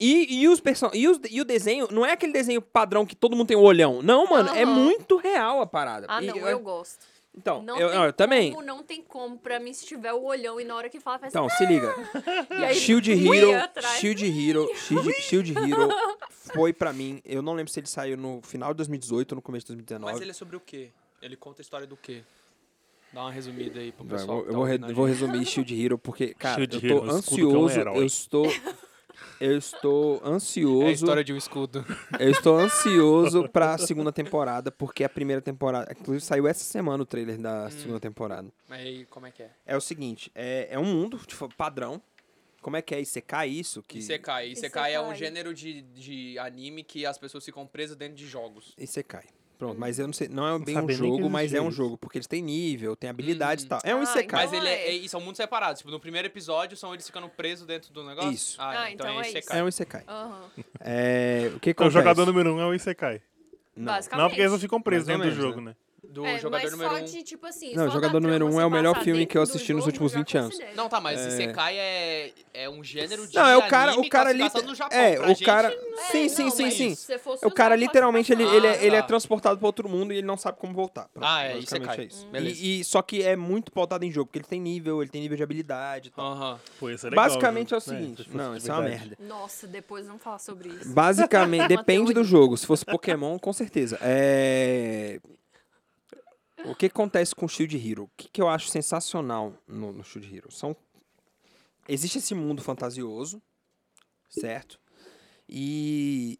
Speaker 1: E, e, os person... e, os- e o desenho, não é aquele desenho padrão que todo mundo tem um olhão. Não, mano, é
Speaker 4: Aham.
Speaker 1: muito real a parada.
Speaker 4: Ah,
Speaker 1: E- é
Speaker 4: não, eu gosto.
Speaker 1: Então,
Speaker 4: Não
Speaker 1: eu,
Speaker 4: tem
Speaker 1: não, eu também.
Speaker 4: Como não tem como pra mim se tiver o olhão e na hora que fala faz assim,
Speaker 1: Então, se liga.
Speaker 4: [laughs] E aí,
Speaker 1: Shield
Speaker 4: ui,
Speaker 1: Hero,
Speaker 4: atrás.
Speaker 1: Shield Hero, Shield, Shield Hero foi pra mim, eu não lembro se ele saiu no final de 2018 ou no começo de 2019.
Speaker 3: Mas ele é sobre o quê? Ele conta a história do quê? Dá uma resumida aí pro
Speaker 1: Vai,
Speaker 3: pessoal.
Speaker 1: eu
Speaker 3: que tá
Speaker 1: vou, re-
Speaker 3: ouvindo a
Speaker 1: vou
Speaker 3: gente.
Speaker 1: resumir Shield Hero,
Speaker 3: [laughs]
Speaker 1: porque, cara,
Speaker 2: Shield
Speaker 1: eu
Speaker 2: Hero,
Speaker 1: tô
Speaker 2: o escudo que é um
Speaker 1: ansioso,
Speaker 2: herói.
Speaker 1: eu estou... Eu estou
Speaker 3: É a
Speaker 1: ansioso.
Speaker 3: história de
Speaker 1: [laughs]
Speaker 3: um escudo.
Speaker 1: Eu estou ansioso pra segunda temporada, porque a primeira temporada. Inclusive, saiu essa semana o trailer da
Speaker 3: Hum.
Speaker 1: segunda temporada.
Speaker 3: Mas aí, como é que é?
Speaker 1: É o seguinte: é, é um mundo, tipo, padrão. Como é que é ICK isso? Que...
Speaker 3: Isekai. Isekai é um gênero de, de anime que as pessoas ficam presas dentro de jogos.
Speaker 1: Isekai.
Speaker 3: Hum.
Speaker 1: Pronto, mas eu não sei. Não é bem
Speaker 2: sabia
Speaker 1: um
Speaker 2: nem que
Speaker 1: jogo, mas é
Speaker 2: existia
Speaker 1: um
Speaker 2: isso.
Speaker 1: jogo, porque eles têm nível, têm
Speaker 3: Hum.
Speaker 1: habilidades e tal. É um
Speaker 4: Ah,
Speaker 1: Isekai.
Speaker 3: Mas
Speaker 4: Então
Speaker 3: ele é,
Speaker 4: é-
Speaker 3: é- e são mundos separados. Tipo, no primeiro episódio são eles ficando presos dentro do negócio.
Speaker 1: Isso.
Speaker 3: Ah,
Speaker 4: Ah,
Speaker 3: então,
Speaker 4: então
Speaker 3: é
Speaker 4: é isso.
Speaker 3: Isekai.
Speaker 1: É um Isekai.
Speaker 4: Aham.
Speaker 1: É, o que
Speaker 2: Então o
Speaker 1: acontece?
Speaker 2: jogador número um é o Isekai.
Speaker 1: Não.
Speaker 4: Basicamente.
Speaker 2: Não, porque eles não ficam presos
Speaker 1: Mais ou
Speaker 2: dentro do
Speaker 1: menos,
Speaker 2: jogo, né?
Speaker 3: Do
Speaker 4: É,
Speaker 3: jogador
Speaker 4: mas
Speaker 3: número
Speaker 4: só
Speaker 3: um.
Speaker 4: de, tipo assim,
Speaker 1: Não,
Speaker 4: só
Speaker 1: Jogador
Speaker 4: da
Speaker 1: Número
Speaker 4: trama
Speaker 1: Um é o
Speaker 4: se
Speaker 1: melhor
Speaker 4: passar
Speaker 1: filme que eu
Speaker 4: dentro do
Speaker 1: assisti nos
Speaker 4: jogo,
Speaker 1: últimos
Speaker 4: já
Speaker 1: 20 anos.
Speaker 4: considero.
Speaker 3: Não, tá, mas Isekai é, é um gênero de
Speaker 1: Não, é o cara.
Speaker 3: anime
Speaker 1: O cara
Speaker 3: classificação
Speaker 1: liter-
Speaker 3: do Japão.
Speaker 1: É,
Speaker 3: Pra
Speaker 1: o
Speaker 3: gente,
Speaker 1: cara.
Speaker 4: É,
Speaker 1: Sim,
Speaker 4: não,
Speaker 1: sim, sim,
Speaker 4: mas
Speaker 1: sim.
Speaker 4: se fosse
Speaker 1: O
Speaker 4: usar,
Speaker 1: cara
Speaker 4: pode
Speaker 1: literalmente ele,
Speaker 4: passar.
Speaker 1: ele,
Speaker 3: Ah,
Speaker 1: é, ele é
Speaker 3: tá.
Speaker 1: transportado para outro mundo e ele não sabe como voltar. Pronto,
Speaker 3: Ah, é,
Speaker 1: basicamente
Speaker 3: Isekai.
Speaker 1: isso.
Speaker 3: Beleza.
Speaker 1: E, e- só que é muito pautado em jogo, porque ele tem nível, ele tem nível de habilidade. e tal.
Speaker 3: Aham.
Speaker 2: Pô, isso é legal.
Speaker 1: Basicamente
Speaker 2: viu?
Speaker 1: é o
Speaker 2: Né?
Speaker 1: seguinte.
Speaker 2: Se fosse
Speaker 1: não,
Speaker 2: de
Speaker 1: isso é uma
Speaker 2: verdade.
Speaker 1: merda.
Speaker 4: Nossa, depois vamos falar sobre
Speaker 1: [laughs]
Speaker 4: isso.
Speaker 1: Basicamente, depende do
Speaker 4: teoria.
Speaker 1: jogo. Se fosse Pokémon, com certeza. É... O que acontece com o Shield Hero? O que, que eu acho sensacional no, no Shield Hero? São... Existe esse mundo fantasioso, certo? E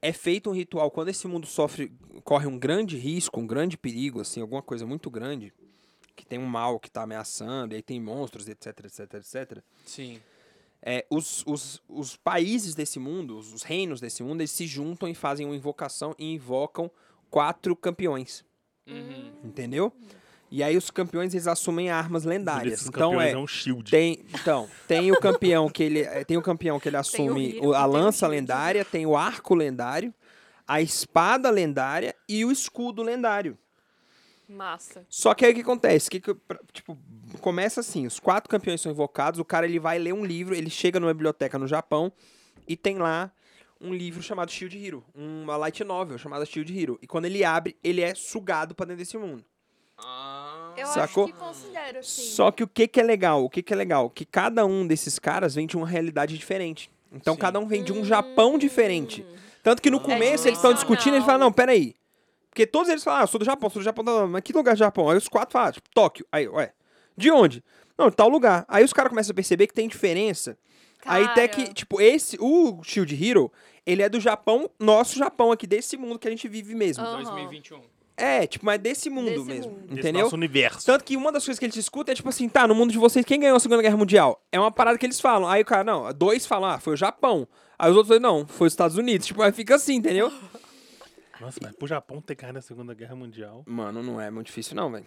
Speaker 1: é feito um ritual. Quando esse mundo sofre, corre um grande risco, um grande perigo, assim, alguma coisa muito grande, que tem um mal que está ameaçando, e aí tem monstros, etc, etc, etc.
Speaker 3: Sim.
Speaker 1: É, os, os, os países desse mundo, os, os reinos desse mundo, eles se juntam e fazem uma invocação e invocam quatro campeões,
Speaker 4: Hum.
Speaker 3: Uhum.
Speaker 1: entendeu? E aí os campeões eles assumem armas lendárias.
Speaker 2: Esses
Speaker 1: Então
Speaker 2: campeões
Speaker 1: é,
Speaker 2: é um shield.
Speaker 1: tem, então, tem o campeão que ele é, tem o campeão que ele assume
Speaker 4: Hero,
Speaker 1: o- a
Speaker 4: tem o
Speaker 1: lança
Speaker 4: Shield.
Speaker 1: lendária, tem o arco lendário, a espada lendária e o escudo lendário. Uhum.
Speaker 4: Massa.
Speaker 1: Só que aí o que acontece? Que, que eu- pra- tipo, começa assim, os quatro campeões são invocados, o cara ele vai ler um livro, ele chega numa biblioteca no Japão e tem lá um livro chamado Shield Hero, uma light novel chamada Shield Hero. E quando ele abre, ele é sugado pra dentro desse mundo.
Speaker 3: Ah.
Speaker 4: Eu
Speaker 1: Sacou?
Speaker 4: acho que considero, assim.
Speaker 1: Só que o que que é legal? O que que é legal? Que cada um desses caras vem de uma realidade diferente. Então
Speaker 3: Sim.
Speaker 1: cada um vem de
Speaker 4: Hum.
Speaker 1: um Japão diferente. Tanto que no começo eles estão
Speaker 4: dimensional.
Speaker 1: discutindo, eles falam, não, peraí. Porque todos eles falam, ah, eu sou do Japão, sou do Japão, tá, tá, tá, mas que lugar do Japão? Aí os quatro falam, ah, tipo, Tóquio. Aí, ué, de onde? Não, de tal lugar. Aí os caras começam a perceber que tem diferença. Aí até
Speaker 4: Cara.
Speaker 1: que, tipo, esse, o Shield Hero, ele é do Japão, nosso Japão aqui, desse mundo que a gente vive mesmo.
Speaker 4: Aham. [laughs]
Speaker 3: 2021.
Speaker 1: É, tipo, mas desse mundo
Speaker 4: Ah. Desse
Speaker 1: mesmo,
Speaker 4: mundo.
Speaker 2: Esse
Speaker 1: entendeu?
Speaker 2: nosso universo.
Speaker 1: Tanto que uma das coisas que eles discutem é tipo assim, tá, no mundo de vocês, quem ganhou a Segunda Guerra Mundial? É uma parada que eles falam. Aí o cara, não, dois falam, ah, foi o Japão. Aí os outros dois, não, foi os Estados Unidos. Tipo, aí fica assim, entendeu?
Speaker 2: Nossa, mas pro Japão ter caído na Segunda Guerra Mundial.
Speaker 1: Mano, não é muito difícil não, velho.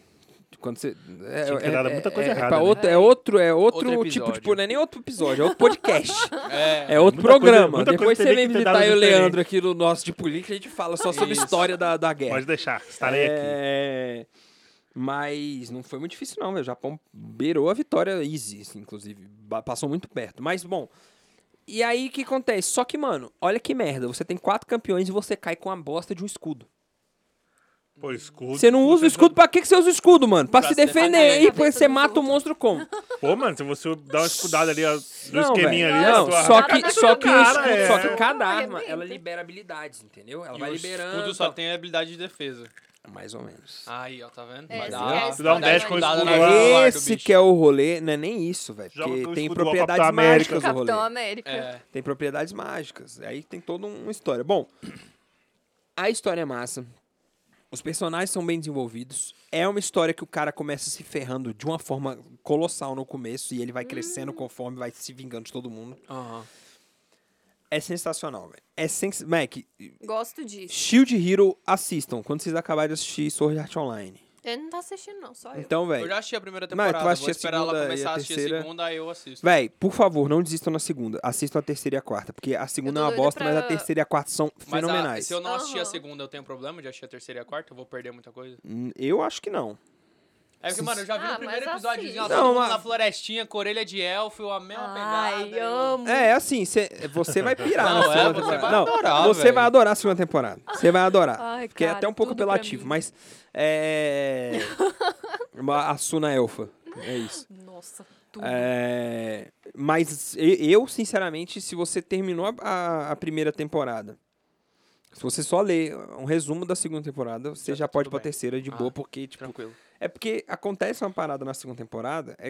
Speaker 1: Quando você. É,
Speaker 2: Tinha que ter
Speaker 1: é-
Speaker 2: dado
Speaker 1: é-
Speaker 2: muita coisa
Speaker 1: é,
Speaker 2: errada,
Speaker 1: pra
Speaker 2: né?
Speaker 1: outro, é outro, é outro,
Speaker 3: Outro
Speaker 1: tipo,
Speaker 3: episódio.
Speaker 1: tipo, não é nem outro episódio, é outro [laughs] podcast.
Speaker 3: É.
Speaker 1: É outro
Speaker 2: muita coisa-
Speaker 1: programa.
Speaker 2: muita coisa
Speaker 1: Depois você
Speaker 2: teria
Speaker 1: vem
Speaker 2: que ter
Speaker 1: visitar
Speaker 2: dado
Speaker 1: eu e o
Speaker 2: diferente.
Speaker 1: Leandro aqui no nosso de política, a gente fala só sobre
Speaker 3: Isso.
Speaker 1: história da, da guerra.
Speaker 2: Pode deixar, estarei aqui.
Speaker 1: É, Mas não foi muito difícil, não, velho. O Japão beirou a vitória easy, assim, inclusive. Ba- Passou muito perto. Mas, bom. E aí, o que acontece? Só que, mano, olha que merda. Você tem quatro campeões e você cai com a bosta de um escudo.
Speaker 2: Pô, escudo.
Speaker 1: Você não usa o escudo, pra que que você usa o escudo, mano? Pra
Speaker 3: Pra
Speaker 1: se
Speaker 3: se
Speaker 1: defender.
Speaker 3: defender.
Speaker 1: E pô, você mata o monstro como?
Speaker 2: Pô, mano, se você dá uma escudada ali, ó, no
Speaker 1: Não,
Speaker 2: esqueminha
Speaker 1: velho.
Speaker 2: ali,
Speaker 1: Não,
Speaker 2: sua-
Speaker 1: só
Speaker 4: arma
Speaker 1: que,
Speaker 4: tá
Speaker 1: só que o
Speaker 2: cara,
Speaker 1: escudo,
Speaker 2: é.
Speaker 1: só que cada
Speaker 4: Não,
Speaker 1: arma,
Speaker 4: arrebenta.
Speaker 1: ela libera habilidades, entendeu? Ela
Speaker 3: E
Speaker 1: vai
Speaker 3: o
Speaker 1: liberando.
Speaker 3: escudo só tem habilidade de defesa.
Speaker 1: Mais ou menos.
Speaker 3: Aí, ó, tá vendo?
Speaker 4: É,
Speaker 3: Vai
Speaker 4: se
Speaker 3: dar-
Speaker 4: quer
Speaker 2: Você dá um
Speaker 4: espadar,
Speaker 2: dash com o
Speaker 4: vai dar
Speaker 2: escudo
Speaker 3: na
Speaker 2: lá.
Speaker 3: hora. Claro,
Speaker 1: Esse
Speaker 3: bicho.
Speaker 1: que é o rolê, não é nem isso, velho.
Speaker 2: Joga com
Speaker 1: Porque
Speaker 2: o
Speaker 1: tem
Speaker 2: escudo do
Speaker 1: propriedades
Speaker 2: Capitão América.
Speaker 1: mágicas o rolê.
Speaker 4: Capitão América.
Speaker 3: É.
Speaker 1: Tem propriedades mágicas. Aí tem toda um- uma história. Bom, a história é massa. Os personagens são bem desenvolvidos. É uma história que o cara começa se ferrando de uma forma colossal no começo e ele vai
Speaker 4: Hum.
Speaker 1: crescendo conforme vai se vingando de todo mundo.
Speaker 3: Aham.
Speaker 1: É sensacional, velho. É sens... Mac,
Speaker 4: Gosto disso.
Speaker 1: Shield Hero assistam quando vocês acabarem de assistir Sword Art Online.
Speaker 4: Ele não tá assistindo, não, só eu.
Speaker 1: Então,
Speaker 3: Eu
Speaker 1: velho.
Speaker 3: já assisti a primeira
Speaker 1: Mas tu
Speaker 3: temporada.
Speaker 1: vai assistir
Speaker 3: Vou
Speaker 1: a
Speaker 3: esperar
Speaker 1: segunda
Speaker 3: ela
Speaker 1: e
Speaker 3: começar
Speaker 1: a
Speaker 3: a assistir
Speaker 1: terceira?
Speaker 3: a segunda, aí eu assisto.
Speaker 1: Véi, por favor, não desistam na segunda. Assistam a terceira e a quarta. Porque a segunda é uma
Speaker 4: doida
Speaker 1: bosta, mas a
Speaker 4: pra-
Speaker 1: terceira e a quarta são
Speaker 3: Mas a-
Speaker 1: fenomenais.
Speaker 3: se eu não assistir a
Speaker 4: Aham.
Speaker 3: segunda, eu tenho problema de assistir a terceira e a quarta? Eu vou perder muita coisa?
Speaker 1: Hum, eu acho que não.
Speaker 3: É porque, mano, eu já vi
Speaker 4: Ah,
Speaker 3: no primeiro
Speaker 4: mas
Speaker 3: episódio,
Speaker 4: assiste.
Speaker 3: ó,
Speaker 1: Não,
Speaker 3: todo mundo
Speaker 1: mas-
Speaker 3: na florestinha, com orelha de elfo, a mesma pegada.
Speaker 4: Ai,
Speaker 3: eu-
Speaker 4: amo.
Speaker 1: É, assim, cê- você vai pirar
Speaker 3: Não,
Speaker 1: na
Speaker 3: é,
Speaker 1: segunda
Speaker 3: você
Speaker 1: temporada.
Speaker 3: vai
Speaker 1: não,
Speaker 3: adorar,
Speaker 1: você
Speaker 3: véi.
Speaker 1: vai adorar a segunda temporada. Você vai adorar.
Speaker 4: Ai,
Speaker 1: porque é
Speaker 4: cara,
Speaker 1: até um pouco
Speaker 4: tudo pra
Speaker 1: apelativo,
Speaker 4: mim.
Speaker 1: mas. É.
Speaker 4: [laughs]
Speaker 1: uma- a Suna Elfa. É isso.
Speaker 4: Nossa,
Speaker 2: Tá
Speaker 4: tudo.
Speaker 1: É, mas e- eu, sinceramente, se você terminou a, a- a primeira temporada, se você só ler um resumo da segunda temporada, você
Speaker 3: Já
Speaker 1: já
Speaker 3: tá
Speaker 1: pode ir
Speaker 3: tudo
Speaker 1: pra
Speaker 3: bem.
Speaker 1: terceira de
Speaker 3: Ah,
Speaker 1: boa, porque, tipo,
Speaker 3: Tranquilo.
Speaker 1: é porque acontece uma parada na segunda temporada, é,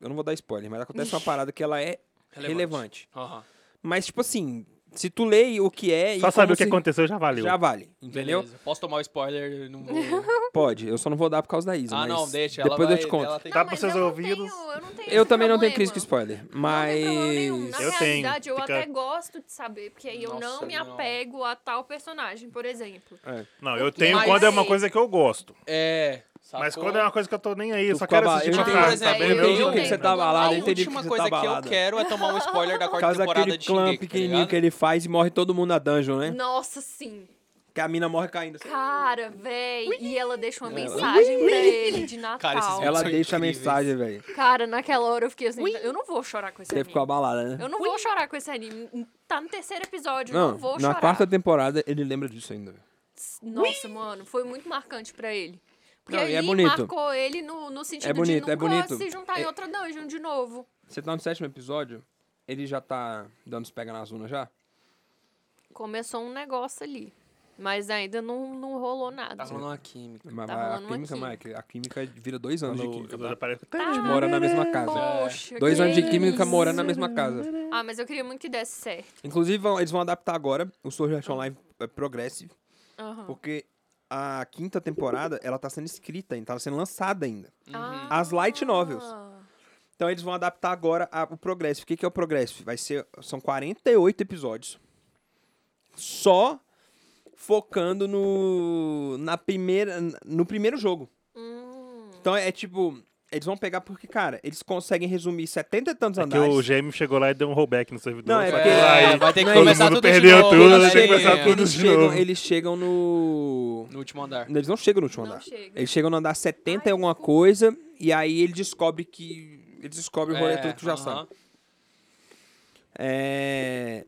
Speaker 1: eu não vou dar spoiler, mas acontece uma parada que ela é relevante.
Speaker 3: Aham.
Speaker 1: Mas, tipo assim, se tu lê o que é... e
Speaker 2: Só saber
Speaker 1: como
Speaker 2: o que
Speaker 1: se-
Speaker 2: aconteceu já valeu.
Speaker 1: Já vale, entendeu?
Speaker 3: Beleza. Posso tomar o spoiler?
Speaker 4: [laughs]
Speaker 3: Não vou...
Speaker 1: Pode, eu só não vou dar por causa da Isa,
Speaker 3: ah,
Speaker 1: mas
Speaker 3: não, deixa. Ela
Speaker 1: depois eu
Speaker 3: vai-
Speaker 1: te conto.
Speaker 3: ela tem-
Speaker 2: Tá
Speaker 4: mas
Speaker 2: pros seus
Speaker 4: eu não
Speaker 2: ouvidos.
Speaker 4: tenho- eu não tenho
Speaker 1: Eu
Speaker 4: esse
Speaker 1: também não tenho
Speaker 4: problema.
Speaker 1: crise com spoiler,
Speaker 4: Não
Speaker 1: mas...
Speaker 4: tem problema nenhum. Na
Speaker 2: Eu tenho,
Speaker 4: realidade, eu
Speaker 2: fica-
Speaker 4: até gosto de saber, porque aí eu
Speaker 3: Nossa,
Speaker 4: não me
Speaker 3: não.
Speaker 4: apego a tal personagem, por exemplo.
Speaker 1: É.
Speaker 2: Não, eu
Speaker 4: Porque-
Speaker 2: tenho
Speaker 3: Mas
Speaker 2: quando é uma
Speaker 4: aí-
Speaker 2: coisa que eu gosto.
Speaker 3: É. Sacou?
Speaker 2: Mas quando é uma coisa que eu tô nem aí, eu
Speaker 1: Tu
Speaker 2: só
Speaker 1: ficou
Speaker 2: quero
Speaker 1: aba-
Speaker 2: assistir
Speaker 1: eu
Speaker 2: pra
Speaker 1: entendi-
Speaker 2: ficar,
Speaker 3: por
Speaker 1: eu
Speaker 3: exemplo,
Speaker 2: saber
Speaker 1: entendi
Speaker 2: mesmo
Speaker 1: o que que você
Speaker 2: tempo.
Speaker 1: tá balada,
Speaker 3: A
Speaker 1: eu entendi o que
Speaker 3: última
Speaker 1: você
Speaker 3: coisa
Speaker 1: tá
Speaker 3: que eu
Speaker 1: balada.
Speaker 3: quero é tomar um spoiler da
Speaker 1: Por
Speaker 3: quarta
Speaker 1: causa
Speaker 3: temporada
Speaker 1: daquele
Speaker 3: de
Speaker 1: clã
Speaker 3: Shingeki, tá
Speaker 1: pequenininho
Speaker 3: ligado?
Speaker 1: que ele faz e morre todo mundo na dungeon, né?
Speaker 4: Nossa, sim.
Speaker 1: Que a mina morre caindo. assim.
Speaker 4: Cara, véi. E ela deixa uma
Speaker 1: Ela-
Speaker 4: mensagem pra ele de
Speaker 3: Cara, esses
Speaker 4: Natal.
Speaker 1: Ela
Speaker 3: São
Speaker 1: deixa a
Speaker 3: incríveis.
Speaker 1: mensagem, velho.
Speaker 4: Cara, naquela hora eu fiquei assim, eu não vou chorar com esse
Speaker 1: é- Você
Speaker 4: anime.
Speaker 1: ficou abalada, né?
Speaker 4: Eu não vou chorar com esse anime. Tá no terceiro episódio, eu
Speaker 1: Não,
Speaker 4: não vou
Speaker 1: na
Speaker 4: chorar.
Speaker 1: quarta temporada ele lembra disso ainda. velho.
Speaker 4: Nossa, mano, foi muito marcante pra ele. Porque
Speaker 1: Não, e
Speaker 4: ali
Speaker 1: é bonito.
Speaker 4: marcou ele no, no sentido
Speaker 1: É bonito,
Speaker 4: de
Speaker 1: é
Speaker 4: nunca
Speaker 1: bonito.
Speaker 4: se juntar em
Speaker 1: É-
Speaker 4: outra dungeon de novo.
Speaker 1: Você tá no sétimo episódio, ele já tá dando os pega nas unas já?
Speaker 4: Começou um negócio ali. Mas ainda não, não rolou nada.
Speaker 3: Tá rolando uma química.
Speaker 1: Mas
Speaker 4: Tá
Speaker 1: vai- a
Speaker 4: rolando uma
Speaker 1: química,
Speaker 4: química.
Speaker 1: Mike, a química vira dois anos de
Speaker 2: Quando
Speaker 1: química.
Speaker 2: eu
Speaker 1: tá?
Speaker 2: apareço-
Speaker 1: A gente mora na mesma casa.
Speaker 4: Poxa,
Speaker 1: Dois
Speaker 4: que
Speaker 1: anos de
Speaker 4: isso.
Speaker 1: química morando na mesma casa.
Speaker 4: Ah, mas eu queria muito que desse certo.
Speaker 1: Inclusive, vão- eles vão adaptar agora o Sword Art Online é, Progressive,
Speaker 4: Ah. Aham.
Speaker 1: porque a quinta temporada, ela tá sendo escrita ainda, tá sendo lançada ainda.
Speaker 3: Uhum.
Speaker 1: As light novels.
Speaker 4: Ah,
Speaker 1: Então eles vão adaptar agora a- o Progressive. O que, que é o Progressive? Vai ser, são 48 episódios. Só focando no na primeira no primeiro jogo.
Speaker 4: hum.
Speaker 1: Então é tipo, eles vão pegar porque, cara, eles conseguem resumir 70 e tantos
Speaker 2: É que
Speaker 1: andares.
Speaker 2: o gêmeo chegou lá e deu um rollback no servidor.
Speaker 1: Não, é
Speaker 2: só
Speaker 1: porque-
Speaker 2: que lá
Speaker 1: É,
Speaker 2: e
Speaker 1: vai ter que
Speaker 2: todo
Speaker 1: começar
Speaker 2: mundo
Speaker 3: tudo de
Speaker 2: perdeu
Speaker 3: novo,
Speaker 1: né?
Speaker 2: tudo,
Speaker 3: galerinha.
Speaker 2: tem que começar tudo
Speaker 1: eles
Speaker 2: tá de
Speaker 1: chegam,
Speaker 2: novo.
Speaker 1: eles chegam no
Speaker 3: No último andar.
Speaker 1: eles não chegam no último
Speaker 4: Não
Speaker 1: andar.
Speaker 4: chega.
Speaker 1: Eles chegam no andar 70 e
Speaker 4: Ai,
Speaker 1: alguma
Speaker 4: desculpa.
Speaker 1: coisa e aí ele descobre que ele descobre
Speaker 2: É,
Speaker 1: o rolê todo que já
Speaker 3: aham.
Speaker 1: sabe. É...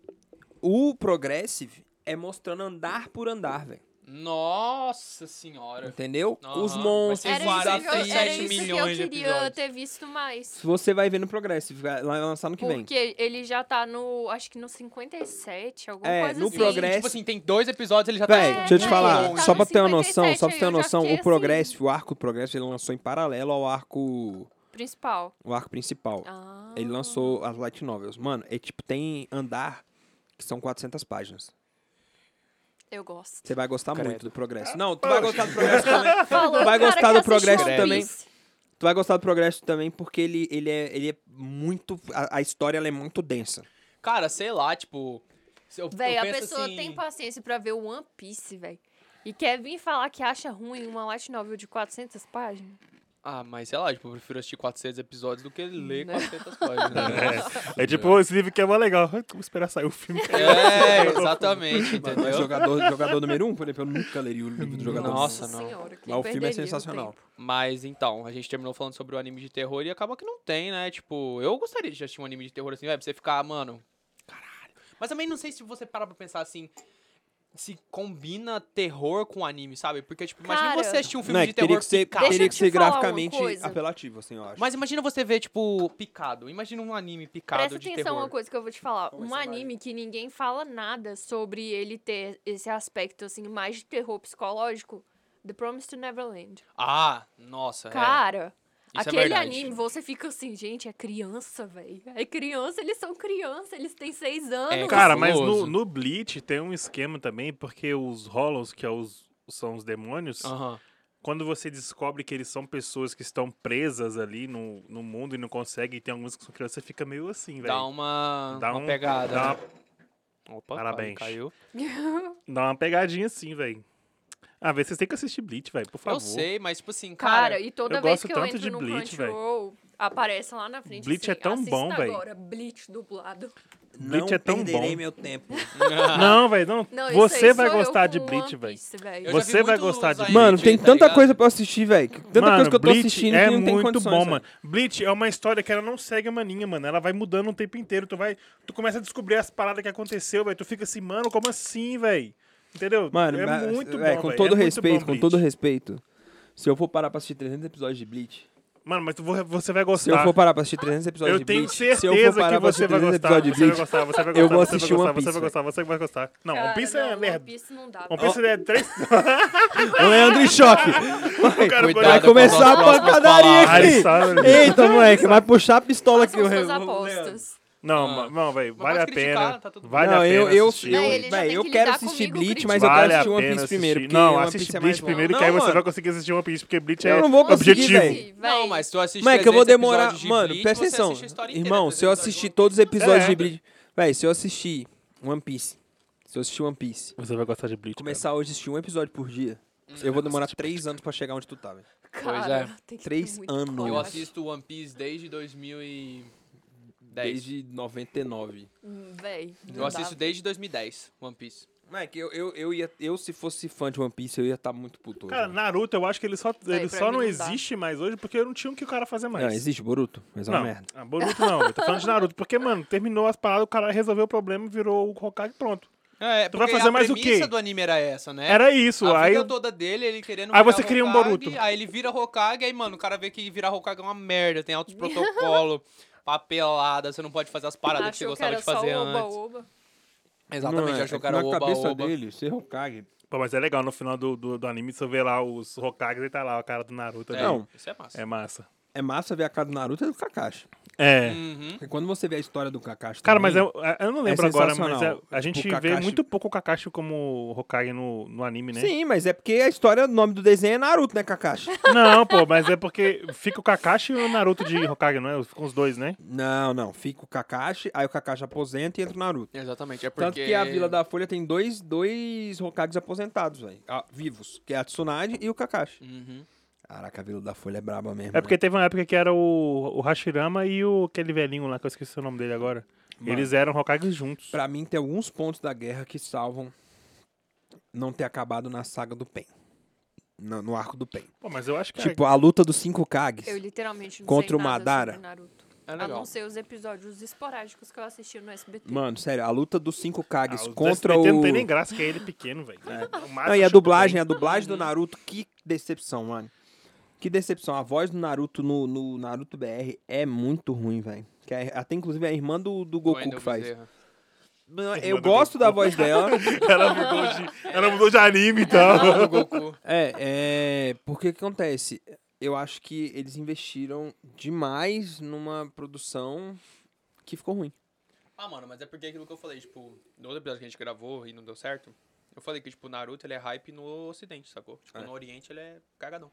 Speaker 1: O Progressive é mostrando andar por andar, velho.
Speaker 3: Nossa senhora.
Speaker 1: Entendeu?
Speaker 3: Aham.
Speaker 1: Os monstros,
Speaker 4: Era
Speaker 3: Tem
Speaker 1: os
Speaker 4: isso, que eu,
Speaker 1: desafios.
Speaker 4: era
Speaker 3: 47
Speaker 4: isso que eu
Speaker 3: milhões de
Speaker 4: queria
Speaker 3: episódios.
Speaker 4: ter visto mais.
Speaker 1: Você vai ver no Progressive, vai lá lançar no que vem.
Speaker 4: Porque ele já tá no. Acho que no 57, alguma
Speaker 1: É,
Speaker 4: coisa
Speaker 1: no
Speaker 4: assim.
Speaker 1: progresso-
Speaker 3: Tipo assim, tem dois episódios, ele já tá...
Speaker 1: Véi, deixa eu te
Speaker 4: é,
Speaker 1: falar,
Speaker 4: ele tá
Speaker 1: só
Speaker 4: no
Speaker 1: pra ter uma
Speaker 4: 57
Speaker 1: noção, só pra ter uma
Speaker 4: aí, eu já
Speaker 1: noção,
Speaker 4: fiquei
Speaker 1: o
Speaker 4: assim.
Speaker 1: Progressive, o arco Progressive, ele lançou em paralelo ao arco,
Speaker 4: tipo, Principal.
Speaker 1: o arco principal.
Speaker 4: Ah.
Speaker 1: Ele lançou as light novels. Mano, é tipo, tem andar que são 400 páginas.
Speaker 4: Eu gosto.
Speaker 1: Você vai gostar
Speaker 3: Credo. Ah,
Speaker 1: muito do Progresso. Não, tu vai gostar do Progresso também.
Speaker 4: [laughs]
Speaker 1: vai
Speaker 4: Falou, o cara
Speaker 1: gostar
Speaker 4: que
Speaker 1: do
Speaker 4: assiste
Speaker 1: progresso
Speaker 4: One
Speaker 1: também.
Speaker 4: Piece.
Speaker 1: Tu vai gostar do Progresso também porque ele, ele, é, ele é muito... A, a história, ela é muito densa.
Speaker 3: Cara, sei lá, tipo... se Eu, eu
Speaker 4: Véi, a
Speaker 3: penso
Speaker 4: pessoa
Speaker 3: assim,
Speaker 4: tem paciência pra ver o One Piece, véi. E quer vir falar que acha ruim uma light novel de 400 páginas?
Speaker 3: Ah, mas sei lá, tipo, eu prefiro assistir 400 episódios do que ler 400 páginas.
Speaker 1: [laughs]
Speaker 3: né?
Speaker 2: É tipo esse livro que é mó legal. [laughs] Ai, Vamos esperar sair o filme. [laughs]
Speaker 3: É,
Speaker 1: Mano,
Speaker 3: exatamente,
Speaker 1: mas
Speaker 3: entendeu?
Speaker 1: jogador, jogador número um, por exemplo, eu nunca leria o livro do jogador número um.
Speaker 3: Nossa, não.
Speaker 4: senhora, que
Speaker 1: Mas o filme é
Speaker 4: perderia um
Speaker 1: sensacional.
Speaker 4: tempo.
Speaker 3: Mas então, a gente terminou falando sobre o anime de terror e acaba que não tem, né? Tipo, eu gostaria de assistir um anime de terror assim, vai, pra você ficar, mano. Caralho. Mas também não sei se você parar pra pensar assim. se combina terror com anime, sabe? Porque, tipo, imagina
Speaker 4: Cara,
Speaker 3: você assistir um filme
Speaker 1: Não, é
Speaker 3: de
Speaker 1: que
Speaker 3: terror
Speaker 1: teria que ser,
Speaker 3: picado.
Speaker 4: Deixa
Speaker 1: teria
Speaker 4: eu
Speaker 1: que
Speaker 4: te
Speaker 1: ser
Speaker 4: falar uma
Speaker 1: graficamente
Speaker 4: coisa.
Speaker 1: apelativo, assim, eu acho.
Speaker 3: Mas imagina você ver, tipo, picado. Imagina um anime picado
Speaker 4: Presta
Speaker 3: de
Speaker 4: atenção
Speaker 3: terror.
Speaker 4: uma coisa que eu vou te falar.
Speaker 1: Como
Speaker 4: um
Speaker 1: essa
Speaker 4: anime que ninguém fala nada sobre ele ter esse aspecto, assim, mais de terror psicológico, The Promise to Neverland.
Speaker 3: Ah, nossa, é.
Speaker 4: Cara,
Speaker 3: Isso é
Speaker 4: aquele
Speaker 3: verdade.
Speaker 4: anime, você fica assim, gente, é criança, velho. É criança, eles são criança, eles têm
Speaker 2: É,
Speaker 4: seis anos.
Speaker 2: Cara, mas no,
Speaker 3: É cabuloso.
Speaker 2: no Bleach tem um esquema também, porque os Hollows, que é os- são os demônios,
Speaker 3: Aham.
Speaker 2: quando você descobre que eles são pessoas que estão presas ali no, no mundo e não conseguem, e tem alguns que são crianças, você fica meio assim,
Speaker 3: Dá
Speaker 2: velho.
Speaker 3: uma,
Speaker 2: Dá
Speaker 3: uma
Speaker 2: um-
Speaker 3: pegada.
Speaker 2: dá
Speaker 3: né?
Speaker 2: uma
Speaker 3: Opa,
Speaker 2: Parabéns.
Speaker 3: caiu.
Speaker 2: Dá uma pegadinha assim, velho. Ah, velho, vocês têm que assistir Bleach, velho, por favor.
Speaker 3: Eu sei, mas, tipo assim,
Speaker 4: Cara,
Speaker 3: cara...
Speaker 4: e toda
Speaker 2: eu
Speaker 4: vez
Speaker 2: gosto
Speaker 4: que eu
Speaker 2: tanto
Speaker 4: entro
Speaker 2: de
Speaker 4: no
Speaker 2: Bleach, véi.
Speaker 4: Crunchyroll, aparece lá na frente
Speaker 2: Bleach é
Speaker 4: assim,
Speaker 2: tão
Speaker 4: "Assista
Speaker 2: bom, véi."
Speaker 4: agora, Bleach dublado.
Speaker 1: não
Speaker 2: Bleach é tão
Speaker 1: perderei
Speaker 2: bom.
Speaker 1: meu tempo.
Speaker 2: Não, velho, não.
Speaker 4: [laughs] Não, isso
Speaker 2: Você
Speaker 4: aí
Speaker 2: vai
Speaker 4: sou eu
Speaker 2: gostar de
Speaker 4: com
Speaker 2: Bleach,
Speaker 4: One
Speaker 2: velho.
Speaker 4: Piece, véi.
Speaker 3: Eu já
Speaker 2: Você
Speaker 3: vi
Speaker 2: vai
Speaker 3: muito
Speaker 2: gostar de
Speaker 3: Zayn
Speaker 2: Bleach.
Speaker 1: Mano,
Speaker 3: Bleach,
Speaker 1: tem
Speaker 3: tá
Speaker 1: tanta
Speaker 3: ligado?
Speaker 1: coisa pra eu assistir, velho. Tanta
Speaker 2: mano,
Speaker 1: coisa que eu tô
Speaker 2: Bleach
Speaker 1: assistindo
Speaker 2: é
Speaker 1: que não tem
Speaker 2: muito
Speaker 1: condições.
Speaker 2: bom,
Speaker 1: velho.
Speaker 2: mano. Bleach é uma história que ela não segue a maninha, mano. Ela vai mudando o tempo inteiro. Tu vai, tu começa a descobrir as paradas que aconteceu, velho. Tu fica assim, mano, como assim, velho? Entendeu?
Speaker 1: Mano,
Speaker 2: é
Speaker 1: mas-
Speaker 2: muito
Speaker 1: é,
Speaker 2: bom,
Speaker 1: Com
Speaker 2: véi.
Speaker 1: todo
Speaker 2: É muito
Speaker 1: respeito,
Speaker 2: bom,
Speaker 1: com
Speaker 2: Bleach.
Speaker 1: todo respeito. Se eu for parar pra assistir 300 episódios de Bleach.
Speaker 2: Mano, mas tu vo- você vai
Speaker 1: Se
Speaker 2: gostar.
Speaker 1: eu for parar pra assistir 300 episódios
Speaker 2: Tá. Eu
Speaker 1: de
Speaker 2: tenho
Speaker 1: Bleach.
Speaker 2: certeza
Speaker 1: se eu for parar pra
Speaker 2: que você
Speaker 1: assistir
Speaker 2: vai
Speaker 1: 300
Speaker 2: gostar.
Speaker 1: episódios de
Speaker 2: Você vai
Speaker 1: Bleach.
Speaker 2: gostar, você vai gostar.
Speaker 1: Eu vou
Speaker 2: você
Speaker 1: assistir
Speaker 2: vai
Speaker 1: One
Speaker 2: gostar, Você vai
Speaker 1: Piece,
Speaker 2: gostar, você vai gostar. Não,
Speaker 4: Cara,
Speaker 2: One Piece
Speaker 4: não,
Speaker 2: é
Speaker 4: One
Speaker 2: lerdo.
Speaker 4: Piece não dá.
Speaker 2: One Piece
Speaker 1: [laughs]
Speaker 2: é três.
Speaker 1: Leandro em choque. Vai,
Speaker 2: cara
Speaker 1: vai
Speaker 2: cuidado
Speaker 1: começar
Speaker 3: com as
Speaker 1: a
Speaker 3: próximas
Speaker 1: pancadaria
Speaker 3: palavras.
Speaker 2: Ai,
Speaker 1: aqui.
Speaker 2: sabe?
Speaker 1: Eita, moleque, vai puxar a pistola aqui.
Speaker 4: Façam suas
Speaker 1: eu-
Speaker 4: apostas.
Speaker 2: Não,
Speaker 3: Ah.
Speaker 2: ma- não, velho,
Speaker 3: Mas
Speaker 2: vale a
Speaker 3: pode criticar,
Speaker 2: pena.
Speaker 3: tá tudo bem.
Speaker 2: Vale a
Speaker 1: Não,
Speaker 2: pena.
Speaker 1: eu, eu,
Speaker 2: assistir.
Speaker 4: Não, ele
Speaker 1: eu,
Speaker 4: já
Speaker 1: véi,
Speaker 4: tem
Speaker 1: eu
Speaker 4: que
Speaker 1: quero
Speaker 4: lidar
Speaker 1: assistir
Speaker 4: comigo,
Speaker 1: Bleach,
Speaker 4: crítico.
Speaker 1: mas eu
Speaker 2: Vale
Speaker 1: quero
Speaker 2: a
Speaker 1: assistir One
Speaker 2: pena
Speaker 1: Piece
Speaker 2: assistir.
Speaker 1: primeiro. porque
Speaker 2: Não,
Speaker 1: One
Speaker 2: assiste
Speaker 1: Piece é mais
Speaker 2: Bleach
Speaker 1: bom.
Speaker 2: primeiro, que
Speaker 1: Não,
Speaker 2: aí você
Speaker 1: mano.
Speaker 2: vai conseguir assistir One Piece, porque Bleach
Speaker 1: Eu
Speaker 2: é
Speaker 1: não vou conseguir,
Speaker 2: objetivo.
Speaker 1: velho.
Speaker 4: Sim, véi.
Speaker 3: Não, mas tu assiste
Speaker 1: Mano, é que eu
Speaker 3: 300
Speaker 1: vou demorar.
Speaker 3: episódios de
Speaker 1: Mano,
Speaker 3: Bleach,
Speaker 1: presta
Speaker 3: você
Speaker 1: atenção.
Speaker 3: assiste a história inteira, tá
Speaker 1: Irmão,
Speaker 3: três
Speaker 1: se eu
Speaker 3: episódios
Speaker 1: assistir
Speaker 3: de
Speaker 1: todos os episódios
Speaker 2: É,
Speaker 1: de
Speaker 2: velho.
Speaker 1: Bleach. Véi, se eu assistir One Piece. Se eu assistir One Piece.
Speaker 2: Você vai gostar de Bleach.
Speaker 1: Começar hoje a assistir um episódio por dia. Eu
Speaker 2: Hum.
Speaker 1: vou demorar três anos pra chegar onde tu tá, velho.
Speaker 3: Pois
Speaker 4: Cara,
Speaker 3: é.
Speaker 4: tem que ter
Speaker 1: Três
Speaker 4: muito
Speaker 1: anos.
Speaker 4: coragem.
Speaker 3: Eu assisto One Piece desde 2010.
Speaker 1: Desde 99.
Speaker 4: Hum, Véi, não
Speaker 3: Eu assisto
Speaker 4: dá.
Speaker 3: desde 2010, One Piece.
Speaker 1: Mike, eu, eu, eu, ia, eu se fosse fã de One Piece, eu ia estar muito puto hoje.
Speaker 2: Cara,
Speaker 1: mano.
Speaker 2: Naruto, eu acho que ele só,
Speaker 4: Véi,
Speaker 2: ele
Speaker 4: pra
Speaker 2: só
Speaker 4: mim
Speaker 2: não
Speaker 4: não dá.
Speaker 2: existe mais hoje porque não tinha o que o cara fazer mais.
Speaker 1: Não, Ah, existe Boruto, mas é uma
Speaker 2: Não,
Speaker 1: merda.
Speaker 2: ah, Boruto não, eu tô falando de Naruto. Porque, mano, terminou as paradas, o cara resolveu o problema, virou o Hokage pronto.
Speaker 3: É,
Speaker 2: Tu vai
Speaker 3: porque
Speaker 2: Ah, fazer
Speaker 3: a
Speaker 2: mais o quê?
Speaker 3: premissa do anime era essa, né?
Speaker 2: Era isso,
Speaker 3: a
Speaker 2: aí
Speaker 3: vida toda dele, ele querendo
Speaker 2: Aí
Speaker 3: virar
Speaker 2: você cria um
Speaker 3: Hokage,
Speaker 2: Boruto.
Speaker 3: Aí ele vira Hokage, aí, mano, o cara vê que virar Hokage é uma merda, tem
Speaker 4: [laughs]
Speaker 3: altos protocolos, papelada, você não pode fazer as paradas que você
Speaker 4: Achou
Speaker 3: gostava
Speaker 4: que era
Speaker 3: de
Speaker 4: só
Speaker 3: fazer
Speaker 4: o
Speaker 3: antes.
Speaker 4: oba-oba.
Speaker 3: Exatamente,
Speaker 1: Não, é,
Speaker 3: achou
Speaker 1: é
Speaker 3: que era
Speaker 1: na
Speaker 3: oba,
Speaker 1: cabeça
Speaker 3: oba.
Speaker 1: dele, ser Hokage.
Speaker 2: Pô, mas é legal, no final do, do, do anime, você vê lá os Hokages e tá lá, o cara do Naruto. ali.
Speaker 3: É,
Speaker 1: Não.
Speaker 3: Isso é massa.
Speaker 2: É massa.
Speaker 1: É massa ver a cara do Naruto e do Kakashi.
Speaker 2: É.
Speaker 3: Uhum.
Speaker 1: Porque quando você vê a história do Kakashi
Speaker 2: Cara,
Speaker 1: também, É
Speaker 2: mas é um, eu, eu não lembro agora, mas
Speaker 1: sensacional.
Speaker 2: é- a gente
Speaker 1: Tipo, o
Speaker 2: vê
Speaker 1: Kakashi-
Speaker 2: muito pouco o Kakashi como Hokage no, no anime, né?
Speaker 1: Sim, mas é porque a história, o nome do desenho é Naruto, né, Kakashi? [laughs]
Speaker 2: Não, pô, mas é porque fica o Kakashi e o Naruto de Hokage, não é? Ficam os dois, né?
Speaker 1: não, não. Fica o Kakashi, aí o Kakashi aposenta e entra o Naruto.
Speaker 3: Exatamente, é porque...
Speaker 1: Tanto que a Vila da Folha tem dois, dois Hokages aposentados, velho. ah, Vivos. Que é a Tsunade e o Kakashi.
Speaker 3: Uhum.
Speaker 1: Caraca, a Vila da Folha é braba mesmo.
Speaker 2: É porque teve uma época que era o, o Hashirama e o, aquele velhinho lá, que eu esqueci o nome dele agora.
Speaker 1: Mano.
Speaker 2: Eles eram Hokages juntos.
Speaker 1: Pra mim, tem alguns pontos da guerra que salvam não ter acabado na saga do Pen. No, no arco do Pen.
Speaker 2: Pô, mas eu acho que
Speaker 1: Tipo, a luta dos cinco
Speaker 4: Eu
Speaker 1: Kages.
Speaker 4: literalmente não
Speaker 1: Contra
Speaker 4: sei
Speaker 1: o
Speaker 4: nada
Speaker 1: Madara.
Speaker 4: sobre Naruto.
Speaker 3: É
Speaker 4: A
Speaker 3: legal.
Speaker 4: não ser os episódios esporádicos que eu assisti no SBT.
Speaker 1: Mano, sério, a luta dos cinco Kages
Speaker 2: Ah, os
Speaker 1: contra
Speaker 2: SBT
Speaker 1: o.
Speaker 2: Não tem nem graça, que é ele pequeno, velho. O máximo
Speaker 1: Não, e a
Speaker 2: Shippuden.
Speaker 1: dublagem, a dublagem do Naruto, que decepção, mano. Que decepção. A voz do Naruto no, no Naruto BR é muito ruim, velho. Que é- Até inclusive a irmã do, do Goku
Speaker 3: Wendell
Speaker 1: que faz.
Speaker 3: Bezerra.
Speaker 1: Não,
Speaker 2: Irmã
Speaker 1: Eu
Speaker 2: do
Speaker 1: gosto
Speaker 2: Goku.
Speaker 1: da voz
Speaker 2: [laughs]
Speaker 1: dela.
Speaker 2: [laughs] Ela mudou de, ela mudou de anime,
Speaker 1: [laughs]
Speaker 2: então.
Speaker 3: Ah, o Goku.
Speaker 1: É, é. Porque o que acontece? Eu acho que eles investiram demais numa produção que ficou ruim.
Speaker 3: Ah, mano, mas é porque aquilo que eu falei, tipo, no outro episódio que a gente gravou e não deu certo, eu falei que, tipo, o Naruto, ele é hype no ocidente, sacou? Tipo,
Speaker 1: É.
Speaker 3: no oriente ele é cagadão.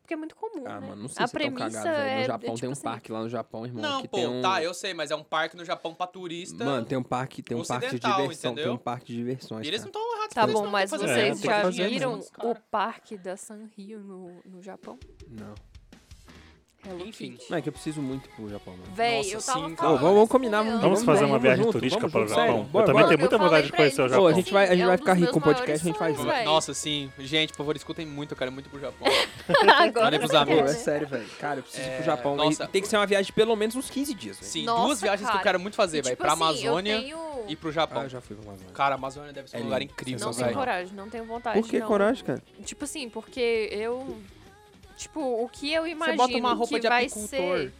Speaker 4: Porque é muito comum,
Speaker 1: Ah,
Speaker 4: né?
Speaker 1: mano, não sei
Speaker 4: a
Speaker 1: se é tão
Speaker 4: premissa
Speaker 1: cagado, velho.
Speaker 4: é,
Speaker 1: No
Speaker 4: é
Speaker 1: Japão
Speaker 4: tipo
Speaker 1: tem um
Speaker 4: assim,
Speaker 1: parque lá no Japão, irmão.
Speaker 3: não,
Speaker 1: que
Speaker 3: pô,
Speaker 1: tem um...
Speaker 3: tá, eu sei, mas é um parque no Japão pra turista.
Speaker 1: Mano, tem um parque, tem um parque de
Speaker 3: ocidental,
Speaker 1: diversão, tem um
Speaker 3: entendeu?
Speaker 1: parque de diversões.
Speaker 3: E eles
Speaker 1: cara.
Speaker 3: não estão errados
Speaker 4: Tá
Speaker 3: por isso,
Speaker 4: bom,
Speaker 3: não,
Speaker 4: mas
Speaker 3: tem que fazer
Speaker 4: vocês
Speaker 3: isso,
Speaker 1: tem
Speaker 3: tem que
Speaker 4: já
Speaker 3: fazer isso,
Speaker 4: viram
Speaker 3: cara.
Speaker 4: o parque da Sanrio no, no Japão?
Speaker 1: Não.
Speaker 4: Hello
Speaker 3: Enfim.
Speaker 4: Kitty.
Speaker 1: Não, é que eu preciso muito pro Japão, mano.
Speaker 4: Véi,
Speaker 3: Nossa,
Speaker 4: eu tava
Speaker 3: sim,
Speaker 4: falando.
Speaker 3: cara. Não,
Speaker 1: vamos- vamos
Speaker 4: isso com
Speaker 1: combinar,
Speaker 4: o Leandro.
Speaker 1: Vamos
Speaker 2: Vamos fazer
Speaker 1: junto,
Speaker 2: uma viagem
Speaker 1: vamos
Speaker 2: turística
Speaker 1: junto,
Speaker 2: para o
Speaker 1: sério,
Speaker 2: Japão.
Speaker 1: bora,
Speaker 2: Eu também
Speaker 1: bora.
Speaker 2: tenho
Speaker 4: Eu
Speaker 2: muita
Speaker 4: falei
Speaker 2: vontade de
Speaker 4: pra
Speaker 2: conhecer o
Speaker 1: Pô,
Speaker 4: eles,
Speaker 1: a
Speaker 2: Japão.
Speaker 1: gente vai, a gente
Speaker 4: é
Speaker 1: vai
Speaker 4: um
Speaker 1: ficar
Speaker 4: dos
Speaker 1: rico com o
Speaker 4: meus
Speaker 1: podcast, a gente faz
Speaker 4: maiores
Speaker 1: isso.
Speaker 4: sonhos, Véi. [laughs]
Speaker 3: Nossa, sim. Gente, por favor, escutem muito, eu quero muito ir pro [laughs] Japão.
Speaker 4: Agora
Speaker 3: Mandei pros
Speaker 4: você
Speaker 1: Pô,
Speaker 3: amigos.
Speaker 4: quer,
Speaker 1: é
Speaker 4: né?
Speaker 1: sério, velho. Cara, eu preciso ir pro
Speaker 3: É,
Speaker 1: Japão.
Speaker 3: nossa.
Speaker 1: velho. Tem que ser uma viagem de pelo menos uns 15 dias, velho.
Speaker 3: Sim,
Speaker 4: Nossa,
Speaker 3: duas viagens que eu
Speaker 4: cara.
Speaker 3: quero muito fazer,
Speaker 4: E,
Speaker 3: velho.
Speaker 4: tipo
Speaker 3: Pra
Speaker 4: assim,
Speaker 3: Amazônia
Speaker 4: Eu tenho...
Speaker 3: e pro Japão.
Speaker 1: Ah, eu já fui pra Amazônia.
Speaker 3: Cara, a Amazônia deve ser um
Speaker 1: É
Speaker 3: lugar
Speaker 1: lindo,
Speaker 3: incrível,
Speaker 4: Não
Speaker 1: sensacional.
Speaker 4: tenho
Speaker 3: velho.
Speaker 4: coragem, não tenho vontade.
Speaker 1: Por que
Speaker 4: não.
Speaker 1: coragem, cara?
Speaker 4: Tipo assim, porque eu. Tipo, o que eu imagino
Speaker 3: bota uma roupa
Speaker 4: que
Speaker 3: de
Speaker 4: vai
Speaker 3: apicultor.
Speaker 4: ser.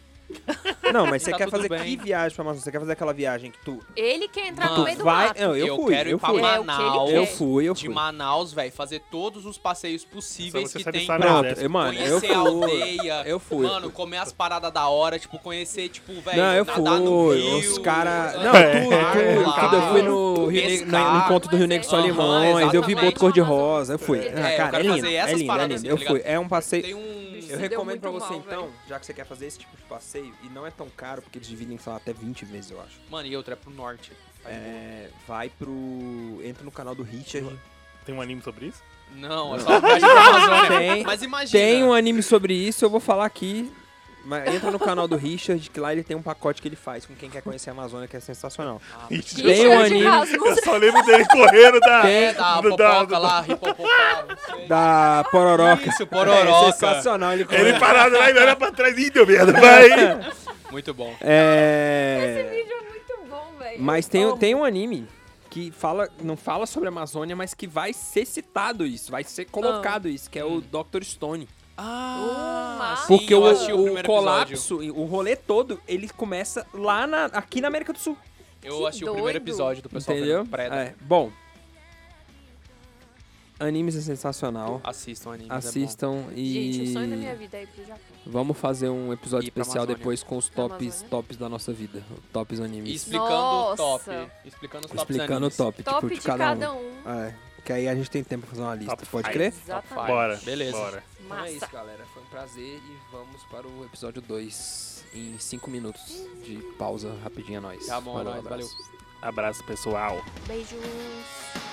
Speaker 1: Não, mas
Speaker 3: E
Speaker 1: você
Speaker 3: tá
Speaker 1: quer
Speaker 3: tudo
Speaker 1: fazer
Speaker 3: bem.
Speaker 1: que viagem pra Amazônia? Você quer fazer aquela viagem que tu,
Speaker 4: Ele quer entrar
Speaker 3: Mano,
Speaker 4: no
Speaker 1: tu
Speaker 4: meio do
Speaker 1: vai...
Speaker 4: mato.
Speaker 1: Não, eu, fui,
Speaker 3: quero ir
Speaker 1: eu
Speaker 3: pra
Speaker 1: fui.
Speaker 4: É, o que ele
Speaker 3: Manaus.
Speaker 4: quer.
Speaker 1: Eu fui, eu
Speaker 3: de
Speaker 1: fui.
Speaker 3: Manaus, velho. Fazer todos os passeios possíveis
Speaker 2: Só você
Speaker 3: que
Speaker 2: sabe
Speaker 3: tem.
Speaker 2: estar na
Speaker 3: pra
Speaker 1: Pronto,
Speaker 2: Manaus.
Speaker 1: eu- é, mano, eu
Speaker 3: conhecer
Speaker 1: fui.
Speaker 3: a aldeia.
Speaker 1: Eu fui.
Speaker 3: Mano, comer as paradas da hora. Tipo, conhecer, tipo, velho,
Speaker 1: Não, eu
Speaker 3: nadar no
Speaker 1: fui.
Speaker 3: rio.
Speaker 1: Os caras.
Speaker 3: andar
Speaker 1: Não,
Speaker 3: no
Speaker 2: É.
Speaker 1: tudo, tudo,
Speaker 3: mar,
Speaker 1: tudo. Eu fui no, Rio Negro-
Speaker 3: pescar.
Speaker 1: no encontro do Rio Negro com
Speaker 3: Aham,
Speaker 1: Solimões. Eu vi
Speaker 4: exatamente.
Speaker 1: Boto Cor-de-Rosa. Eu fui. Ah,
Speaker 4: É,
Speaker 3: eu
Speaker 1: cara, é
Speaker 3: quero
Speaker 1: lindo.
Speaker 3: fazer
Speaker 1: É
Speaker 3: essas
Speaker 1: lindo, é
Speaker 3: paradas,
Speaker 1: lindo.
Speaker 3: tá
Speaker 1: Eu
Speaker 3: ligado?
Speaker 1: fui. É um passeio.
Speaker 3: Tem um.
Speaker 1: Eu
Speaker 4: Se deu
Speaker 1: recomendo
Speaker 4: muito
Speaker 1: pra você
Speaker 4: mal,
Speaker 1: então, já que você quer fazer esse tipo de passeio, e não é tão caro, porque eles dividem, sei lá, até 20 vezes, eu acho.
Speaker 3: Mano, e outra, é pro norte.
Speaker 1: É, vai pro. Entra no canal do Richard.
Speaker 2: Tem um anime sobre isso?
Speaker 3: Não, é só uma viagem pra Amazônia.
Speaker 1: Tem-
Speaker 3: Mas imagina.
Speaker 1: Tem um anime sobre isso, eu vou falar aqui. Mas entra no canal do Richard, que lá ele tem um pacote que ele faz com quem quer conhecer a Amazônia, que é sensacional.
Speaker 3: Ah,
Speaker 2: Ixi,
Speaker 1: Tem
Speaker 4: é
Speaker 2: eu
Speaker 1: um
Speaker 2: só-
Speaker 1: anime-
Speaker 2: Eu só lembro dele correndo tá? da...
Speaker 1: Tem-
Speaker 3: é da
Speaker 2: do- da-
Speaker 3: popoca lá, ripopopá, não sei.
Speaker 1: Da Pororoca.
Speaker 3: Isso, pororoca.
Speaker 1: É sensacional, ele
Speaker 2: Ele
Speaker 1: come.
Speaker 2: parado lá e olha pra trás. Ih, deu merda, vai!
Speaker 3: Muito bom.
Speaker 4: Esse
Speaker 1: [laughs] É.
Speaker 4: vídeo é muito bom, velho.
Speaker 1: Mas tem,
Speaker 4: Amo.
Speaker 1: tem um anime que fala, não fala sobre a Amazônia, mas que vai ser citado isso, vai ser colocado isso, que é o Dr. Stone.
Speaker 3: Ah,
Speaker 4: massa.
Speaker 3: sim,
Speaker 1: Porque
Speaker 3: eu
Speaker 1: o,
Speaker 3: assisti o,
Speaker 1: o
Speaker 3: primeiro episódio.
Speaker 1: colapso, o rolê todo, ele começa lá na, aqui na América do Sul,
Speaker 3: Eu
Speaker 4: Que
Speaker 3: assisti o primeiro
Speaker 4: doido.
Speaker 3: episódio do pessoal
Speaker 1: entendeu?
Speaker 3: fazendo né? preda.
Speaker 1: É, bom. Animes é sensacional.
Speaker 3: Então, Assistam anime. é
Speaker 1: Assistam e
Speaker 4: Gente, o sonho da minha vida é ir pro Japão.
Speaker 1: vamos fazer um episódio
Speaker 3: Ir pra
Speaker 1: especial
Speaker 3: Amazônia.
Speaker 1: depois com os
Speaker 4: Pra
Speaker 1: tops,
Speaker 4: Amazônia.
Speaker 1: tops da nossa vida, tops
Speaker 3: E
Speaker 1: animes.
Speaker 3: explicando o top.
Speaker 4: Nossa.
Speaker 3: Explicando os tops
Speaker 1: Explicando o
Speaker 3: animes.
Speaker 1: top,
Speaker 4: Top
Speaker 1: tipo, de,
Speaker 4: de cada um.
Speaker 1: É, que aí a gente tem tempo pra fazer uma lista,
Speaker 2: Top
Speaker 1: pode
Speaker 2: five.
Speaker 1: crer?
Speaker 3: Top five.
Speaker 4: Exatamente.
Speaker 2: Bora,
Speaker 3: Beleza.
Speaker 2: bora.
Speaker 1: Então é isso,
Speaker 4: Massa.
Speaker 1: galera. Foi um prazer e vamos para o episódio 2 em 5 minutos de pausa rapidinha nós.
Speaker 3: Tá bom, é
Speaker 1: Falou,
Speaker 3: nóis,
Speaker 1: abraço.
Speaker 3: valeu.
Speaker 1: é
Speaker 2: Abraço, pessoal.
Speaker 4: Beijos.